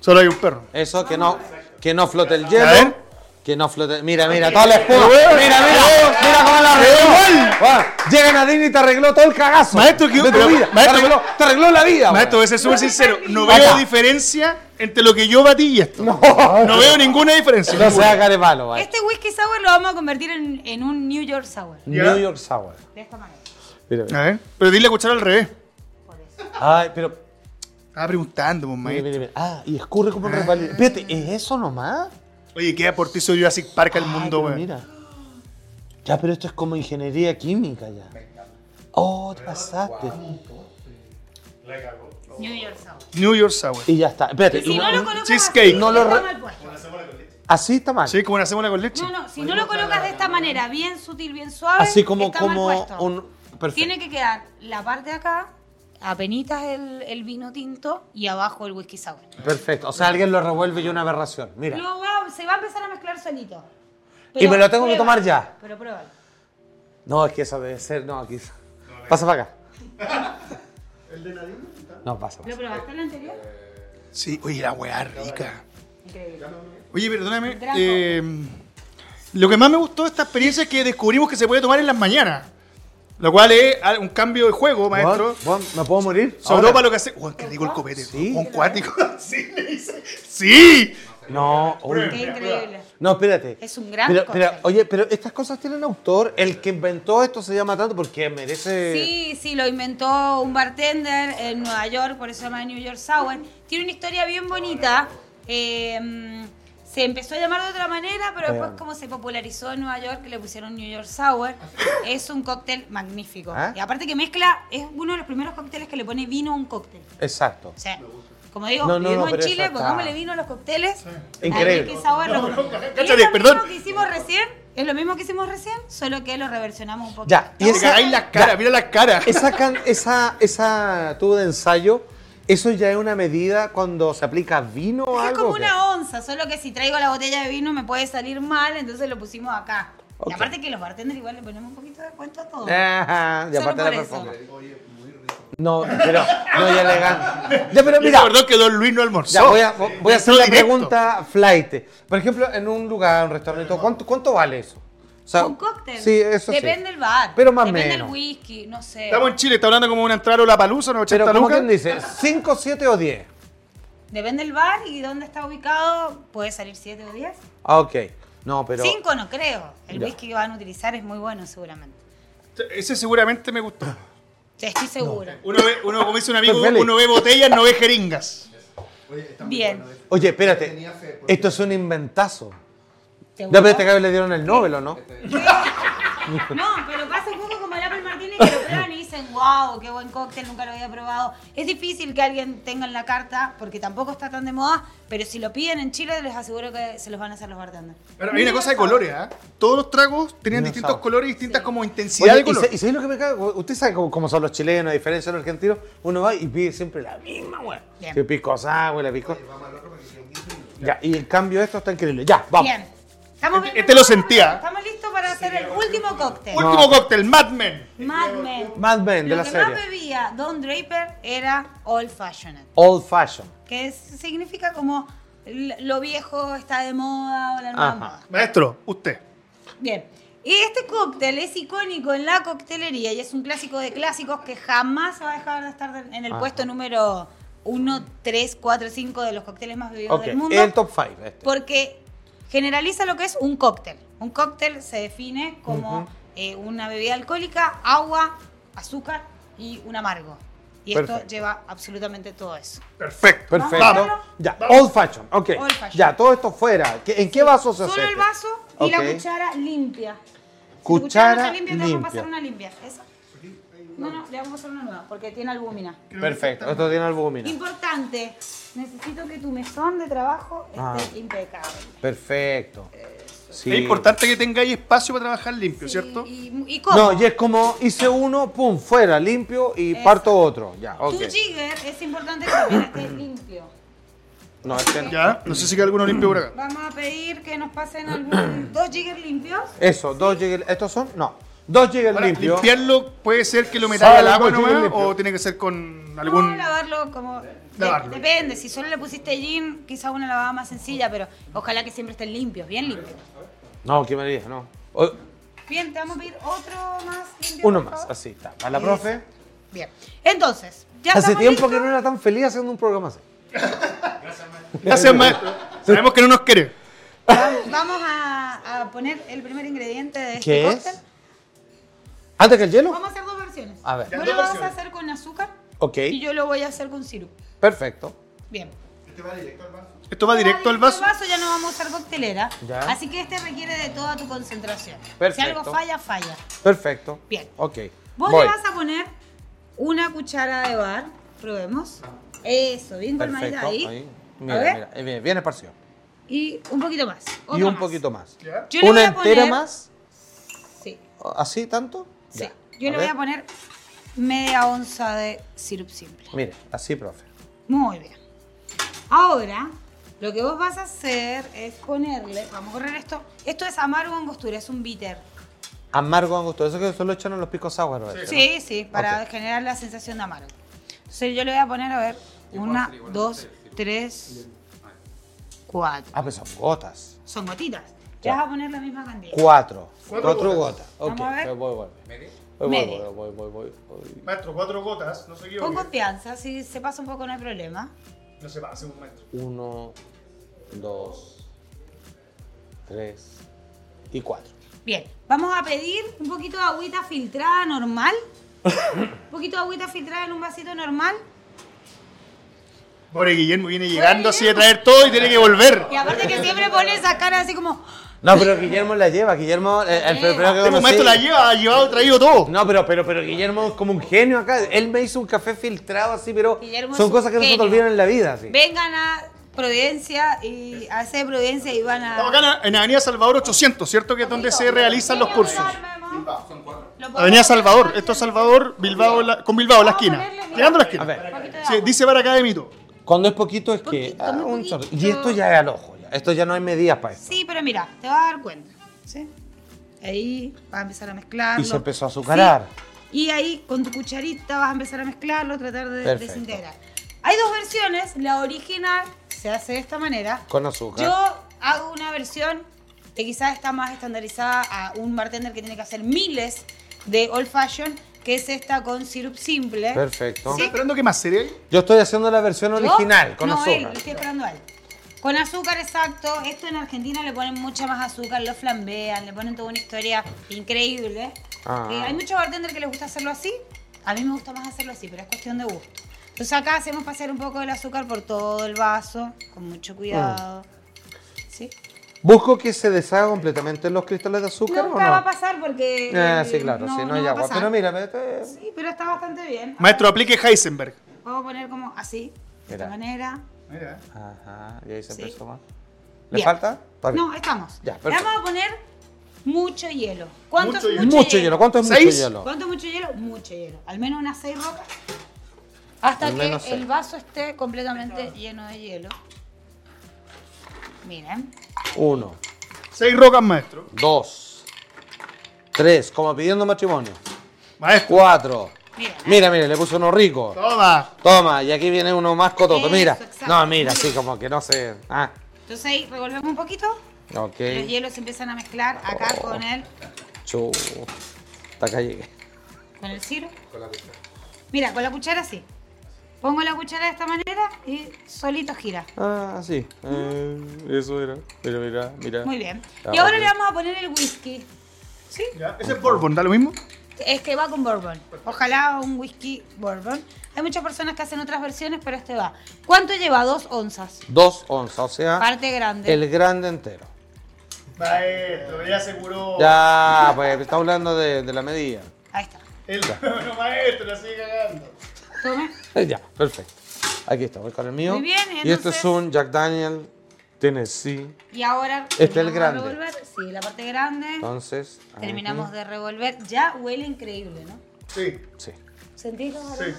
Solo hay un perro.
Eso, que no, que no flote el
A
hielo.
ver. Eh,
Que no flote. Mira, mira, toda la
Pero
espuma. Mira,
bueno.
mira,
eh,
mira cómo la arregló.
igual.
Bueno, llega Nadine y te arregló todo el cagazo.
eh, Maestro, que-
de tu
pero-
vida.
maestro-
te, arregló, te arregló la vida.
Maestro, voy
weón.
a ser súper sincero. No
Acá.
veo diferencia entre lo que yo batí y esto.
(laughs)
No, veo ninguna diferencia.
No
ninguna.
sea carepalo, maestro.
Este whisky sour lo vamos a convertir en, en un New York sour.
New York Sour.
De esta manera.
Mira,
A
mira.
ver. Pero dile la cuchara al revés.
Ay, pero.
Estaba preguntando, pues,
Mira,
maestro.
mira, mira. Ah, y escurre como un resbalín. Espérate, ¿es eso nomás?
Oye, qué aportizo Jurassic Park al
Ah,
mundo,
pero
weón.
Mira. Ya, pero esto es como ingeniería química ya. Oh, te pasaste.
Oh.
New York Sour.
New York Sour.
Y ya está. Espérate.
Si
y no-
no lo colocas
Eh, cheesecake.
así,
No lo
está
re-
mal puesto.
así está mal.
Sí, como una cémola con leche.
No, no, si no lo colocas de esta manera, bien sutil, bien suave,
Así como,
está
como
mal puesto.
un. Perfecto.
Tiene que quedar la parte de acá, apenitas el, el vino tinto y abajo el whisky sour.
Perfecto. O sea, alguien lo revuelve y una aberración. Mira.
Lo va- se va a empezar a mezclar solito.
Y me lo tengo que tomar ya.
Pero pruébalo.
No, es que eso debe ser. No, aquí. Pasa para acá. (laughs) ¿El de Nadine? No, pasa.
¿Lo
pasa.
probaste el anterior?
Sí, oye, la weá rica.
Increíble.
Oye, perdóname.
Draco.
eh, lo que más me gustó de esta experiencia es que descubrimos que se puede tomar en las mañanas. Lo cual es ah, un cambio de juego, maestro.
Juan, Juan, ¿Me puedo morir?
Sobró
Ahora.
para lo que hace. Juan, qué rico el copete.
Sí.
Juan cuático. (laughs) Sí, le dice. ¡Sí!
No, uy.
Qué increíble.
No, espérate.
Es un gran
pero, pero,
cóctel.
Oye, pero estas cosas tienen autor. El que inventó esto se llama tanto porque merece.
Sí, sí, lo inventó un bartender en Nueva York, por eso se llama New York Sour. Tiene una historia bien bonita. eh, mm, se empezó a llamar de otra manera, pero después como se popularizó en Nueva York, le pusieron New York Sour. Es un cóctel magnífico.
¿Ah?
Y aparte que mezcla, es uno de los primeros cócteles que le pone vino a un cóctel.
Exacto.
O sea, como digo,
No, no, no,
vivimos en
pero eso
Chile,
está-
pongámosle vino a los cócteles.
Increíble.
al whisky sour, lo- Y es
cáchate,
lo
perdón.
mismo que hicimos recién, es lo mismo que hicimos recién, solo que lo reversionamos un poco.
Ya, y
Y
esa-
cagáis las caras, mira las caras.
Esa, can- esa, esa tubo de ensayo, eso ya es una medida cuando se aplica vino o
Es
algo.
como
¿o qué?
una onza, solo que si traigo la botella de vino me puede salir mal, entonces lo pusimos acá.
Ok. Eh,
Y aparte que los bartenders igual le ponemos un poquito de cuento a todo.
Ajá, y
Solo
aparte
por
la
eso.
performance. No, pero no ya elegante. Ya, pero mira,
Perdón que Don Luis no almorzó.
ya voy a, voy a hacer
Entró
la
directo.
pregunta flight. Por ejemplo, en un lugar, un restaurante, ¿cuánto, cuánto vale eso? O sea,
Un cóctel.
Sí, eso sí.
Depende del bar.
Pero más o
Depende
menos.
del whisky, no sé.
Estamos en Chile, está hablando como una entrada o la palusa, ¿no? 80
Pero como
lucas.
quien dice, ¿5, 7 o 10?
Depende del bar y dónde está ubicado, puede salir 7 o 10.
Ah, ok. No, pero...
5 no creo. El
Ya.
whisky que van a utilizar es muy bueno seguramente.
Ese seguramente me gustó.
Estoy segura.
Uno, ve- uno, como dice un amigo,
Pues, Félix.
uno ve botellas, no ve jeringas.
Bien.
Oye, espérate. Esto es un inventazo.
¿Seguro?
Ya, pero este cabrón le dieron el Nobel, ¿o no?
No, pero pasa un poco como el Apple Martini que lo prueban y dicen, wow, qué buen cóctel, nunca lo había probado. Es difícil que alguien tenga en la carta, porque tampoco está tan de moda, pero si lo piden en Chile, les aseguro que se los van a hacer los bartenders.
Pero hay una cosa de colores, ¿ah? Todos los tragos tenían
Mira,
distintos
sabe.
colores y distintas como
Oye,
intensidad de
y,
color.
sa- y sabéis lo que me caga? Usted sabe cómo, cómo son los chilenos, a diferencia de los argentinos. Uno va y pide siempre la misma, weón.
Bien.
Si pico asado, la pico. Ya, y en cambio esto está increíble. Ya, vamos.
Bien. ¿Estamos bien?
Este lo sentía.
Estamos listos para hacer el último cóctel.
Último
No.
cóctel, Mad Men.
Mad Men.
Mad Men, de
Lo
la
que
serie.
más bebía Don Draper era Old Fashioned,
Old Fashion.
que es- significa como l- lo viejo está de moda o la nueva
Ajá.
moda.
Maestro, usted.
Bien. Y este cóctel es icónico en la coctelería y es un clásico de clásicos que jamás va a dejar de estar en el
Ajá.
puesto número 1, 3, 4, 5 de los cócteles más bebidos
Ok,
del mundo.
el top 5. Este.
Porque generaliza lo que es un cóctel. Un cóctel se define como eh, una bebida alcohólica, agua, azúcar y un amargo. Y
Perfecto.
esto lleva absolutamente todo eso.
Perfecto.
Perfecto.
Vamos.
Ya,
Vamos.
Old Fashion. Ok.
Old Fashion.
Ya, todo esto fuera. ¿Qué- ¿En qué vaso se hace?
Solo el
este?
vaso y
Ok.
la cuchara limpia. Si tu
Cuchara
no está limpia, te vamos a
limpia.
pasar una limpia. ¿Esa? No, no, le vamos a pasar una nueva porque tiene albúmina.
Perfecto. Esto tiene albúmina.
Importante, necesito que tu mesón de trabajo esté
Ah.
impecable.
Perfecto. Sí.
Es importante que tengáis espacio para trabajar limpio, ¿cierto?
Y, y, y
No,
cómo.
y es como hice uno, pum, fuera, limpio y
Eso.
parto otro. Ya, ok.
Tu jigger es importante que también esté limpio.
No, este no.
Ya, no sé si queda alguno limpio por acá.
Vamos a pedir que nos
(clears throat)
pasen algún, dos jiggers limpios.
Eso, dos jiggers. ¿Estos son? No. Dos jiggers
Ahora,
limpios.
limpiarlo puede ser que lo metáis al
Sábalo
agua
con jabón
nomás
limpio.
o tiene que ser con
No,
algún...
lavarlo como... de-
Lavarlo.
depende, si solo le pusiste jean, quizás una lavada más sencilla, pero ojalá que siempre estén limpios, bien limpios.
No, qué maravilla, no. O-
Bien, te vamos a pedir otro más limpio.
uno
por
más,
favor.
así está. Para la profe.
Bien. Entonces, ya
Hace
estamos
tiempo que
listos.
no era tan feliz haciendo un programa así.
Gracias, maestro. Sabemos que no nos quiere.
Vamos- Vamos a, a poner el primer ingrediente de este
¿Qué es?
cóctel.
¿Antes que el hielo?
Vamos a hacer dos versiones. versiones.
A ver.
Vos
Ya,
lo
dos
vas a
versiones.
hacer con azúcar
Ok,
y yo lo voy a hacer con sirup.
perfecto.
Bien.
Esto va directo al vaso.
El vaso ya no vamos a usar coctelera.
Ya.
Así que este requiere de toda tu concentración. Si
Perfecto.
algo falla, falla.
Perfecto.
Bien.
Ok.
Vos
voy.
le vas a poner una cuchara de bar. Probemos. Eso, bien colmadita
Perfecto.
ahí.
ahí.
a
Mira,
ver.
mira, eh, bien, bien esparcido.
Y un poquito más.
Y
otra
un poquito más.
¿Ya?
Yo le
¿Una
voy a
entera
poner-
más?
Sí,
¿Así tanto?
sí.
Ya.
Yo le voy
ver.
a poner media onza de sirup simple.
Mire, así, profe.
Muy bien. Ahora, lo que vos vas a hacer es ponerle, vamos a correr esto. Esto es amargo angostura, es un bitter.
Amargo angosto. Eso que solo echan en los picos sour. ¿verdad?
Sí, sí, para
Ok.
generar la sensación de amargo. Entonces yo le voy a poner, a ver, una, dos, tres, cuatro.
Ah, pues son gotas.
Son gotitas. Te
Ya.
vas a poner la misma cantidad.
Cuatro.
Cuatro
Cuatro
gotas.
gotas. Ok,
Vamos a ver.
voy, voy, voy. Voy, voy,
Media.
voy, voy, voy, voy, voy.
Maestro, cuatro gotas, no se
Con
equivoque.
confianza, si se pasa un poco no hay problema.
No se pase un maestro.
Uno, dos, tres y cuatro.
Bien, vamos a pedir un poquito de agüita filtrada normal. un poquito de agüita filtrada en un vasito normal.
Pobre Guillermo viene llegando así de traer todo y tiene que volver.
Y aparte que siempre pone esa cara así como...
No, pero Guillermo la lleva. Guillermo, eh, el,
Sí.
primero que
Este
conocí-
momento la lleva, ha llevado, traído todo.
No, pero, pero, pero Guillermo es como un genio acá. Él me hizo un café filtrado así, pero
Guillermo es
son
un
cosas que no se te
genio.
olvidan en la vida. Así.
Vengan a Providencia y a hacer Providencia y van
Estamos
a...
acá en Avenida Salvador 800, ¿cierto? Que es donde se realizan los cursos.
Lo podemos
Avenida Salvador,
poner
esto es Salvador, Bilbao, la- con Bilbao, la
Vamos a
esquina.
ponerle, mira.
Llegando a la
A
esquina.
ver,
un poquito de
Sí,
agua.
dice para acá de mito.
cuando es poquito es que. ah,
Poquito, muy
un
poquito.
chorro. Y esto ya es al ojo. ya. Esto ya no hay medidas para esto.
Sí, pero mira, te vas a dar cuenta. ¿sí? Ahí vas a empezar a mezclarlo.
Y se empezó a azucarar.
Sí, Y ahí con tu cucharita vas a empezar a mezclarlo, tratar de
Perfecto.
desintegrar. Hay dos versiones. La original se hace de esta manera.
Con azúcar.
Yo hago una versión que quizás está más estandarizada a un bartender que tiene que hacer miles de old fashion, que es esta con sirup simple.
Perfecto.
¿Estás esperando que más cereal?
Yo estoy haciendo la versión
¿eh? ¿Yo?
original, con
no, él,
azúcar.
estoy esperando a él. Con azúcar, exacto. Esto en Argentina le ponen mucha más azúcar, lo flambean, le ponen toda una historia increíble.
Ah.
Eh, hay muchos bartenders que les gusta hacerlo así. A mí me gusta más hacerlo así, pero es cuestión de gusto. Entonces acá hacemos pasar un poco del azúcar por todo el vaso, con
Ah.
mucho cuidado. ¿Sí?
¿Busco que se deshaga completamente los cristales de azúcar o
Nunca
no?
va a pasar porque...
Ah,
eh,
sí, claro, sí, no hay
va a
agua.
pasar.
Pero mira, este-
Sí, pero está bastante bien.
Maestro, aplique Heisenberg.
Vamos a poner como así, de esta
Mira.
manera.
Mira.
Ajá, y ahí se
Sí.
empezó más. ¿Le
Bien.
falta? Está bien.
No, estamos.
Ya,
Le
perfecto.
vamos a poner mucho hielo. ¿Cuánto
Mucho
es
hielo.
mucho,
Mucho hielo. ¿Cuánto es mucho
¿Seis?
hielo?
¿Cuánto es mucho hielo? Mucho hielo. Al menos unas seis rocas. Hasta
Al
que
menos seis.
el vaso esté completamente lleno de hielo. Miren.
Uno,
Seis rocas, maestro.
dos, tres, como pidiendo matrimonio.
Maestro.
Cuatro.
Mira.
Mira, mira, le puso uno rico.
Toma.
Toma, y aquí viene uno más cototo.
Eso,
Mira.
exacto.
No, mira, así como que no se. Ah,
Entonces ahí revolvemos un poquito. Los
ok.
hielos se empiezan a mezclar acá
Oh.
con el,
Chu. Hasta acá llegué.
con el sirope. Mira, con la cuchara así. Pongo la cuchara de esta manera y solito gira.
Ah, sí. Eh, eso era. Mira, mira, mira.
Muy bien.
Ah,
Y ahora
ok.
le vamos a poner el whisky. ¿Sí?
Ya, Ese es Bourbon, ¿da lo mismo?
Es que va con bourbon. Ojalá un whisky bourbon. Hay muchas personas que hacen otras versiones, pero este va. ¿Cuánto lleva? Dos onzas.
Dos onzas, o sea,
Parte grande.
Ah, el grande entero.
Maestro, ya aseguró.
Ya, pues está hablando de, de la medida.
Ahí está.
El (laughs) no, maestro, la sigue cagando.
Tome.
Eh, Ya, perfecto. Aquí está, voy con el mío.
Muy bien,
Y este es
entonces-
un Jack Daniel Tennessee.
Y ahora.
Este es el
terminamos de
grande.
revolver. Sí, la parte grande.
Entonces.
Terminamos
ajá,
de revolver. Ya huele increíble, ¿no?
Sí,
Sí.
¿Sentís los
sí.
aromas?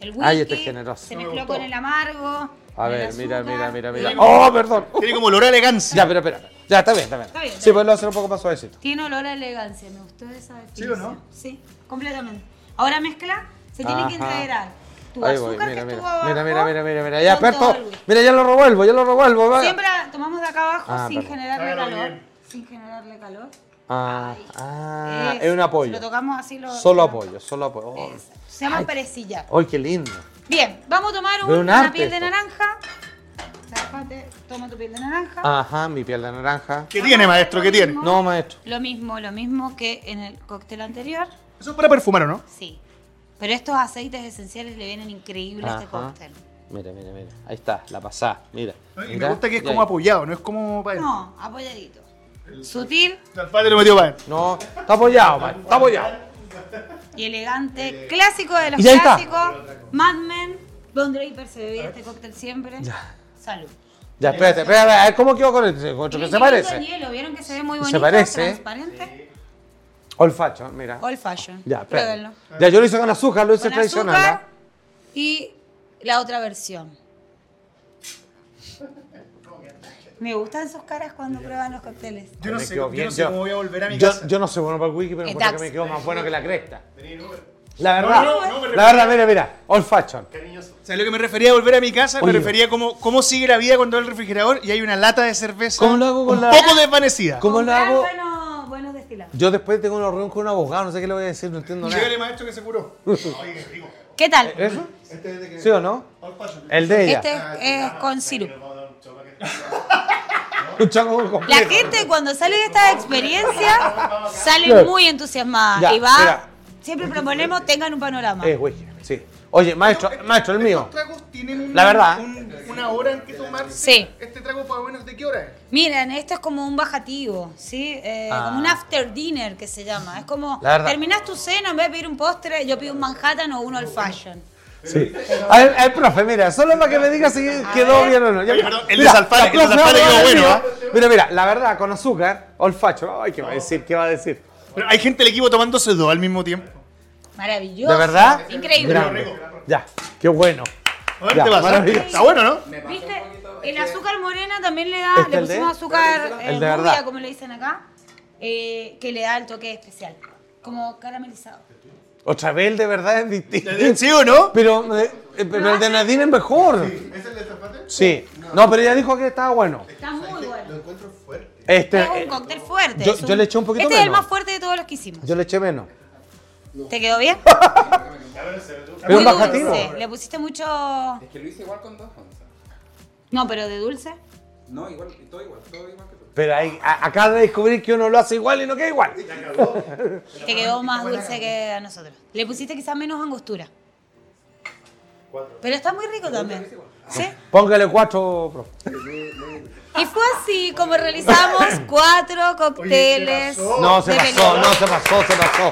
El whisky.
Ay, este es generoso.
Se
Me
mezcló
gustó.
con el amargo.
A
el
ver, mira,
azúcar.
mira, mira, mira.
Tiene como-
¡Oh, perdón! Uh,
Tiene como olor a
Ya,
elegancia.
pero espera. espera. Ya, está bien, está bien.
Está bien, está
sí,
bien.
pues lo voy a hacer un poco más suavecito.
Tiene olor a elegancia, me gustó esa
¿Sí o
definición.
no?
Sí, completamente. Ahora mezcla, se tiene que
Ajá.
integrar tu
Ahí voy,
azúcar
mira,
que
mira.
estuvo abajo.
Mira, mira, mira, mira, mira. Ya,
con todo
Perto.
el whisky.
Mira, ya lo revuelvo, ya lo revuelvo. va.
Siempre tomamos de acá abajo
Ah,
sin
perdón.
generarle
Hágalo
calor.
bien.
Sin generarle calor.
Ah,
Ay,
ah,
eso.
es un apoyo.
Lo tocamos así. Lo,
Solo
lo-
apoyo, solo apoyo. Oh.
Exacto. Se llama perecilla.
¡Ay, qué lindo!
Bien, vamos a tomar un-
Veo un
una
arte
piel de
esto.
naranja. Zapate, toma tu piel de naranja.
Ajá, mi piel de naranja.
¿Qué tiene, maestro? ¿Qué tiene?
No, maestro.
Lo mismo, lo mismo que en el cóctel anterior.
Eso es para perfumar, ¿o no?
Sí. Pero estos aceites esenciales le vienen increíbles a este
Ajá.
cóctel.
Mira, mira, mira. Ahí está, la pasá. Mira.
Y me
Mira,
gusta que es
ya
como
ahí.
apoyado, no es como para él.
No, apoyadito. Sutil
El padre lo metió para él.
No, está apoyado, man. Está apoyado.
y elegante, clásico de los
Y ahí está.
clásicos. Mad Men, Don Draper se bebía este cóctel siempre. Salud.
Ya, espérate, espérate. A ver, ¿cómo quedó con el con otro que
Miren
se
qué lindo
parece?
hielo, ¿Vieron que se ve muy
Se
bonito?
parece.
Transparente.
Olfacho, mira.
Old fashion.
Ya, espérate.
Pruébenlo.
Ya, yo lo hice con azúcar, lo hice
Con
tradicional.
azúcar
¿ah?
y la otra versión. Me gustan sus caras cuando prueban los cócteles.
Yo no
Me
sé,
quedó
yo
bien,
no sé cómo voy a volver a mi
yo-
casa.
Yo no sé bueno para el wiki, pero
Etax.
encuentro que me quedó más bueno que la cresta. La
No,
verdad,
no, no, me
la verdad, mira, mira, old fashion.
O sea, lo que me refería a volver a mi casa, me
Oye.
refería como cómo sigue la vida cuando va al refrigerador y hay una lata de cerveza
¿Cómo lo hago con
un
la-
poco desvanecida.
¿Cómo lo
Comprar
hago?
buenos, buenos destilados.
Yo después tengo una reunión con un abogado, no sé qué le voy a decir, no entiendo nada.
Llegale, maestro que se curó.
¿Qué tal?
¿Eso?
Este
¿Sí o no? El de ella.
Este es, es con sirup.
Un chango completo.
La gente cuando sale de esta experiencia sale
Claro.
muy entusiasmada
Ya,
y va.
mira. Eh.
Siempre proponemos tengan un panorama.
Es wiki, sí. Oye, maestro, maestro, el mío.
Estos tragos tienen un-
La verdad.
un- una hora en que tomarse.
Sí.
Este trago, por lo menos, ¿de qué hora es?
Miren, esto es como un bajativo, ¿sí? Eh,
Ah.
Como un after dinner que se llama. Es como,
La verdad.
terminás tu cena, en vez de pedir un postre, yo pido un Manhattan o un old fashion.
Sí. A ver, a ver, profe, mira, solo para que me digas si quedó bien o no. Ya,
Oye, perdón, el de Salfate,
la
que el de
profe
Salfate
ahora
quedó
el
bueno, ¿ah?
mío. Mira, mira, la verdad, con azúcar, olfacho. Ay, ¿qué va a decir? ¿Qué va a decir?
Pero hay gente del equipo tomándose dos al mismo tiempo.
Maravilloso.
¿De verdad?
Increíble.
Grande. Ya, qué bueno.
A ver,
Ya,
¿te pasa?
maravilloso.
Está bueno, ¿no?
¿Viste? El azúcar morena también le da,
¿Este
le
el de?
pusimos azúcar eh,
El de
rubia,
verdad.
como le dicen acá, eh, que le da el toque especial. Como caramelizado.
Otra vez el de verdad es distinto.
¿Sí o no?
Pero, eh, eh, pero el de Nadine es mejor.
¿Es el de zapate?
Sí. No, pero ella dijo que estaba bueno.
Está muy bueno.
encuentro fuerte.
Este,
Es un
eh,
cóctel fuerte.
yo-
es un-
yo le eché un poquito
Este es el
menos.
más fuerte de todos los que hicimos.
yo le eché menos.
¿Te quedó bien?
Pero un
Muy
bajativo.
dulce. Le pusiste mucho...
Es que lo hice igual con dos onzas.
No, pero de dulce.
No, igual, y todo igual, todo igual que tú.
Pero hay, a- acaba de descubrir que uno lo hace igual y no queda igual.
Te quedó más dulce que a nosotros. Le pusiste quizás menos angostura. Pero está muy rico también. ¿Sí?
Póngale cuatro, profe.
Y fue así como realizamos cuatro cócteles.
No, se
de
pasó,
película.
no, se pasó, se pasó.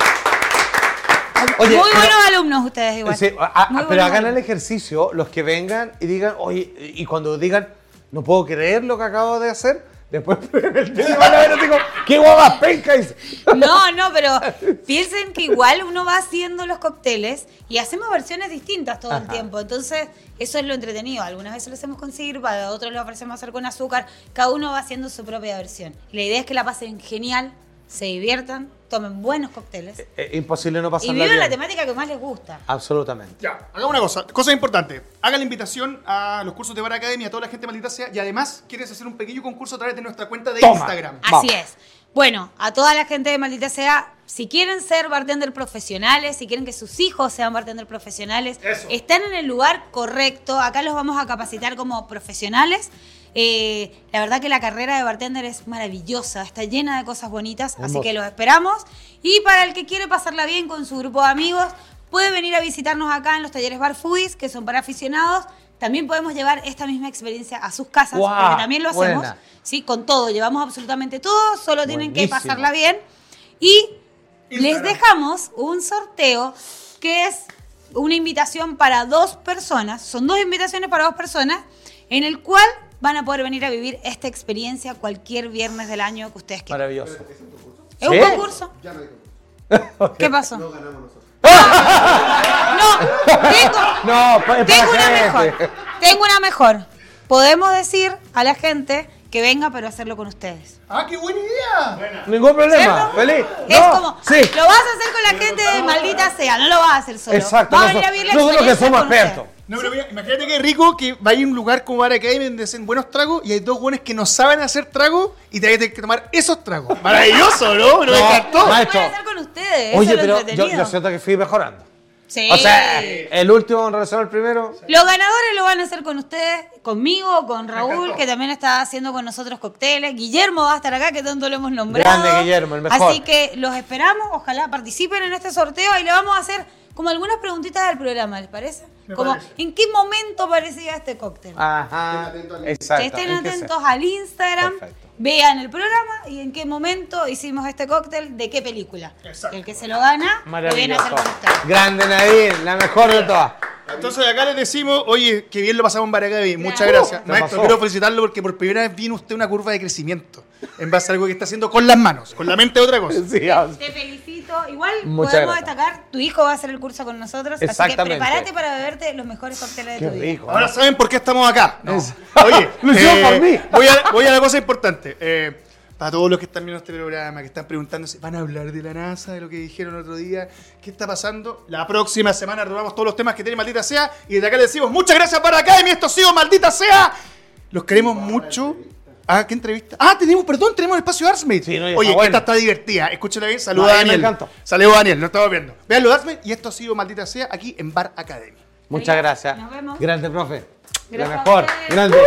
Oye,
Muy
pero-
buenos alumnos ustedes igual.
Sí, a- a-
Muy
pero
buenos
hagan el
alumnos.
ejercicio los que vengan y digan, oye, y cuando digan, no puedo creer lo que acabo de hacer, después (laughs) prenden el tele y van a ver así como, qué guapas penca. Y-
No,
(laughs)
no, pero (laughs) piensen que igual uno va haciendo los cócteles y hacemos versiones distintas todo el tiempo. Entonces, eso es lo entretenido. Algunas veces lo hacemos con sirva, a otros lo ofrecemos hacer con azúcar. Cada uno va haciendo su propia versión. La idea es que la pasen genial, se diviertan, tomen buenos cócteles
Eh, imposible no
y
pasarla
vivan la
bien.
temática que más les gusta.
Absolutamente.
Ya, hagamos una cosa, cosa importante. Haga la invitación a los cursos de Bar Academy, a toda la gente maldita sea, y además quieres hacer un pequeño concurso a través de nuestra cuenta de
Toma.
Instagram.
Así
Vamos.
es. Bueno, a toda la gente de Maldita Sea, si quieren ser bartender profesionales, si quieren que sus hijos sean bartender profesionales, están en el lugar correcto. Acá los vamos a capacitar como profesionales. Eh, la verdad que la carrera de bartender es maravillosa, está llena de cosas bonitas, así
Hermoso.
que los esperamos. Y para el que quiere pasarla bien con su grupo de amigos, puede venir a visitarnos acá en los talleres Bar Foodies, que son para aficionados. También podemos llevar esta misma experiencia a sus casas,
Guau,
porque también lo hacemos.
buena.
Sí, con todo, llevamos absolutamente todo, solo tienen que
Buenísimo.
pasarla bien. Y les dejamos un sorteo que es una invitación para dos personas, son dos invitaciones para dos personas, en el cual van a poder venir a vivir esta experiencia cualquier viernes del año que ustedes quieran.
Maravilloso.
Es un
¿Sí?
concurso.
Ya me dijo.
(laughs) ¿Qué pasó?
No ganamos nosotros.
No, tengo,
No, pa- es (laughs) para
tengo una
gente. (laughs)
mejor. Tengo una mejor. Podemos decir a la gente que venga, pero hacerlo con ustedes.
¡Ah, qué buena idea!
Ningún problema,
¿Cierto?
feliz.
Es
No,
como,
sí.
lo vas a hacer con la gente de maldita sea, no lo vas a hacer solo.
Exacto.
Vas a venir a
nosotros-
vivir la
nosotros que
experiencia
somos
con usted.
expertos.
No, pero mira, imagínate que rico que vaya a un lugar como Bar Academy donde hacen buenos tragos y hay dos buenos que no saben hacer tragos y te hay que tomar esos tragos. (laughs) Maravilloso, ¿no? Nos
No,
encantó.
Lo
maestro.
pueden hacer con ustedes,
Oye,
eso es lo
pero yo,
entretenido.
yo siento que fui mejorando.
Sí.
O sea, el último en relación al primero.
Los ganadores lo van a hacer con ustedes, conmigo, con Raúl, que también está haciendo con nosotros cócteles. Guillermo va a estar acá, que tanto lo hemos nombrado.
Grande, Guillermo, el mejor.
Así que los esperamos, ojalá participen en este sorteo y le vamos a hacer como algunas preguntitas del programa, ¿les parece?
Me
como,
parece.
¿en qué momento parecía este cóctel?
Ajá.
Estén atentos al-
Exacto.
que estén
hay que ser.
atentos al Instagram,
Perfecto.
vean el programa y en qué momento hicimos este cóctel, de qué película.
Exacto.
El que se lo gana, lo viene
Maravilloso.
a hacer con ustedes.
Grande Nadir, la mejor de todas.
Entonces acá les decimos, oye, qué bien lo pasamos en Baracay, muchas
Claro.
gracias.
Uh, la
Maestro,
pasó.
quiero felicitarlo porque por primera vez vino usted una curva de crecimiento en base a algo que está haciendo con las manos, con la mente otra cosa.
Sí, vamos.
Te felicito. Igual
Muchas
podemos
gracias.
destacar, tu hijo va a hacer el curso con nosotros, así que
Exactamente.
prepárate para beberte los mejores cócteles de
qué
tu vida.
rico.
Ahora saben por qué estamos acá. No. (laughs) Oye,
Lo hicieron
eh,
por mí.
Voy a, voy a la cosa importante. Eh, para todos los que están viendo este programa, que están preguntándose, ¿van a hablar de la NASA, de lo que dijeron el otro día? ¿Qué está pasando? La próxima semana robamos todos los temas que tiene Maldita Sea y desde acá les decimos muchas gracias para Academy, esto ha sido Maldita Sea. Los queremos mucho. Ah, qué entrevista. Ah, tenemos, perdón, tenemos el espacio de Artsmate.
Sí, no, ya
Oye,
está bueno.
esta está divertida. Escúchala bien. Saluda a
No, a mí me
Daniel.
encantó.
Saludos a Daniel, lo estamos viendo. Vean los Artsmate y esto ha sido Maldita Sea aquí en Bar Academy.
Muchas gracias.
Nos vemos.
Grande, profe. La
Gracias a
mejor.
ustedes.
Grande.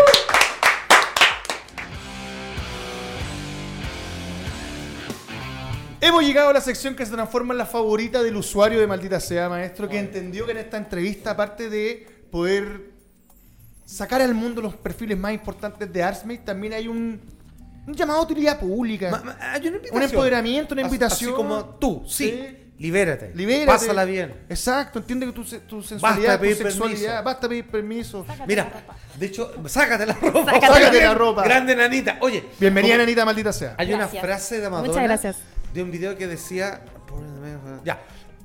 Hemos llegado a la sección que se transforma en la favorita del usuario de Maldita Sea, maestro, que entendió que en esta entrevista, aparte de poder sacar al mundo los perfiles más importantes de Artsmith, también hay un, un llamado a utilidad pública.
Ma- ma- hay una invitación.
un empoderamiento, una
Así-
invitación.
Así como tú, sí. Libérate.
Libérate.
Pásala bien.
Exacto, entiende que tu, se- tu
Basta de
sensualidad,
pedir
tu sexualidad,
permiso.
basta pedir permiso.
Mira, de hecho, sácate la ropa.
Sácate Sácate la la ropa. ropa.
Grande nanita. Oye,
Bienvenida,
como-
Nanita Maldita Sea.
Hay una
Gracias.
frase de Madonna.
Muchas gracias.
De un video que decía. "Pobre de mí", Ya.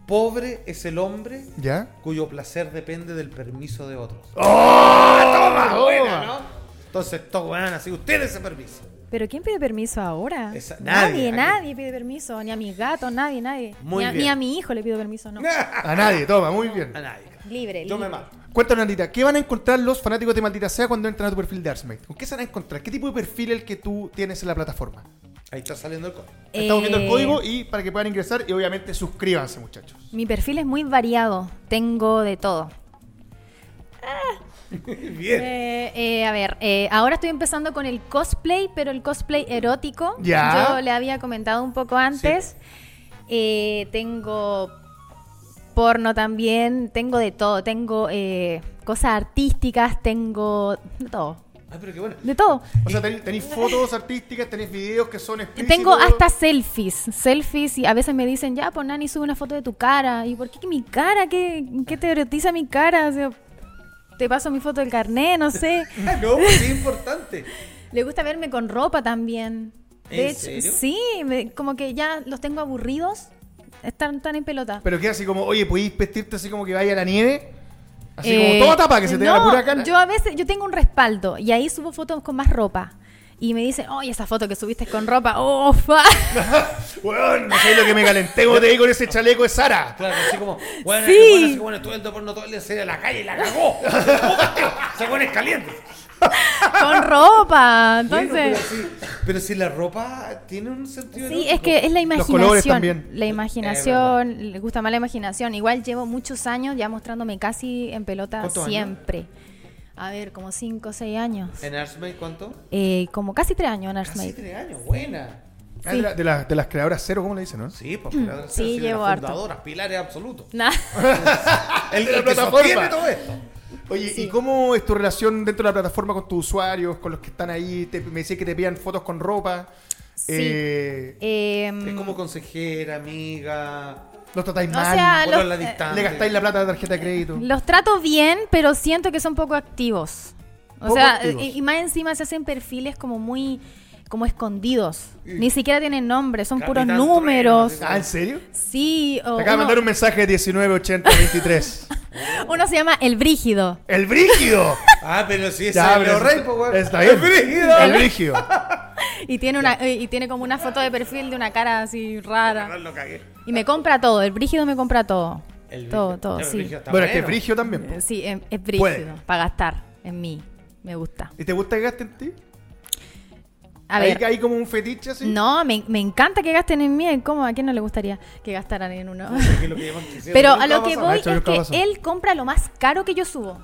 Pobre es el hombre
¿Ya?
cuyo placer depende del permiso de otros.
¡Toma!
Buena, ¿no? Entonces, estos weón, así ustedes se permiso.
Pero ¿quién pide permiso ahora?
Esa- nadie,
nadie,
aquí.
pide permiso, ni a mis gatos, nadie, nadie.
Muy
ni, a,
bien.
ni a mi hijo le pido permiso,
(laughs)
no.
A nadie, toma, muy bien.
A nadie. cara.
Libre,
Yo me
libre.
mato.
Cuéntanos, Andita, ¿qué van a encontrar los fanáticos de Maldita Sea cuando entran a tu perfil de Artsmate? ¿Con qué se van a encontrar? ¿Qué tipo de perfil es el que tú tienes en la plataforma?
Ahí está saliendo el código.
Estamos viendo el
Eh,
código y para que puedan ingresar y obviamente suscríbanse, muchachos.
Mi perfil es muy variado, tengo de todo.
(laughs) Bien.
Eh, eh, a ver, eh, ahora estoy empezando con el cosplay, pero el cosplay erótico.
Ya.
Yo le había comentado un poco antes. Eh, tengo porno también, tengo de todo. Tengo eh, cosas artísticas, tengo de todo.
Ay, pero qué bueno.
De todo.
O sea, ten- tenéis fotos artísticas, tenéis videos que son explícitos. (laughs)
Tengo hasta selfies, selfies y a veces me dicen, ya, pues Nani, sube una foto de tu cara. ¿Y por qué que mi cara? ¿Qué, qué te erotiza mi cara? O sea, te paso mi foto del carnet,
(laughs)
no sé.
Ah, No, pues es importante.
Le gusta verme con ropa también. De
¿En
hecho,
serio?
sí, me- como que ya los tengo aburridos. Están tan en pelota.
Pero que así como, oye, ¿podéis vestirte así como que vaya a la nieve? Así
Eh,
como toda tapa, que se te vea la
no,
pura cara.
Yo a veces, yo tengo un respaldo y ahí subo fotos con más ropa. Y me dicen, oye, esa foto que subiste con ropa, oh, (laughs) fa".
Weón, no sé lo que me calenté, como te digo, con ese chaleco de Sara.
Claro, así como, bueno,
Sí.
el weón así como estuve viendo porno todo el día, se dio a la calle y la
(laughs)
cagó. Se pone caliente.
con ropa. Entonces.
Bueno, pero, sí, pero si la ropa tiene un sentido.
Sí,
erótico.
es que es la
Los
imaginación.
colores también.
La imaginación, le gusta más la imaginación. Igual llevo muchos años ya mostrándome casi en pelota
¿Cuántos años?
siempre. A ver, como 5 o 6 años.
¿En Artsmate cuánto?
Eh, como casi 3 años en
Casi
Artsmate.
tres años, buena.
Ah, de, la- de la- de las creadoras cero, ¿cómo le dicen, no?
Sí, pues, porque la
Mm. Sí,
sí,
llevo
las
harto.
fundadoras, pilares absolutos. (laughs)
Nah. (laughs)
El,
la
el que
plataforma.
sostiene todo esto.
Oye, ¿y cómo es tu relación dentro de la plataforma con tus usuarios, con los que están ahí? Te- me decías que te pidan fotos con ropa.
Sí.
Eh,
Em,
Es como consejera, amiga.
los tratáis
O
mal.
sea, Ah,
Polo a
los-
la
eh,
distancia.
le gastáis la plata de tarjeta de crédito.
los trato bien, pero siento que son poco activos. O
Poco
sea,
activos.
y, y más encima se hacen perfiles como muy como escondidos. Ni siquiera tienen nombre, son puros
Capitán
números.
Trueno,
Ah, ¿en serio?
Sí, o
Te acaba de
uno-
mandar un mensaje 198023.
uno se llama El Brígido.
¡El brígido!
Ah, pero sí, es
Ya,
el
pero
rey,
está-
po, weón.
Está
(laughs)
bien.
Es brígido.
El brígido.
Y tiene, una, eh, y tiene como una foto de perfil de una cara así rara.
Lo cagué.
Y me compra todo, el brígido me compra todo.
El
todo,
brígido.
todo,
El
sí.
brígido está
Bueno, es que
bueno.
es brígido también. po.
Eh, Sí, es, es
Puede.
brígido, para gastar en mí. Me gusta.
¿Y te gusta que gasten en ti?
A
¿Hay,
ver.
hay como un fetiche así?
No, me, me encanta que gasten en mí. ¿Cómo? ¿A quién no le gustaría que gastaran en uno?
Que lo que llevan diciendo
Pero
nunca
a lo
va
que
pasar.
voy
Eso nunca
es
pasó.
que él compra lo más caro que yo subo.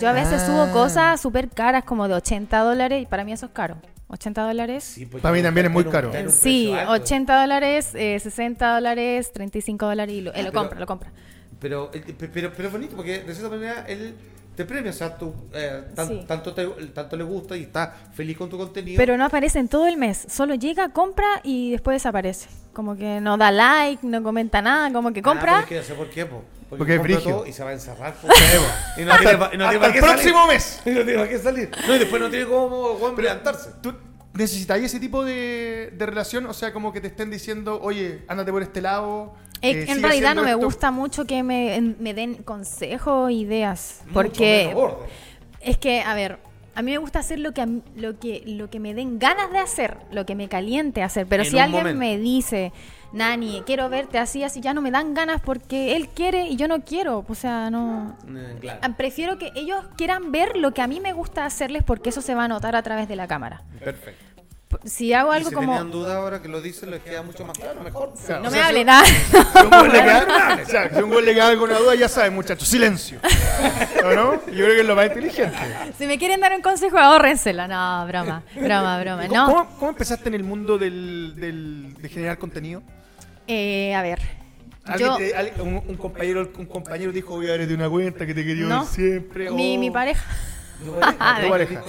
Yo a veces subo cosas súper caras, como de 80 dólares, y para mí eso es caro. 80 dólares. Sí,
pues,
Para mí también es muy caro.
Pero un precio alto.
80 dólares, eh, 60 dólares, 35 dólares, y lo, eh, lo
Pero-
compra, lo compra.
Pero, eh, pe- pero, pero es bonito porque de cierta manera él te premia, o sea, tú, eh, tan-
Sí.
tanto, te- tanto le gusta y está feliz con tu contenido.
Pero no aparece en todo el mes. Solo llega, compra y después desaparece. Como que no da like, no comenta nada, como que
Ah, pero
compra.
es que no sé por qué, po. porque,
Porque es
compra
brígido.
todo y se va a
(laughs)
encerrar. po. y no tiene, pa- y no tiene
Hasta
pa'
el
qué
próximo
salir.
mes.
(laughs) Y no tiene para qué salir. No, y después no tiene cómo cómo levantarse.
¿Tú necesitáis ese tipo de, de relación? O sea, como que te estén diciendo, oye, ándate por este lado.
Eh,
eh,
en
sigue
realidad
haciendo
no me
esto.
gusta mucho que me, en- me den consejos, ideas.
Mucho
Porque
menos borde.
es que, a ver, a mí me gusta hacer lo que, a mí- lo que, lo que me den ganas de hacer, lo que me caliente hacer. Pero
En
si
un
alguien
momento.
me dice, Nani, quiero verte así, así, ya no me dan ganas porque él quiere y yo no quiero. O sea, no.
Eh, claro.
Ah, Prefiero que ellos quieran ver lo que a mí me gusta hacerles porque eso se va a notar a través de la cámara.
Perfecto.
P- Si hago
y
algo
si
como...
tenían duda ahora que lo dicen, les queda mucho más claro, mejor.
Claro, o
No me
sea,
hable nada.
Si un güey le
(laughs)
queda, o sea, si un güey le queda alguna duda, ya sabe, muchachos, silencio. ¿O no? Yo creo que es lo más inteligente.
Si me quieren dar un consejo, ahórrensela. No, broma, broma, broma.
¿Cómo,
No,
cómo- cómo empezaste en el mundo del, del- de generar contenido?
eh, a ver.
¿Alguien
Yo,
te- alguien- un, un compañero, un compañero dijo, voy a abrirte una cuenta que te quería ver
no.
siempre.
Mi,
o- (laughs)
mi pareja. (laughs)
tu pareja.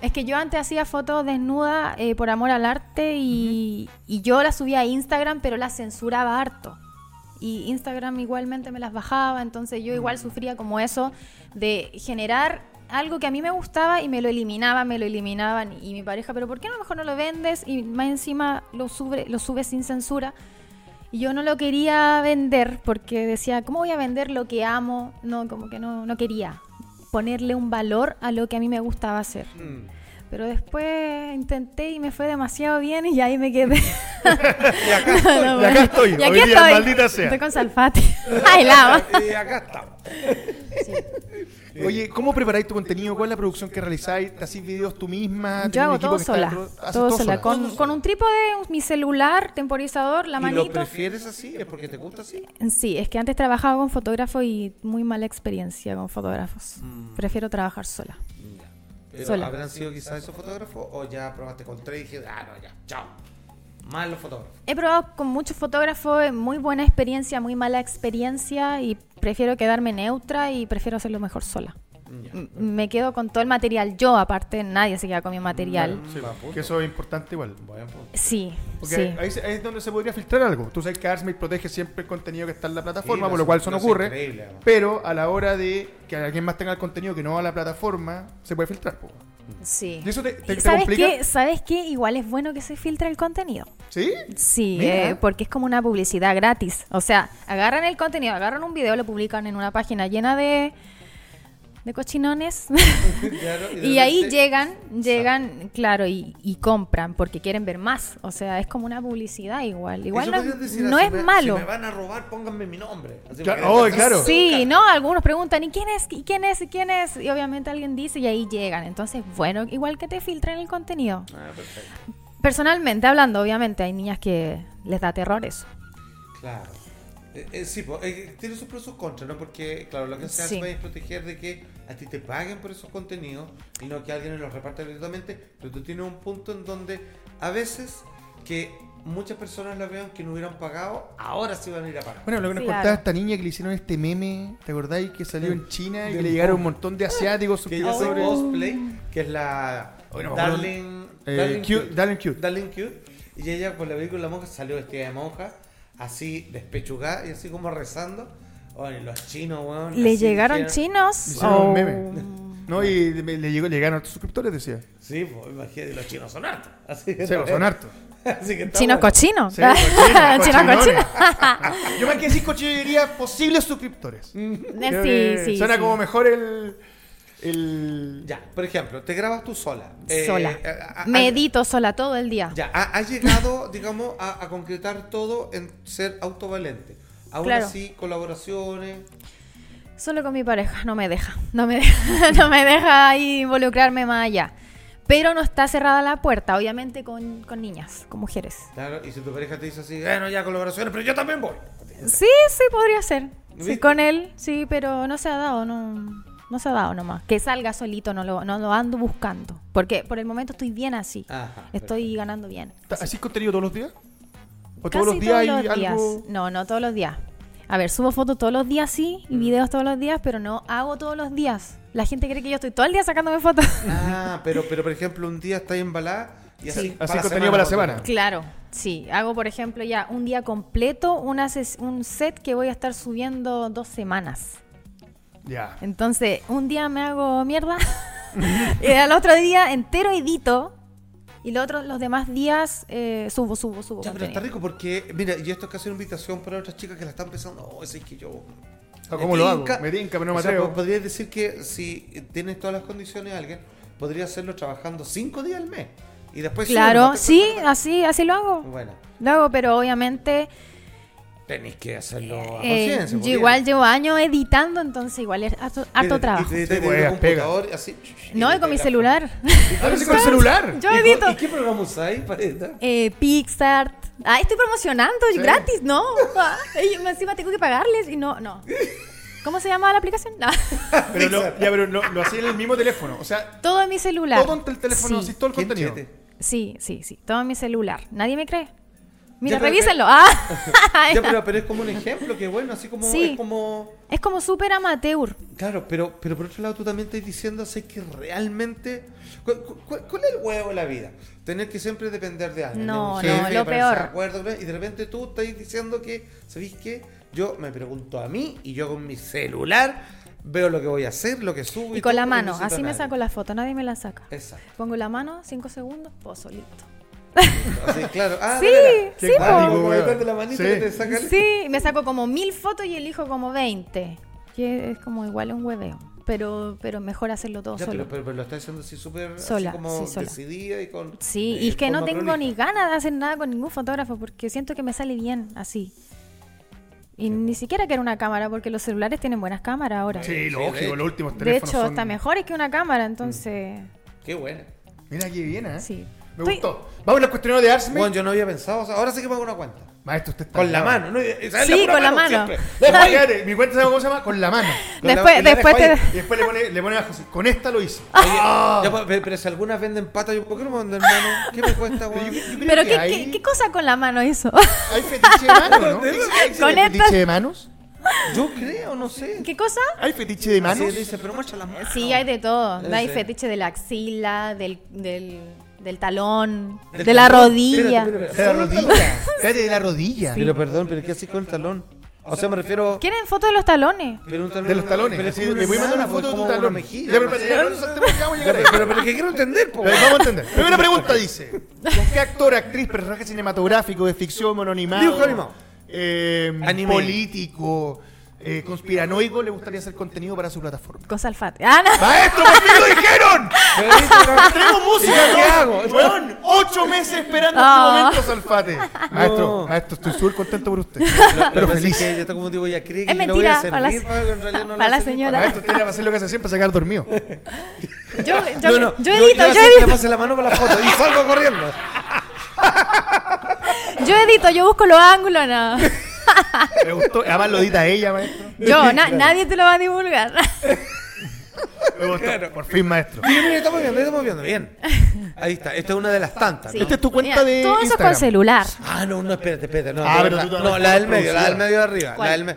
Es que yo antes hacía fotos desnuda eh, por amor al arte y, y yo las subía a Instagram, pero las censuraba harto. Y Instagram igualmente me las bajaba, entonces yo igual sufría como eso de generar algo que a mí me gustaba y me lo eliminaban, me lo eliminaban. Y mi pareja, pero ¿por qué no mejor no lo vendes? Y más encima lo, sube, lo subes sin censura. Y yo no lo quería vender porque decía, ¿cómo voy a vender lo que amo? No, como que no, no quería ponerle un valor a lo que a mí me gustaba hacer. Pero después intenté y me fue demasiado bien y ahí me quedé.
Y acá estoy.
No, no,
Y acá estoy,
Y
hoy
aquí
día,
estoy.
maldita sea.
Estoy con Salfate. (laughs) Ay, lava.
Eh,
Y acá estamos.
Eh,
Oye, ¿cómo preparáis tu contenido? ¿Cuál es la producción que realizáis? ¿Te hacís videos tú misma?
Yo
¿Tenés un
hago
eh, equipo
todo
que está
sola.
detrás? ¿Haces
Todo sola.
Todo
Con, con un trípode, un- mi celular, temporizador, la
¿Y lo
manito.
prefieres así? ¿Es porque te gusta así?
Sí, es que antes trabajaba con fotógrafo y muy mala experiencia con fotógrafos. Prefiero trabajar sola.
Pero,
Sola.
¿Habrán sido quizás esos fotógrafos o ya probaste con tres y dijiste, ah, no, ya, chao? Más los fotógrafos.
He probado con muchos fotógrafos, eh, muy buena experiencia, muy mala experiencia y prefiero quedarme neutra y prefiero hacerlo mejor sola. M- Me quedo con todo el material yo, aparte nadie se queda con mi material.
pues, Que eso es importante igual.
Sí,
Porque
sí.
ahí, se- ahí es donde se podría filtrar algo. Tú sabes que Artsmith protege siempre el contenido que está en la plataforma,
Sí,
por
lo
lo cual eso
hace- lo
no
hace
ocurre.
increíble, además.
Pero a la hora de que alguien más tenga el contenido que no va a la plataforma, se puede filtrar. po.
sí.
¿Y eso te, te- te
¿Sabes
complica?
qué? ¿Sabes qué? Igual es bueno que se filtre el contenido.
¿Sí?
Sí,
Mira.
eh, porque es como una publicidad gratis. O sea, agarran el contenido, agarran un video, lo publican en una página llena de,
(laughs)
de cochinones.
Claro, de
(laughs) y ahí
repente-
llegan, llegan, claro, y, y compran porque quieren ver más. O sea, es como una publicidad igual. Igual
Eso
no,
podrías
es-
decir,
no
así
es
me-
malo.
Si me van a robar, pónganme mi nombre. Así
Claro,
porque-
oh, claro.
Sí, no, algunos preguntan, ¿y quién es? ¿Y quién es? ¿Y quién es? Y obviamente alguien dice y ahí llegan. Entonces, bueno, igual que te filtren el contenido.
Ah, perfecto.
Personalmente hablando, obviamente, hay niñas que les da terror eso.
(laughs) Claro. Eh, eh, sí, po, eh, tiene sus pros y sus contras, ¿no? Porque, claro, lo que se hace
Sí.
es proteger de que a ti te paguen por esos contenidos y no que alguien los reparte gratuitamente, pero tú tienes un punto en donde a veces que muchas personas lo vean que no hubieran pagado, ahora sí van a ir a pagar.
Bueno, lo que nos
Claro.
contaba esta niña que le hicieron este meme, ¿te acordáis? Que salió en China y
Del
que le llegaron un montón de asiáticos.
Que ella hace
sobre-
cosplay, que es la
Oye, no me acuerdo.
Darling,
Eh, cute, Darling Cute.
Darling Cute. Y ella con la película La Monja salió vestida de monja, así despechugada y así como rezando. Oye, los chinos, weón.
¿Le
así
llegaron
dijeron-
chinos?
Hicieron
Oh.
un meme. No, y me- le llegó, le llegaron a tus suscriptores, decía.
Sí, pues imagínate, los chinos son hartos. (laughs) Así que,
Se va a sonar. harto.
Así que está
Chinos
bueno.
cochinos.
Sí,
(laughs)
cochinos,
Chinos cochinos.
Yo más que decir cochino, yo diría posibles suscriptores. Creo
Mm. Eh, Sí,
que
sí.
Suena
sí.
como mejor el. el...
Ya, por ejemplo, te grabas tú sola. Eh,
Sola. Me edito sola todo el día.
ah, Ya, ha- has llegado, (laughs) digamos, a, a concretar todo en ser autovalente. Aún
Claro.
así, colaboraciones.
(laughs) Solo con mi pareja, no me deja. No me deja, no me deja ahí involucrarme más allá. Pero no está cerrada la puerta, obviamente con, con niñas, con mujeres.
Claro, y si tu pareja te dice así, bueno, ya colaboraciones, pero yo también voy.
Sí, sí, podría ser. Sí,
¿Viste?
con él, sí, pero no se ha dado, no, no se ha dado nomás. Que salga solito, no lo, no lo ando buscando. Porque por el momento estoy bien así.
Ajá,
estoy ganando bien.
¿Así contenido todos los días? ¿O
Casi
todos los días hay algo?
No, no todos los días. A ver, subo fotos todos los días, sí,
Mm.
y videos todos los días, pero no hago todos los días. La gente cree que yo estoy todo el día sacándome fotos. (laughs)
Ah, (laughs) pero, pero por ejemplo, un día estáis embalada y así.
Sí.
Así contenido para la semana.
Claro, sí. Hago, por ejemplo, ya un día completo, una ses- un set que voy a estar subiendo dos semanas.
Ya.
Entonces, un día me hago mierda, (laughs) y al otro día entero edito, y los otros los demás días eh, subo, subo, subo.
Ya, pero está
contenido.
rico porque, mira, y esto es casi una invitación para otras chicas que la están pensando, oh, ese es que yo.
Ah,
me
¿cómo lo hago?
tinca".
Me tinca, pero no me
O sea,
atrevo.
po- podrías decir que si tienes todas las condiciones alguien, podría hacerlo trabajando cinco días al mes. Y después.
Claro,
subirlo.
sí, así, así lo hago.
Bueno,
Lo hago, pero obviamente
tenéis que hacerlo a
eh,
conciencia. po,
yo igual llevo años editando, entonces igual es harto,
Mira,
harto
y
trabajo.
te- te-
Sí,
te-
pues,
te-
pega.
computador, así,
No, y
te-
con mi
te- (laughs)
celular.
(laughs) Ahora sí con el celular.
(laughs) Yo
¿Y co-
edito.
¿Y qué programa usáis para editar?
Eh, Pixar. Ah, estoy promocionando, y gratis, ¿no? (laughs) Ah, y encima tengo que pagarles y no, no. ¿Cómo se llama la aplicación? No. (laughs)
Pero lo, ya, pero lo, lo hacía en el mismo teléfono. O sea,
Todo en mi celular.
todo en el teléfono,
Sí,
así todo el
Qué
contenido.
chete.
sí, sí, sí, todo en mi celular. Nadie me cree. Mira,
Ya, pero-
revísenlo.
(laughs)
Ya,
Ah.
pero, pero es como un ejemplo, que bueno, así como.
Sí.
Es como
es como súper amateur.
Claro, pero, pero por otro lado tú también estás diciendo sé que realmente... ¿cu- cu- cu- ¿Cuál, es el huevo de la vida? Tener que siempre depender de alguien.
No,
de un
no, lo
para estar de
peor.
acuerdo, ¿no? y de repente tú estás diciendo que, ¿sabéis qué? Yo me pregunto a mí y yo con mi celular veo lo que voy a hacer, lo que subo.
Y con la
todo, porque
mano.
no necesito
Así
a
me
nadie.
saco la foto, nadie me la saca.
Exacto.
Pongo la mano, cinco segundos, pozo, listo.
Así, claro. Ah,
Sí,
mira,
sí,
ah,
po.
como meterte la manita
Sí.
que te saca el-
Sí, me saco como mil fotos y elijo como 20. Que es como igual un hueveo. Pero, pero mejor hacerlo todo
Ya,
solo.
pero, pero- pero lo estás haciendo así súper así
Sola,
como
sí, sola.
decidida y con...
Sí,
eh,
y es que no
forma
tengo ni
prolija.
ganas de hacer nada con ningún fotógrafo porque siento que me sale bien así. Y
pues.
ni siquiera quiero una cámara porque los celulares tienen buenas cámaras ahora.
Sí,
de hecho.
lógico, los últimos
de
teléfonos.
hecho,
son-
hasta mejores que una cámara, entonces.
Qué buena.
Mira qué bien, ¿eh?
Sí.
Me
Estoy-
gustó. Vamos al cuestionario de Arsme.
Bueno, yo no había pensado, o sea, ahora sí que me hago una cuenta.
Maestro, usted está.
Con la
bravo.
mano, ¿no? Y- y sale
Sí,
pura
con la mano.
siempre.
No, fíjate, mi cuenta sabe cómo se llama con la mano.
Con la-
Después-
y la
después
dejo ahí.
te-
Y después le pone, le pone abajo así, Con esta lo hice.
Ya, pues, pero, pero si algunas venden patas, yo, ¿por qué no me venden mano? ¿Qué me cuesta, weón?
(laughs) Pero, ¿qué,
hay,
qué, qué cosa con la mano eso? (laughs)
hay fetiche de mano, ¿no? (laughs)
¿De verdad?
Con
¿Hay
estas-
fetiche de manos?
Yo creo, no sé.
¿Qué cosa?
¿Hay fetiche de
Así
manos?
le dice, pero muestra la mano.
Sí, hay de todo.
Ese.
Hay fetiche de la axila, del, del, del talón,
Del
de la
talón.
rodilla.
Espérate,
De
espérate,
la rodilla. Espérate, de la rodilla.
Pero perdón, pero ¿qué haces con el talón? O sea, me refiero.
¿Quieren fotos de los talones?
Pero un talón-
De los talones.
Pero es
así,
como
le voy a mandar una
enana,
foto de
como
tu
una
talón.
mejilla,
Ya, pero,
no sé.
espérate, ya, no saltemos, ya vamos a llegar ahí.
Pero, pero, ¿qué quiero entender, po?
Pero vamos a entender. Primera pregunta dice: ¿Con qué actor, actriz, personaje cinematográfico, de ficción, mononimado,
Dibujo animado.
eh,
Anime.
político, eh, conspiranoico le gustaría hacer contenido para su plataforma?
Con salfate. Ah, no.
(laughs)
¡Maestro, por fin lo dijeron! (laughs) ¡Tenemos música!
¿Y qué hago?
Weón, ¡Ocho meses esperando
Ah.
este momento, Salfate! Maestro, maestro, estoy súper contento por usted. Pero feliz.
Es, que yo tengo como tipo, ya cree que
Es
yo lo voy a
mentira,
servir,
para la-
pa, que en realidad no
para
lo
la
hace ni
señora.
para-
Maestro, usted le va a hacer lo que hace siempre, sacar dormido.
Yo, yo,
No, no,
yo edito, yo,
así que
edito,
pase la mano con la foto y salgo corriendo.
yo edito, yo busco los ángulos,
(laughs)
no.
Me gustó. Además lo edita ella, maestro.
Yo, na- nadie te lo va a divulgar. (laughs)
Me gustó. Por fin, maestro.
Mira, mira, estamos viendo, estamos viendo, bien.
(laughs)
Ahí está, esta es una de las tantas. ¿no?
Este-
Esta es tu cuenta
Mira,
de
Todo eso
Instagram.
con celular.
Ah, no, no, espérate, espérate. No,
Ah,
no,
pero
la,
tú
no,
también
la del
estás
medio, la del
producida.
medio de arriba.
¿Cuál?
La del me-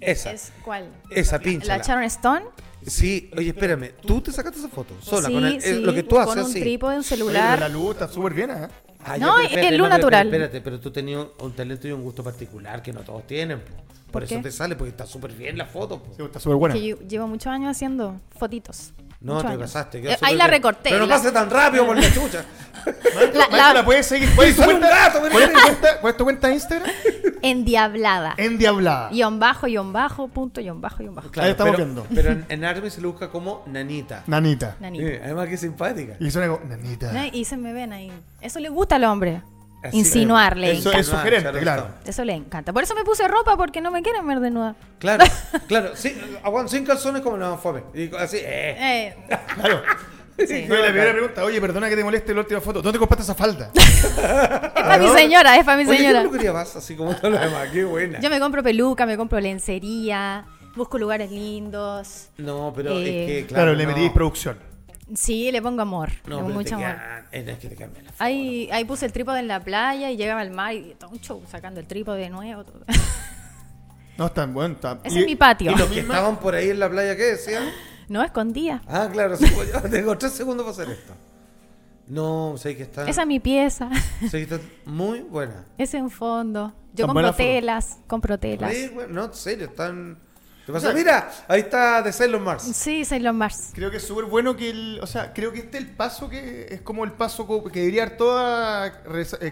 esa,
Es, ¿Cuál?
esa pincha.
¿La Sharon Stone?
Sí, oye, espérame, tú te sacaste esa foto sola
sí,
con el- eh,
sí,
lo que tú haces
con un
así.
trípode, un
Oye, pero la
celular.
luz está súper bien, ¿eh?
Ah,
No,
pero
es luz
pero
natural.
Espérate, pero tú tenías un talento y un gusto particular que no todos tienen. po. Por,
¿Por
eso
qué?
te sale, porque está súper bien la foto. po.
Sí, está súper buena.
Que yo llevo muchos años haciendo fotitos.
No,
Muchos
te
años.
pasaste. quedó
Eh,
súper
Ahí la
bien.
recorté.
Pero no
la-
pase tan rápido por la chucha.
la-
Maestro,
la-
la puedes seguir. ¿Cuál es tu
Soy un
cuenta?
gato,
¿Cuál es tu cuenta? ¿Cuál es tu cuenta de Instagram?
endiablada.
Endiablada.
Guión bajo, guión bajo, punto, guión bajo, guión bajo.
Ahí estamos
pero,
viendo.
Pero en, en Army se lo busca como nanita.
Nanita.
Nanita.
Eh, además que es simpática.
Y suena como, nanita.
¿No? Y se me ven ahí. Eso le gusta al hombre.
Así,
Insinuar, le
Eso
encanta.
es sugerente,
Claro,
claro.
está.
Eso le encanta. Por eso me puse ropa porque no me quieren ver desnuda.
Claro, claro. (laughs) Sí, aguanto sin calzones como no, fome. Y así, eh.
Eh,
Claro.
Sí.
No, y la primera pregunta, oye, perdona que te moleste la última foto. ¿Dónde compraste esa falda?
Es para mi señora, es para mi
Oye, ¿qué
señora.
peluquería vas? Así como todo lo demás. Qué buena.
Yo me compro peluca, me compro lencería, busco lugares lindos.
No, pero
Eh,
es que,
Claro,
claro,
le
no.
metí producción.
Sí, le pongo amor, le
No,
pongo
pero te
mucho amor.
quedan- eh, no, es que te cambian la foto.
Ahí, ahí puse el trípode en la playa y llegaba al mar y todo un show sacando el trípode de nuevo. todo.
No, está bueno. Está...
(laughs) Ese es mi patio.
¿Y los que estaban por ahí en la playa qué decían?
No escondía.
Ah, claro, sí, pues, ya (laughs) tengo tres segundos para hacer esto. No, sé que está,
Esa es mi pieza.
sé que está muy buena.
Ese es un fondo. Yo
Tan buena
compro
foto.
telas, compro telas.
Sí, bueno, no, en serio, están... ¿Qué pasa? Mira, ahí está The Sailor Mars.
Sí, Sailor Mars.
Creo que es súper bueno que el. O sea, creo que este es el paso que es como el paso co- que debería dar todo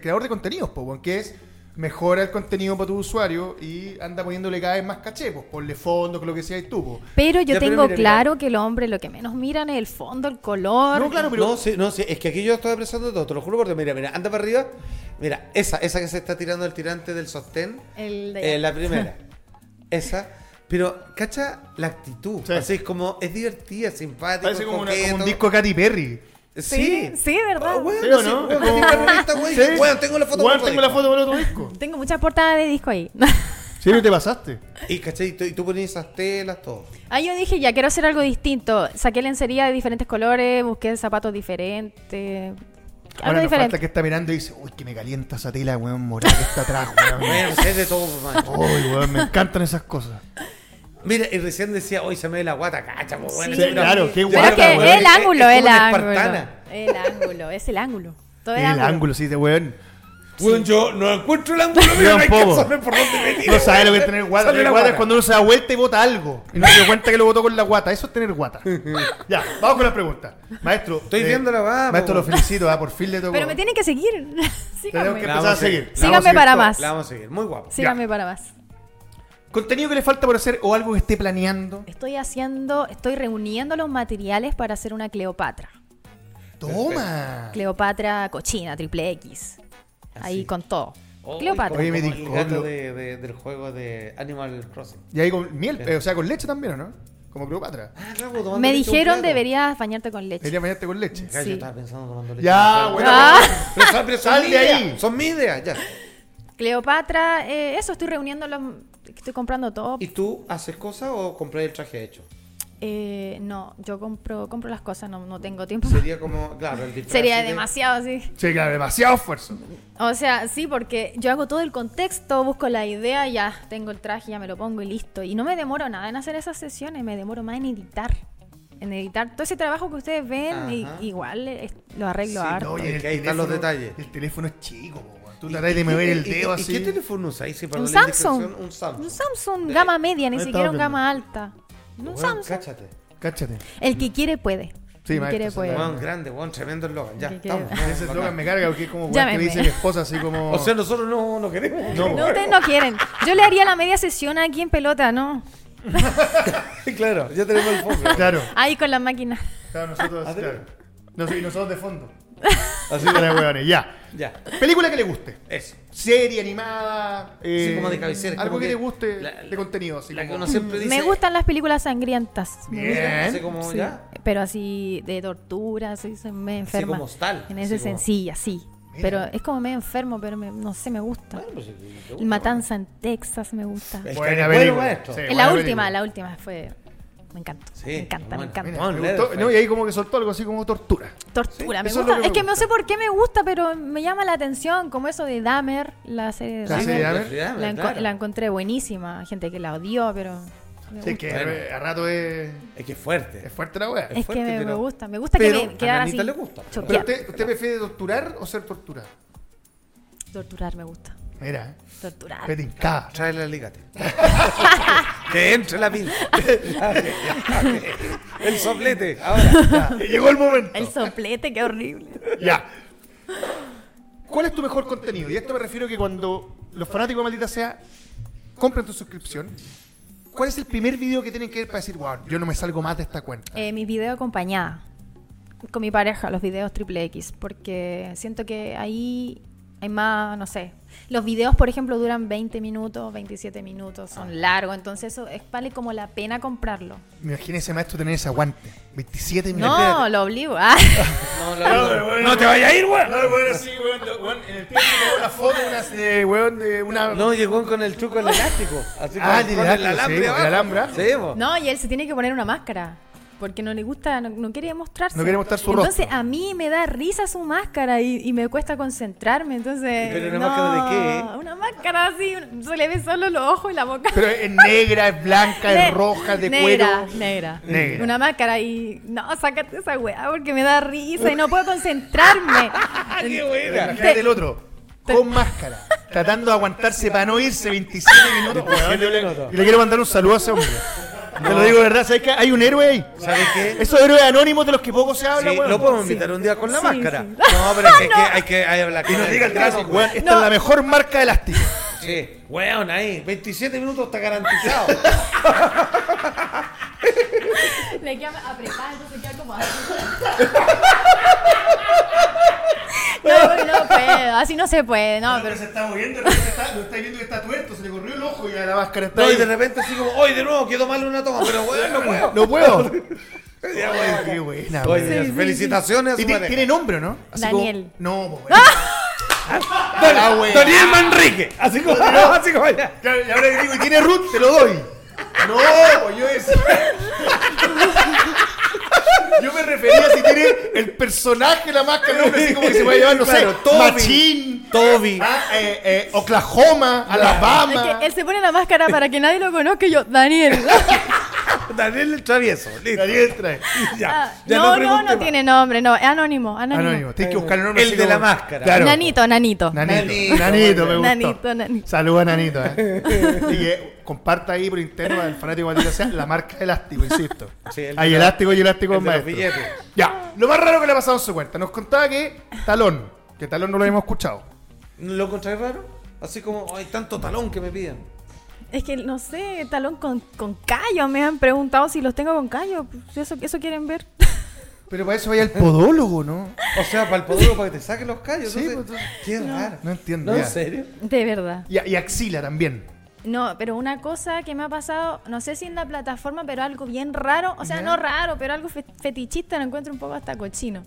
creador de contenidos, po, weón, que es mejora el contenido para tu usuario y anda poniéndole cada vez más caché, pues ponle fondo, con lo que sea y tú, po.
Pero yo
Ya, pero
tengo
mira, mira.
claro que los hombres lo que menos miran es el fondo, el color.
No, claro, pero.
No, sí, no, sí, es que aquí yo estoy pensando todo, te lo juro, porque mira, mira, anda para arriba. Mira, esa, esa que se está tirando el tirante del sostén.
El de-
eh, la primera. esa. Pero, cacha la actitud.
Sí.
Así es como, es divertida, simpática.
Parece como, una- como un
coqueto.
disco de Katy Perry.
Sí,
Sí, sí, ¿verdad?
Ah, weón,
¿Sí o
sí,
no?
weón,
Es como-
tengo la revista, weón,
Sí.
weón, tengo la foto
Weón,
con
tengo la
disco.
foto para otro disco.
Tengo muchas portadas de disco ahí. (laughs)
Sí, no te pasaste.
Y cachai, y tú- y tú ponías esas telas, todo.
ahí yo dije, ya quiero hacer algo distinto. Saqué lencería de diferentes colores, busqué zapatos diferentes. Algo
Ahora nos falta
diferente.
el que está mirando y dice, uy, que me calienta esa tela, weón, morada que está atrás,
(laughs)
weón.
Bueno, sé de todo, man.
Uy, weón, me encantan esas cosas.
Mira, y recién decía, hoy se me ve la guata, cacha, pues, po, weón.
Sí,
Era-
claro, qué
Yo
Pero
guata,
es
era-
que
weón.
el ángulo,
es
el
como una
ángulo.
espartana.
El ángulo, es el ángulo. Todo
El ángulo, sí, de weón.
Weón, yo no encuentro el ángulo,
(laughs) Yo
mira, no hay que
tampoco.
saber por dónde me tiro,
No sabe lo que es
weón.
tener guata.
Sale
Tener
la
guata es
guata.
cuando uno se da vuelta y bota algo. Y no se dio cuenta que lo botó con la guata. Eso es tener
(laughs)
guata. Ya, vamos con las preguntas. Maestro. eh,
Estoy viendo la va,
Maestro,
po.
lo felicito, ah, por fin le tocó.
Pero me tienen que seguir. (laughs)
Tenemos que
La
Síganme.
empezar a
vamos a
seguir.
seguir.
La vamos a
Síganme
seguir.
para más.
La vamos a seguir, muy guapo.
Síganme para más.
Contenido que le falta por hacer o algo que esté planeando.
Estoy haciendo, estoy reuniendo los materiales para hacer una Cleopatra.
Toma.
Cleopatra cochina, triple X. Ahí
Así.
con todo.
Oh,
Cleopatra.
como-
Oye, me
como
dijo,
El gato
lo-
de- de- del juego de Animal Crossing.
Y ahí con miel, eh, o sea, con leche también, ¿o no? Como Cleopatra.
Ah, claro, tomando
Me
leche un
dijeron
plato.
deberías bañarte con leche.
Debería bañarte con leche.
Ya,
Sí.
Yo estaba pensando tomando leche.
Ya,
Pero-
bueno,
Ah.
Pero, son- pero son
Sal
mi
de
idea,
ahí.
Son mi idea, ya.
Cleopatra, eh, eso estoy reuniendo los, estoy comprando todo.
¿Y tú haces cosas o compras el traje hecho?
Eh, no, yo compro, compro las cosas, no, no tengo tiempo.
Sería como, claro, el disfraz
(laughs) Sería
así de-
demasiado, sí.
Sí, claro, demasiado esfuerzo.
O sea, sí, porque yo hago todo el contexto, busco la idea, ya tengo el traje, ya me lo pongo y listo. Y no me demoro nada en hacer esas sesiones, me demoro más en editar. En editar todo ese trabajo que ustedes ven, y-
Ajá.
igual eh, es- lo arreglo
Sí,
harto.
no, y ahí están los detalles.
El teléfono es chico, po, weón. Tú
¿Y-
tratás
y
de
qué-
mover
y-
el
y-
dedo
y
así.
qué teléfono usáis? Si para
Un
la
Samsung.
indiscreción, Un Samsung.
Un Samsung gama media, ni
Ahí
siquiera
estamos
un gama alta. Un
Weón,
Samsung.
Cáchate.
Cáchate.
El que quiere puede.
Sí,
el que
maestro,
quiere
se
puede.
Weón, grande, weón, tremendo eslogan. Ya,
Que
estamos.
quede.
no,
Ese
bacán.
eslogan me carga porque es como weón, que
Llámeme.
le dice mi esposa así como.
O sea, nosotros no, no queremos.
No,
No, ustedes no quieren. Yo le haría la media sesión aquí en pelota, ¿no?
(laughs) claro, ya tenemos el foco.
Claro,
Ahí con la máquina.
claro, nosotros.
Adri-
claro. Nos- y nosotros de fondo.
Así
Cara
que,
de weones, ya.
ya,
Película que le guste.
eso.
Serie animada. eh,
Sí, como de cabecera,
Algo
como
que,
que
le guste
la-
de contenido. Así
La que
como- Mm.
uno siempre dice.
Me gustan las películas sangrientas. Me
Bien.
gustan.
Así como,
Sí,
ya.
pero así de tortura, así se me enferma.
como hostal,
En
así
ese
como-
sencilla, sí. Pero es como me enfermo, pero me- no sé, me gusta.
pues,
El Matanza en Texas me gusta.
Es que
Buena
es bueno
película.
esto.
Sí,
En
En
buena
la
película.
última, la última fue. Me encanta.
Sí,
me encanta, me
bueno,
encanta.
bueno.
Me gustó, no, y ahí como que soltó algo así como tortura.
Tortura, me
eso es
gusta.
lo que
es
me
que no
gusta.
sé por qué me gusta, pero me llama la atención, como eso de Dahmer, la serie de
La
Dahmer.
serie de Dahmer.
La, enco- la encontré buenísima. Hay gente que la odió, pero. me
Sí,
gusta.
que
Bueno.
eh, a rato es,
Es que es
es
fuerte.
fuerte la wea.
es
es que
fuerte,
me, me
pero-
gusta. Me gusta
pero
que me
a
quedara
Nanita
así.
le gusta.
choqueada.
¿Pero usted, usted prefiere torturar o ser torturado?
Torturar me gusta.
Mira, eh,
Ah. (laughs)
Torturar.
petincada.
Trae la
(laughs)
lígate. que entre la pinza. (laughs) el soplete. Ahora.
Llegó el momento.
El soplete, qué horrible.
(laughs) Ya. ¿Cuál es tu mejor contenido? Y a esto me refiero que cuando los fanáticos de Maldita Sea compran tu suscripción, ¿cuál es el primer video que tienen que ver para decir, wow, yo no me salgo más de esta cuenta?
Eh, mi video acompañada. Con mi pareja, los videos triple X. Porque siento que ahí Hay más, no sé. Los videos, por ejemplo, duran 20 minutos, 27 minutos, son largos, entonces eso es- vale como la pena comprarlo.
Imagínese, maestro, tener ese aguante. 27 minutos.
No, lo obligo. (laughs) Ah.
No, la verdad.
no te vayas a ir, weón.
No, bueno, sí, weón, lo- weón, en el tiempo tengo una foto, unas, eh, weón, de una...
No, llegó con el truco del elástico. Así
Ah,
con,
el
con
elástico, sí, ah.
abajo.
el alambra.
Sí, po.
No, y él se tiene que poner una máscara. Porque no le gusta, no, no quiere mostrarse.
No quiere mostrar su
Entonces a mí me da risa su máscara y, y me cuesta concentrarme. Entonces.
¿Pero una
no,
máscara de qué?
Una máscara así, un- se le ve solo los ojos y la boca.
Pero es negra, es blanca,
Ne-
es roja, es de
negra,
cuero.
Negra,
Negra.
Una máscara y. No, sácate esa weá porque me da risa y no puedo
(laughs)
concentrarme.
¡Qué buena!
Imagínate el otro. Con
(laughs)
máscara. Tratando de aguantarse para no irse 27 minutos. weón. Yo le- Y le quiero mandar un saludo a ese hombre. Te lo digo de verdad, ¿sabes qué? Hay un héroe ahí.
¿Sabes qué?
Esos héroes anónimos de los que poco se habla,
Sí,
weón.
lo podemos
Sí.
invitar un día con la
Sí,
máscara.
sí. Ah,
No, pero es que, que hay que hay hablar con
Y nos
él.
diga el tráfico, weón. Esta
No.
es la mejor marca de elástico.
Sí, weón, ahí. 27 minutos está
(laughs)
garantizado.
Le queda apretada, entonces queda como así.
(laughs)
No, no puedo, así no se puede, no, pero
Ah, se está moviendo, lo está, lo está viendo que está tuerto, se le corrió el ojo y ya la máscara está
No, y de
ahí.
repente así como, hoy de nuevo quedó mal una toma, pero weón, no puedo.
No
(laughs)
puedo. Qué buena,
pues. Oye,
weón.
felicitaciones a
Y
su
ti-
pareja.
tiene nombre, ¿no?
Daniel.
Como, no, po,
(laughs)
weón.
Don-
Ah, weón.
Daniel Manrique. Así como, así como allá.
Claro, y ahora que digo, y tiene Ruth, te lo doy. No, pues yo decía. Yo me refería a si tiene el personaje, la máscara, el nombre, así como que se va a llevar, no
Claro,
sé,
Toby.
Machín,
Toby.
ah, eh, eh, Oklahoma,
es
Alabama.
que él se pone la máscara para que nadie lo conozca y yo, Daniel.
Ah, Daniel el travieso. Listo.
Daniel trae.
Ah,
(laughs) Ya, ya
no, no,
pregunte
no,
más.
tiene nombre, no, es anónimo, anónimo.
Anónimo, tienes que buscar el nombre.
El
así
de la
como-
máscara.
Claro.
Nanito, nanito.
Nanito,
Nanito,
Nanito, me gustó.
Nanito, Nanito.
Saludos a Nanito, ¿eh?
(laughs)
Y que comparta ahí por interno al fanático de Matías Sea la marca Elástico, insisto.
Sí, el de
Hay
la-
elástico y elástico
el
en
de los
maestro.
billetes.
Ya, lo más raro que le ha pasado en su cuenta. Nos contaba que Talón, que Talón no lo habíamos escuchado.
¿Lo encontré raro? Así como, hay tanto talón que me piden.
Es que no sé, talón con, con callo, me han preguntado si los tengo con callo. pues, Eso, eso quieren ver.
Pero para eso vaya el podólogo, ¿no?
O sea, para el podólogo, para que te saquen los callos.
Sí,
no sé.
pues, tú-
Qué raro.
no entiendo,
¿No,
ya.
en serio?
(laughs) De verdad.
Y, y axila también.
No, pero una cosa que me ha pasado, no sé si en la plataforma, pero algo bien raro, o sea, no raro, pero algo fe- fetichista, lo encuentro un poco hasta cochino.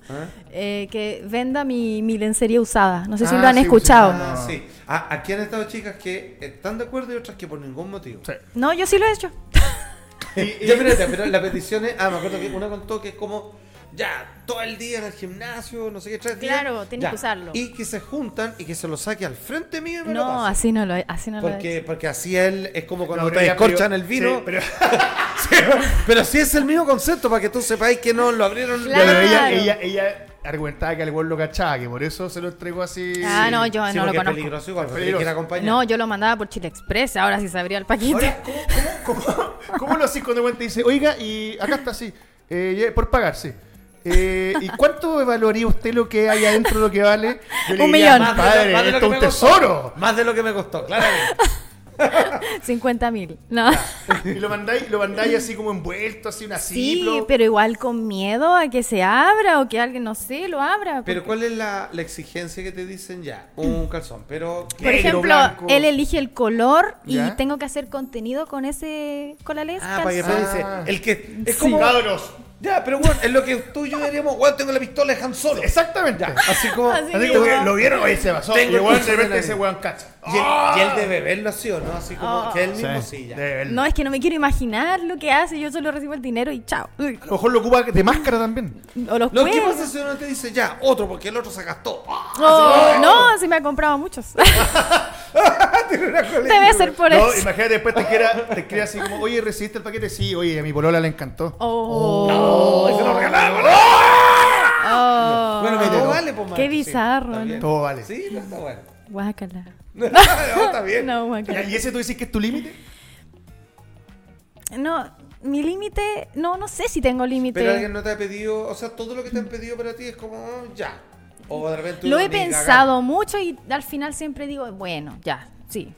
Eh, que venda mi, mi lencería usada. No sé si
Ah,
lo han
sí,
escuchado.
usada.
Ah, sí. A- aquí han estado chicas que están de acuerdo y otras que por ningún motivo.
Sí.
No, yo sí lo he hecho.
(laughs)
(laughs) Ya, espérate, pero la petición es. Ah, me acuerdo que una contó que es como. Ya, todo el día en el gimnasio, no sé qué, tres días.
Claro, tenés
ya.
que usarlo.
Y que se juntan y que se lo saque al frente mío y me lo
No,
pase.
así no lo he, así no lo he hecho.
Porque, porque así él es como cuando
No, pero
te
ya, pero-
escorchan el vino.
sí,
pero...
pero-
(laughs) sí es el mismo concepto, para que tú sepáis que no lo abrieron.
Claro.
Pero ella, ella, ella argumentaba que el weón lo cachaba, que por eso se lo entregó así.
Ah, no, yo
Sí,
no lo
porque es
conozco.
peligroso igual, porque
Peligroso.
tiene que ir acompañado.
No, yo lo mandaba por Chile Express, ahora sí se abría el paquete. (laughs)
Ahora, ¿cómo, cómo, cómo- cómo lo haces cuando alguien te dice, oiga, y acá está así, eh, ya- por pagar, sí. Eh, ¿Y cuánto evaluaría usted lo que hay adentro, lo que vale? Yo le
Un
diría,
millón.
Padre,
más de
esto
lo
es un
que me costó.
tesoro.
Más de lo que me costó, claramente.
50 mil. No. (laughs)
Y lo mandáis, lo mandáis así como envuelto, así una
Sí,
ciplo.
pero igual con miedo a que se abra o que alguien, no sé, lo abra.
Pero
porque-
¿cuál es la, la exigencia que te dicen ya? Un calzón, pero...
por
negro,
ejemplo,
blanco.
él elige el color y
¿Ya?
tengo que hacer contenido con ese, con la ley.
Ah, para que
calzón.
dice, el que... Es
Sí.
como...
Cabros.
Ya, pero bueno, es lo que tú y yo diríamos, bueno, tengo la pistola de Han
(laughs)
Solo.
Exactamente.
Así como...
Así
Así
que
como que
yo-
lo vieron ahí se pasó.
Tengo
y igual
el
de repente
tesoro.
ese weón cacha.
Y, el, y el de beberlo así, ¿o no? Así como
Ah.
que él Oh, mismo sí,
Sí,
ya.
de verdad.
No, es que no me quiero imaginar lo que hace, yo solo recibo el dinero y chao. (laughs) Uy,
A lo mejor lo ocupa de máscara también.
O los
No, ¿qué
cuernos.
pasa si uno te dice ya, otro, porque el otro se gastó? (laughs) ¡Ah!
Oh, no, se me ha comprado muchos. (laughs) Debe ser (laughs) por
no,
eso.
imagínate después te quiera, te quiera así como, oye, ¿recibiste el paquete? Sí, oye, a mi polola le encantó.
Oh,
¡Se lo regalaron!
oh.
Bueno, pero todo vale, pues,
Qué
Marco, sí,
bizarro,
está
¿no?
bien.
Todo vale.
Sí, no, está bueno.
Guácala.
(laughs) No, está bien.
No, guácala.
¿Y ese tú dices que es tu límite?
No, mi límite, no, no sé si tengo límite.
Pero alguien no te ha pedido, o sea, todo lo que te han pedido para ti es como oh, ya. O de repente
Lo
uno
he
ni cagar.
pensado mucho y al final siempre digo, bueno, ya, sí.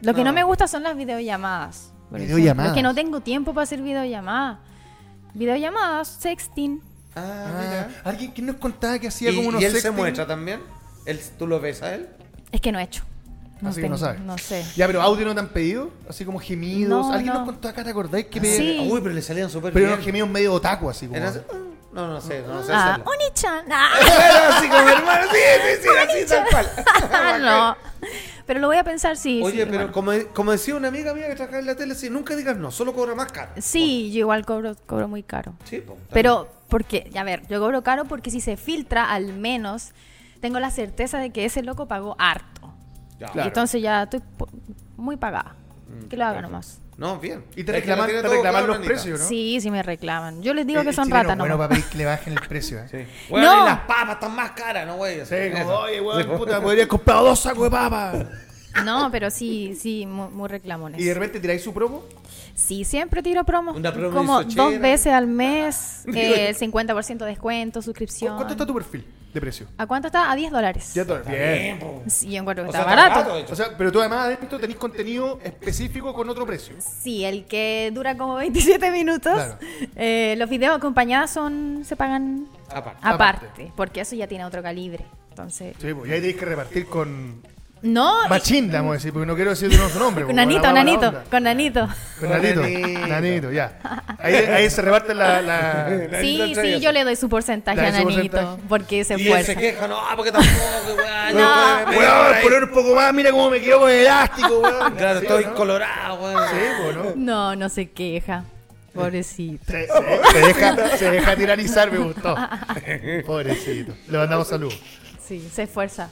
Lo que no,
No.
me gusta son las videollamadas. por ejemplo,
Videollamadas.
Porque no tengo tiempo para hacer videollamadas. Videollamadas, sexting.
Ah, mira. Ah,
Ah,
alguien que nos contaba que hacía
¿Y,
como unos
y él se
sexting?
muestra también? Él, ¿Tú lo ves a él?
Es que no he hecho. No
Así que
tengo,
no sabes.
No sé.
Ya, pero audio no te han pedido, así como gemidos.
No,
Alguien
no.
nos contó acá, ¿te acordáis? Que me-
Sí.
Uy, pero le salían súper
Pero
bien.
unos gemidos medio otaku, así como.
Era así, "Oh, No, no sé, no sé (laughs)
Ah,
hacerlo.
Oni-chan.
Era así como hermano, sí, sí, sí, así tal
Ah, (laughs)
cual. (laughs)
no. Pero lo voy a pensar, sí. sí,
Oye, pero
bueno.
como, como decía una amiga mía que trabajaba en la tele, sí, nunca digas no, solo cobra más caro.
Sí, yo igual cobro, cobro muy caro.
Sí, po, está
Pero, porque, a ver, yo cobro caro porque si se filtra, al menos tengo la certeza de que ese loco pagó harto.
bien. Ya.
Claro. Mm.
Entonces ya estoy po- muy pagada. Que lo haga nomás.
No, bien.
Y te
Es que la
reclaman,
tiene
te
todo
reclaman
claro,
los
Anita.
precios, ¿no?
Sí, sí me reclaman. Yo les digo
Eh,
que
el
son
chileno,
ratas
Bueno,
nomás.
para pedir que le bajen el precio. ¿eh?
Sí. Bueno,
No.
y las papas están más caras, no, güey.
Sí, como,
Eso.
oye, weón, puta, podría haber comprado dos sacos de papa.
(laughs) (laughs) No, pero sí, sí, mu- muy, reclamones.
Y de repente tiráis su promo.
Sí, siempre tiro promos.
Una promo
como
disochera.
dos veces
(laughs)
al mes, eh, el 50% de descuento, suscripción.
¿Cuánto está tu perfil de precio?
¿A cuánto está? A 10 dólares.
Ya todo. Bien.
Sí, yo encuentro que
O
está
sea,
barato.
barato, de hecho.
O sea, pero tú además adentro tenés contenido específico con otro precio.
Sí, el que dura como (laughs) 27 minutos.
Claro.
Eh, los videos acompañados son se pagan
Aparte.
aparte,
Aparte.
porque eso ya tiene otro calibre. Entonces,
Sí, pues, y ahí tenéis que repartir
(laughs)
con
no,
Machinda, vamos a decir, porque no quiero decir no su nombre.
con
porque la
Nanito,
mala
Nanito,
onda.
con Nanito.
Con Nanito,
Nanito.
Nanito, ya. Ahí, ahí se reparten la, la-
Nanito
Sí,
Estrella.
sí, yo le doy su porcentaje
Dale
a
su
Nanito,
porcentaje.
porque se
Y él se
esfuerza.
queja, no, porque tampoco, weón.
No.
Weón, poner un poco más, mira cómo me quedo con el elástico, weón. (laughs)
Claro,
Sí,
estoy
¿no?
colorado, weón.
Sí, pues, ¿no?
No, no se queja. Pobrecito.
Se, se- se deja, se deja tiranizar, me gustó. Pobrecito. Le mandamos saludos.
Sí, se esfuerza.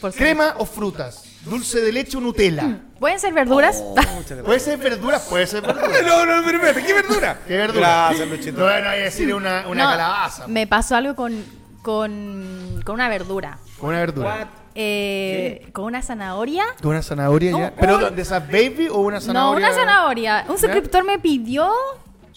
Por su-
Crema o frutas. Dulce de leche o Nutella.
¿Pueden ser verduras?
Oh, Puede ser verduras, puede ser (laughs) verduras.
No, no, pero espérate, (laughs) ¿qué verdura?
¿Qué verdura?
Gracias, Luchito.
No, no hay que decir una, una
(laughs) No,
calabaza.
Me pasó algo con, con, con una verdura.
Con una verdura.
Eh, con una zanahoria.
Con una zanahoria
No,
ya. ¿Pero
un-
de esas baby o una zanahoria?
No, una zanahoria. Un suscriptor me pidió.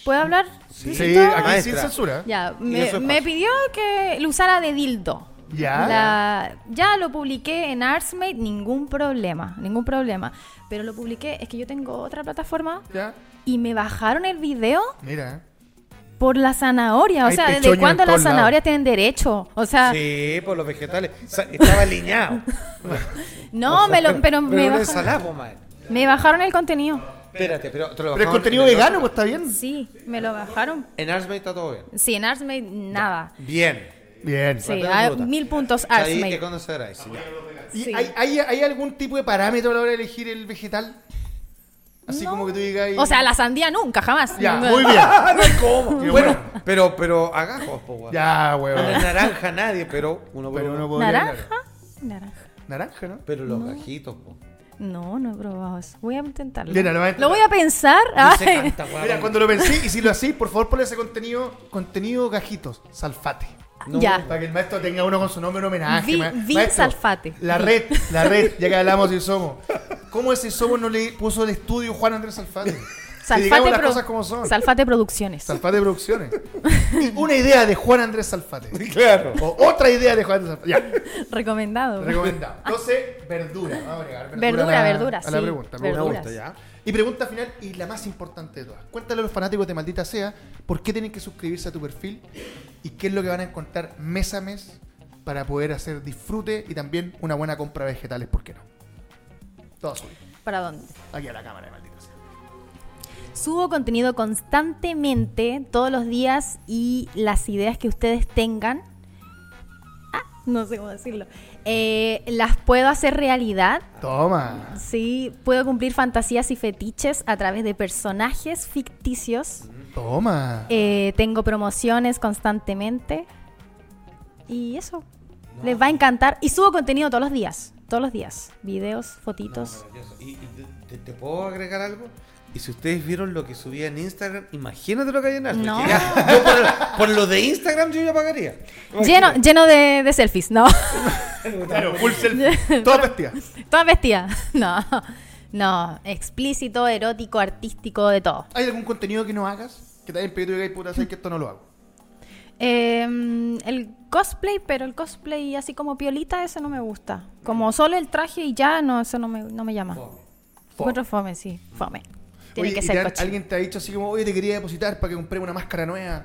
¿Puedo hablar?
Sí,
Luisito?
aquí sin
Maestra.
censura.
Ya,
Y
me,
eso es
me
paso.
pidió que lo usara de dildo.
Ya.
La- ya lo publiqué en Artsmate, ningún problema, ningún problema. Pero lo publiqué, es que yo tengo otra plataforma
Ya.
y me bajaron el video
Mira. ¿eh?
por la zanahoria. O
Hay
sea,
pechoño
¿desde
en
cuándo las
todos lados.
zanahorias tienen derecho? O
(laughs)
sea,
Sí, por los vegetales. Sa- Estaba
(laughs)
alineado.
no, me lo, pero me
no
bajaron,
es salado, po, madre.
me bajaron el contenido.
Espérate, pero te
Pero
lo
es
bajamos
contenido
en el
vegano,
otro.
pues está bien.
Sí, me lo bajaron.
En Arsmate está todo bien.
Sí, en Artsmate nada. Ah,
Bien.
Bien.
Sí,
Patada
hay
bruta.
mil puntos
Ahí
Artsmate.
es cuando se agradece, ya.
¿Y
Sí.
hay, hay, hay algún tipo de parámetro a la hora de elegir el vegetal? Así como que tú digas. ahí-
O sea, la sandía nunca, jamás.
Ya,
(laughs) No.
muy bien.
¿Cómo?
Yo,
Bueno,
bueno.
pero, pero agajos, po, weón.
Ya,
No
weón.
es naranja nadie, pero uno por
Pero
uno.
uno podría
¿Naranja?
hablar.
Naranja.
Naranja, ¿no?
Pero los gajitos, po.
No, no he probado eso. Voy a intentarlo.
Mira, lo vas a
voy a pensar.
No se
Ay. (laughs)
canta, weón.
Mira, cuando lo pensé, y si lo hacís, por favor, ponle ese contenido, contenido gajitos, salfate.
No,
ya.
Para que el maestro tenga uno con su nombre en homenaje.
Vi-
ma-
vi
maestro,
Salfate.
La
Vi.
red, la red, ya que hablamos de Somos. ¿Cómo ese Somos no le puso el estudio Juan Andrés Salfate? Que digamos las
Pro-
cosas como son.
Salfate Producciones.
Salfate Producciones. Y (laughs) Una idea de Juan Andrés Salfate.
Claro.
O otra idea de Juan Andrés Salfate. Ya,
(laughs) Recomendado.
recomendado. Entonces, verdura. Vamos a agregar
Verdura,
a la-
verdura,
A la pregunta.
sí,
me gusta.
Me
verdura.
gusta, ya.
Y pregunta final y la más importante de todas. Cuéntale a los fanáticos de Maldita Sea por qué tienen que suscribirse a tu perfil y qué es lo que van a encontrar mes a mes para poder hacer disfrute y también una buena compra de vegetales, ¿por qué no? Todo suyo.
(laughs) ¿Para dónde?
Aquí a la cámara de Maldita Sea.
Subo contenido constantemente, todos los días, y las ideas que ustedes tengan, ah, no sé cómo decirlo, eh, las puedo hacer realidad.
Ah. Toma.
Sí, puedo cumplir fantasías y fetiches a través de personajes ficticios.
Toma.
Eh, tengo promociones constantemente. Y eso. Les va a encantar. Y subo contenido todos los días. Todos los días. Videos, fotitos.
Maravilloso. Y, y te, te puedo agregar algo. Y si ustedes vieron lo que subía en Instagram, imagínate lo que hay en Artscape,
No.
que ya- yo por, por lo de Instagram yo ya pagaría.
lleno lleno de, de selfies, no. (laughs)
Claro, full selfie. Toda vestida.
Toda vestida. (laughs) No. No. Explícito, erótico, artístico, de todo.
¿Hay algún contenido que no hagas? Que también pedido que hay puta,
Mm.
sé que esto no lo hago.
Eh, el cosplay, pero el cosplay así como piolita, eso no me gusta. Como solo el traje y ya, no, eso no me, no me llama. Encuentro fome, sí. Fome. Tiene
Oye,
que
y
ser
te han-
cochino.
alguien te ha dicho así como, oye, te quería depositar para que compré una máscara nueva.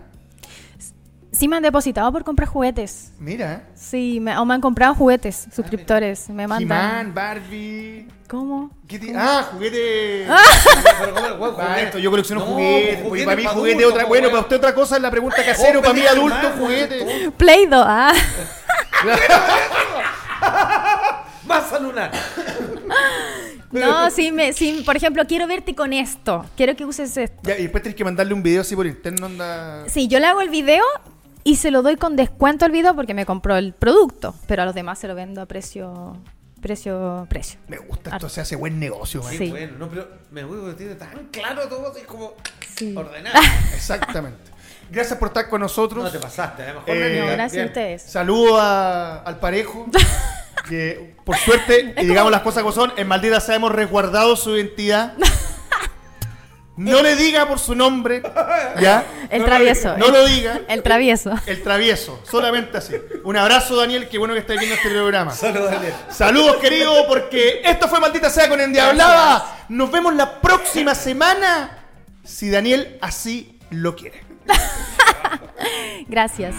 Sí me han depositado por comprar juguetes.
Mira.
Sí, me, o me han comprado juguetes, suscriptores. Me mandan.
He-Man, Barbie.
¿Cómo? Ah.
¿Qué te-
(laughs)
Ah, juguete.
Pero, ¿cómo el juego?
Ah,
Juguete.
esto, yo colecciono
No,
juguetes. porque para mí
pa'
juguete
adultos,
otra.
po,
Bueno,
weón.
para usted otra cosa es la pregunta casero.
Oh,
para mí
pelea,
adulto,
hermano,
juguete.
Play-Doh.
(laughs)
Ah.
Más a lunar.
No, sí, me, sí, por ejemplo, quiero verte con esto. Quiero que uses esto.
Ya, y después tenés que mandarle un video así por interno, onda.
Sí, yo le hago el video y se lo doy con descuento al video porque me compró el producto, pero a los demás se lo vendo a precio, precio, precio.
Me gusta esto,
Harto.
se hace buen negocio, man.
Qué
Sí.
bueno, no, pero me voy a tiene tan claro todo, es como
Sí. (laughs)
ordenado.
Exactamente. Gracias por estar con nosotros.
No te pasaste, a lo mejor
Eh,
no,
No,
ni-
gracias
bien.
a ustedes.
Saludo a- al
(laughs)
parejo. que por suerte, y digamos las cosas como son, en Maldita sea hemos resguardado su
(laughs)
identidad. No le diga por su nombre. ¿Ya?
El
No lo
travieso.
diga, No lo diga.
El travieso. (laughs)
El travieso. Solamente así. Un abrazo, Daniel. Qué bueno que estés viendo este programa.
Saludos, Daniel.
Saludos, querido, porque esto fue Maldita Sea con Endiablada. Nos vemos la próxima semana, si Daniel así lo quiere.
Gracias.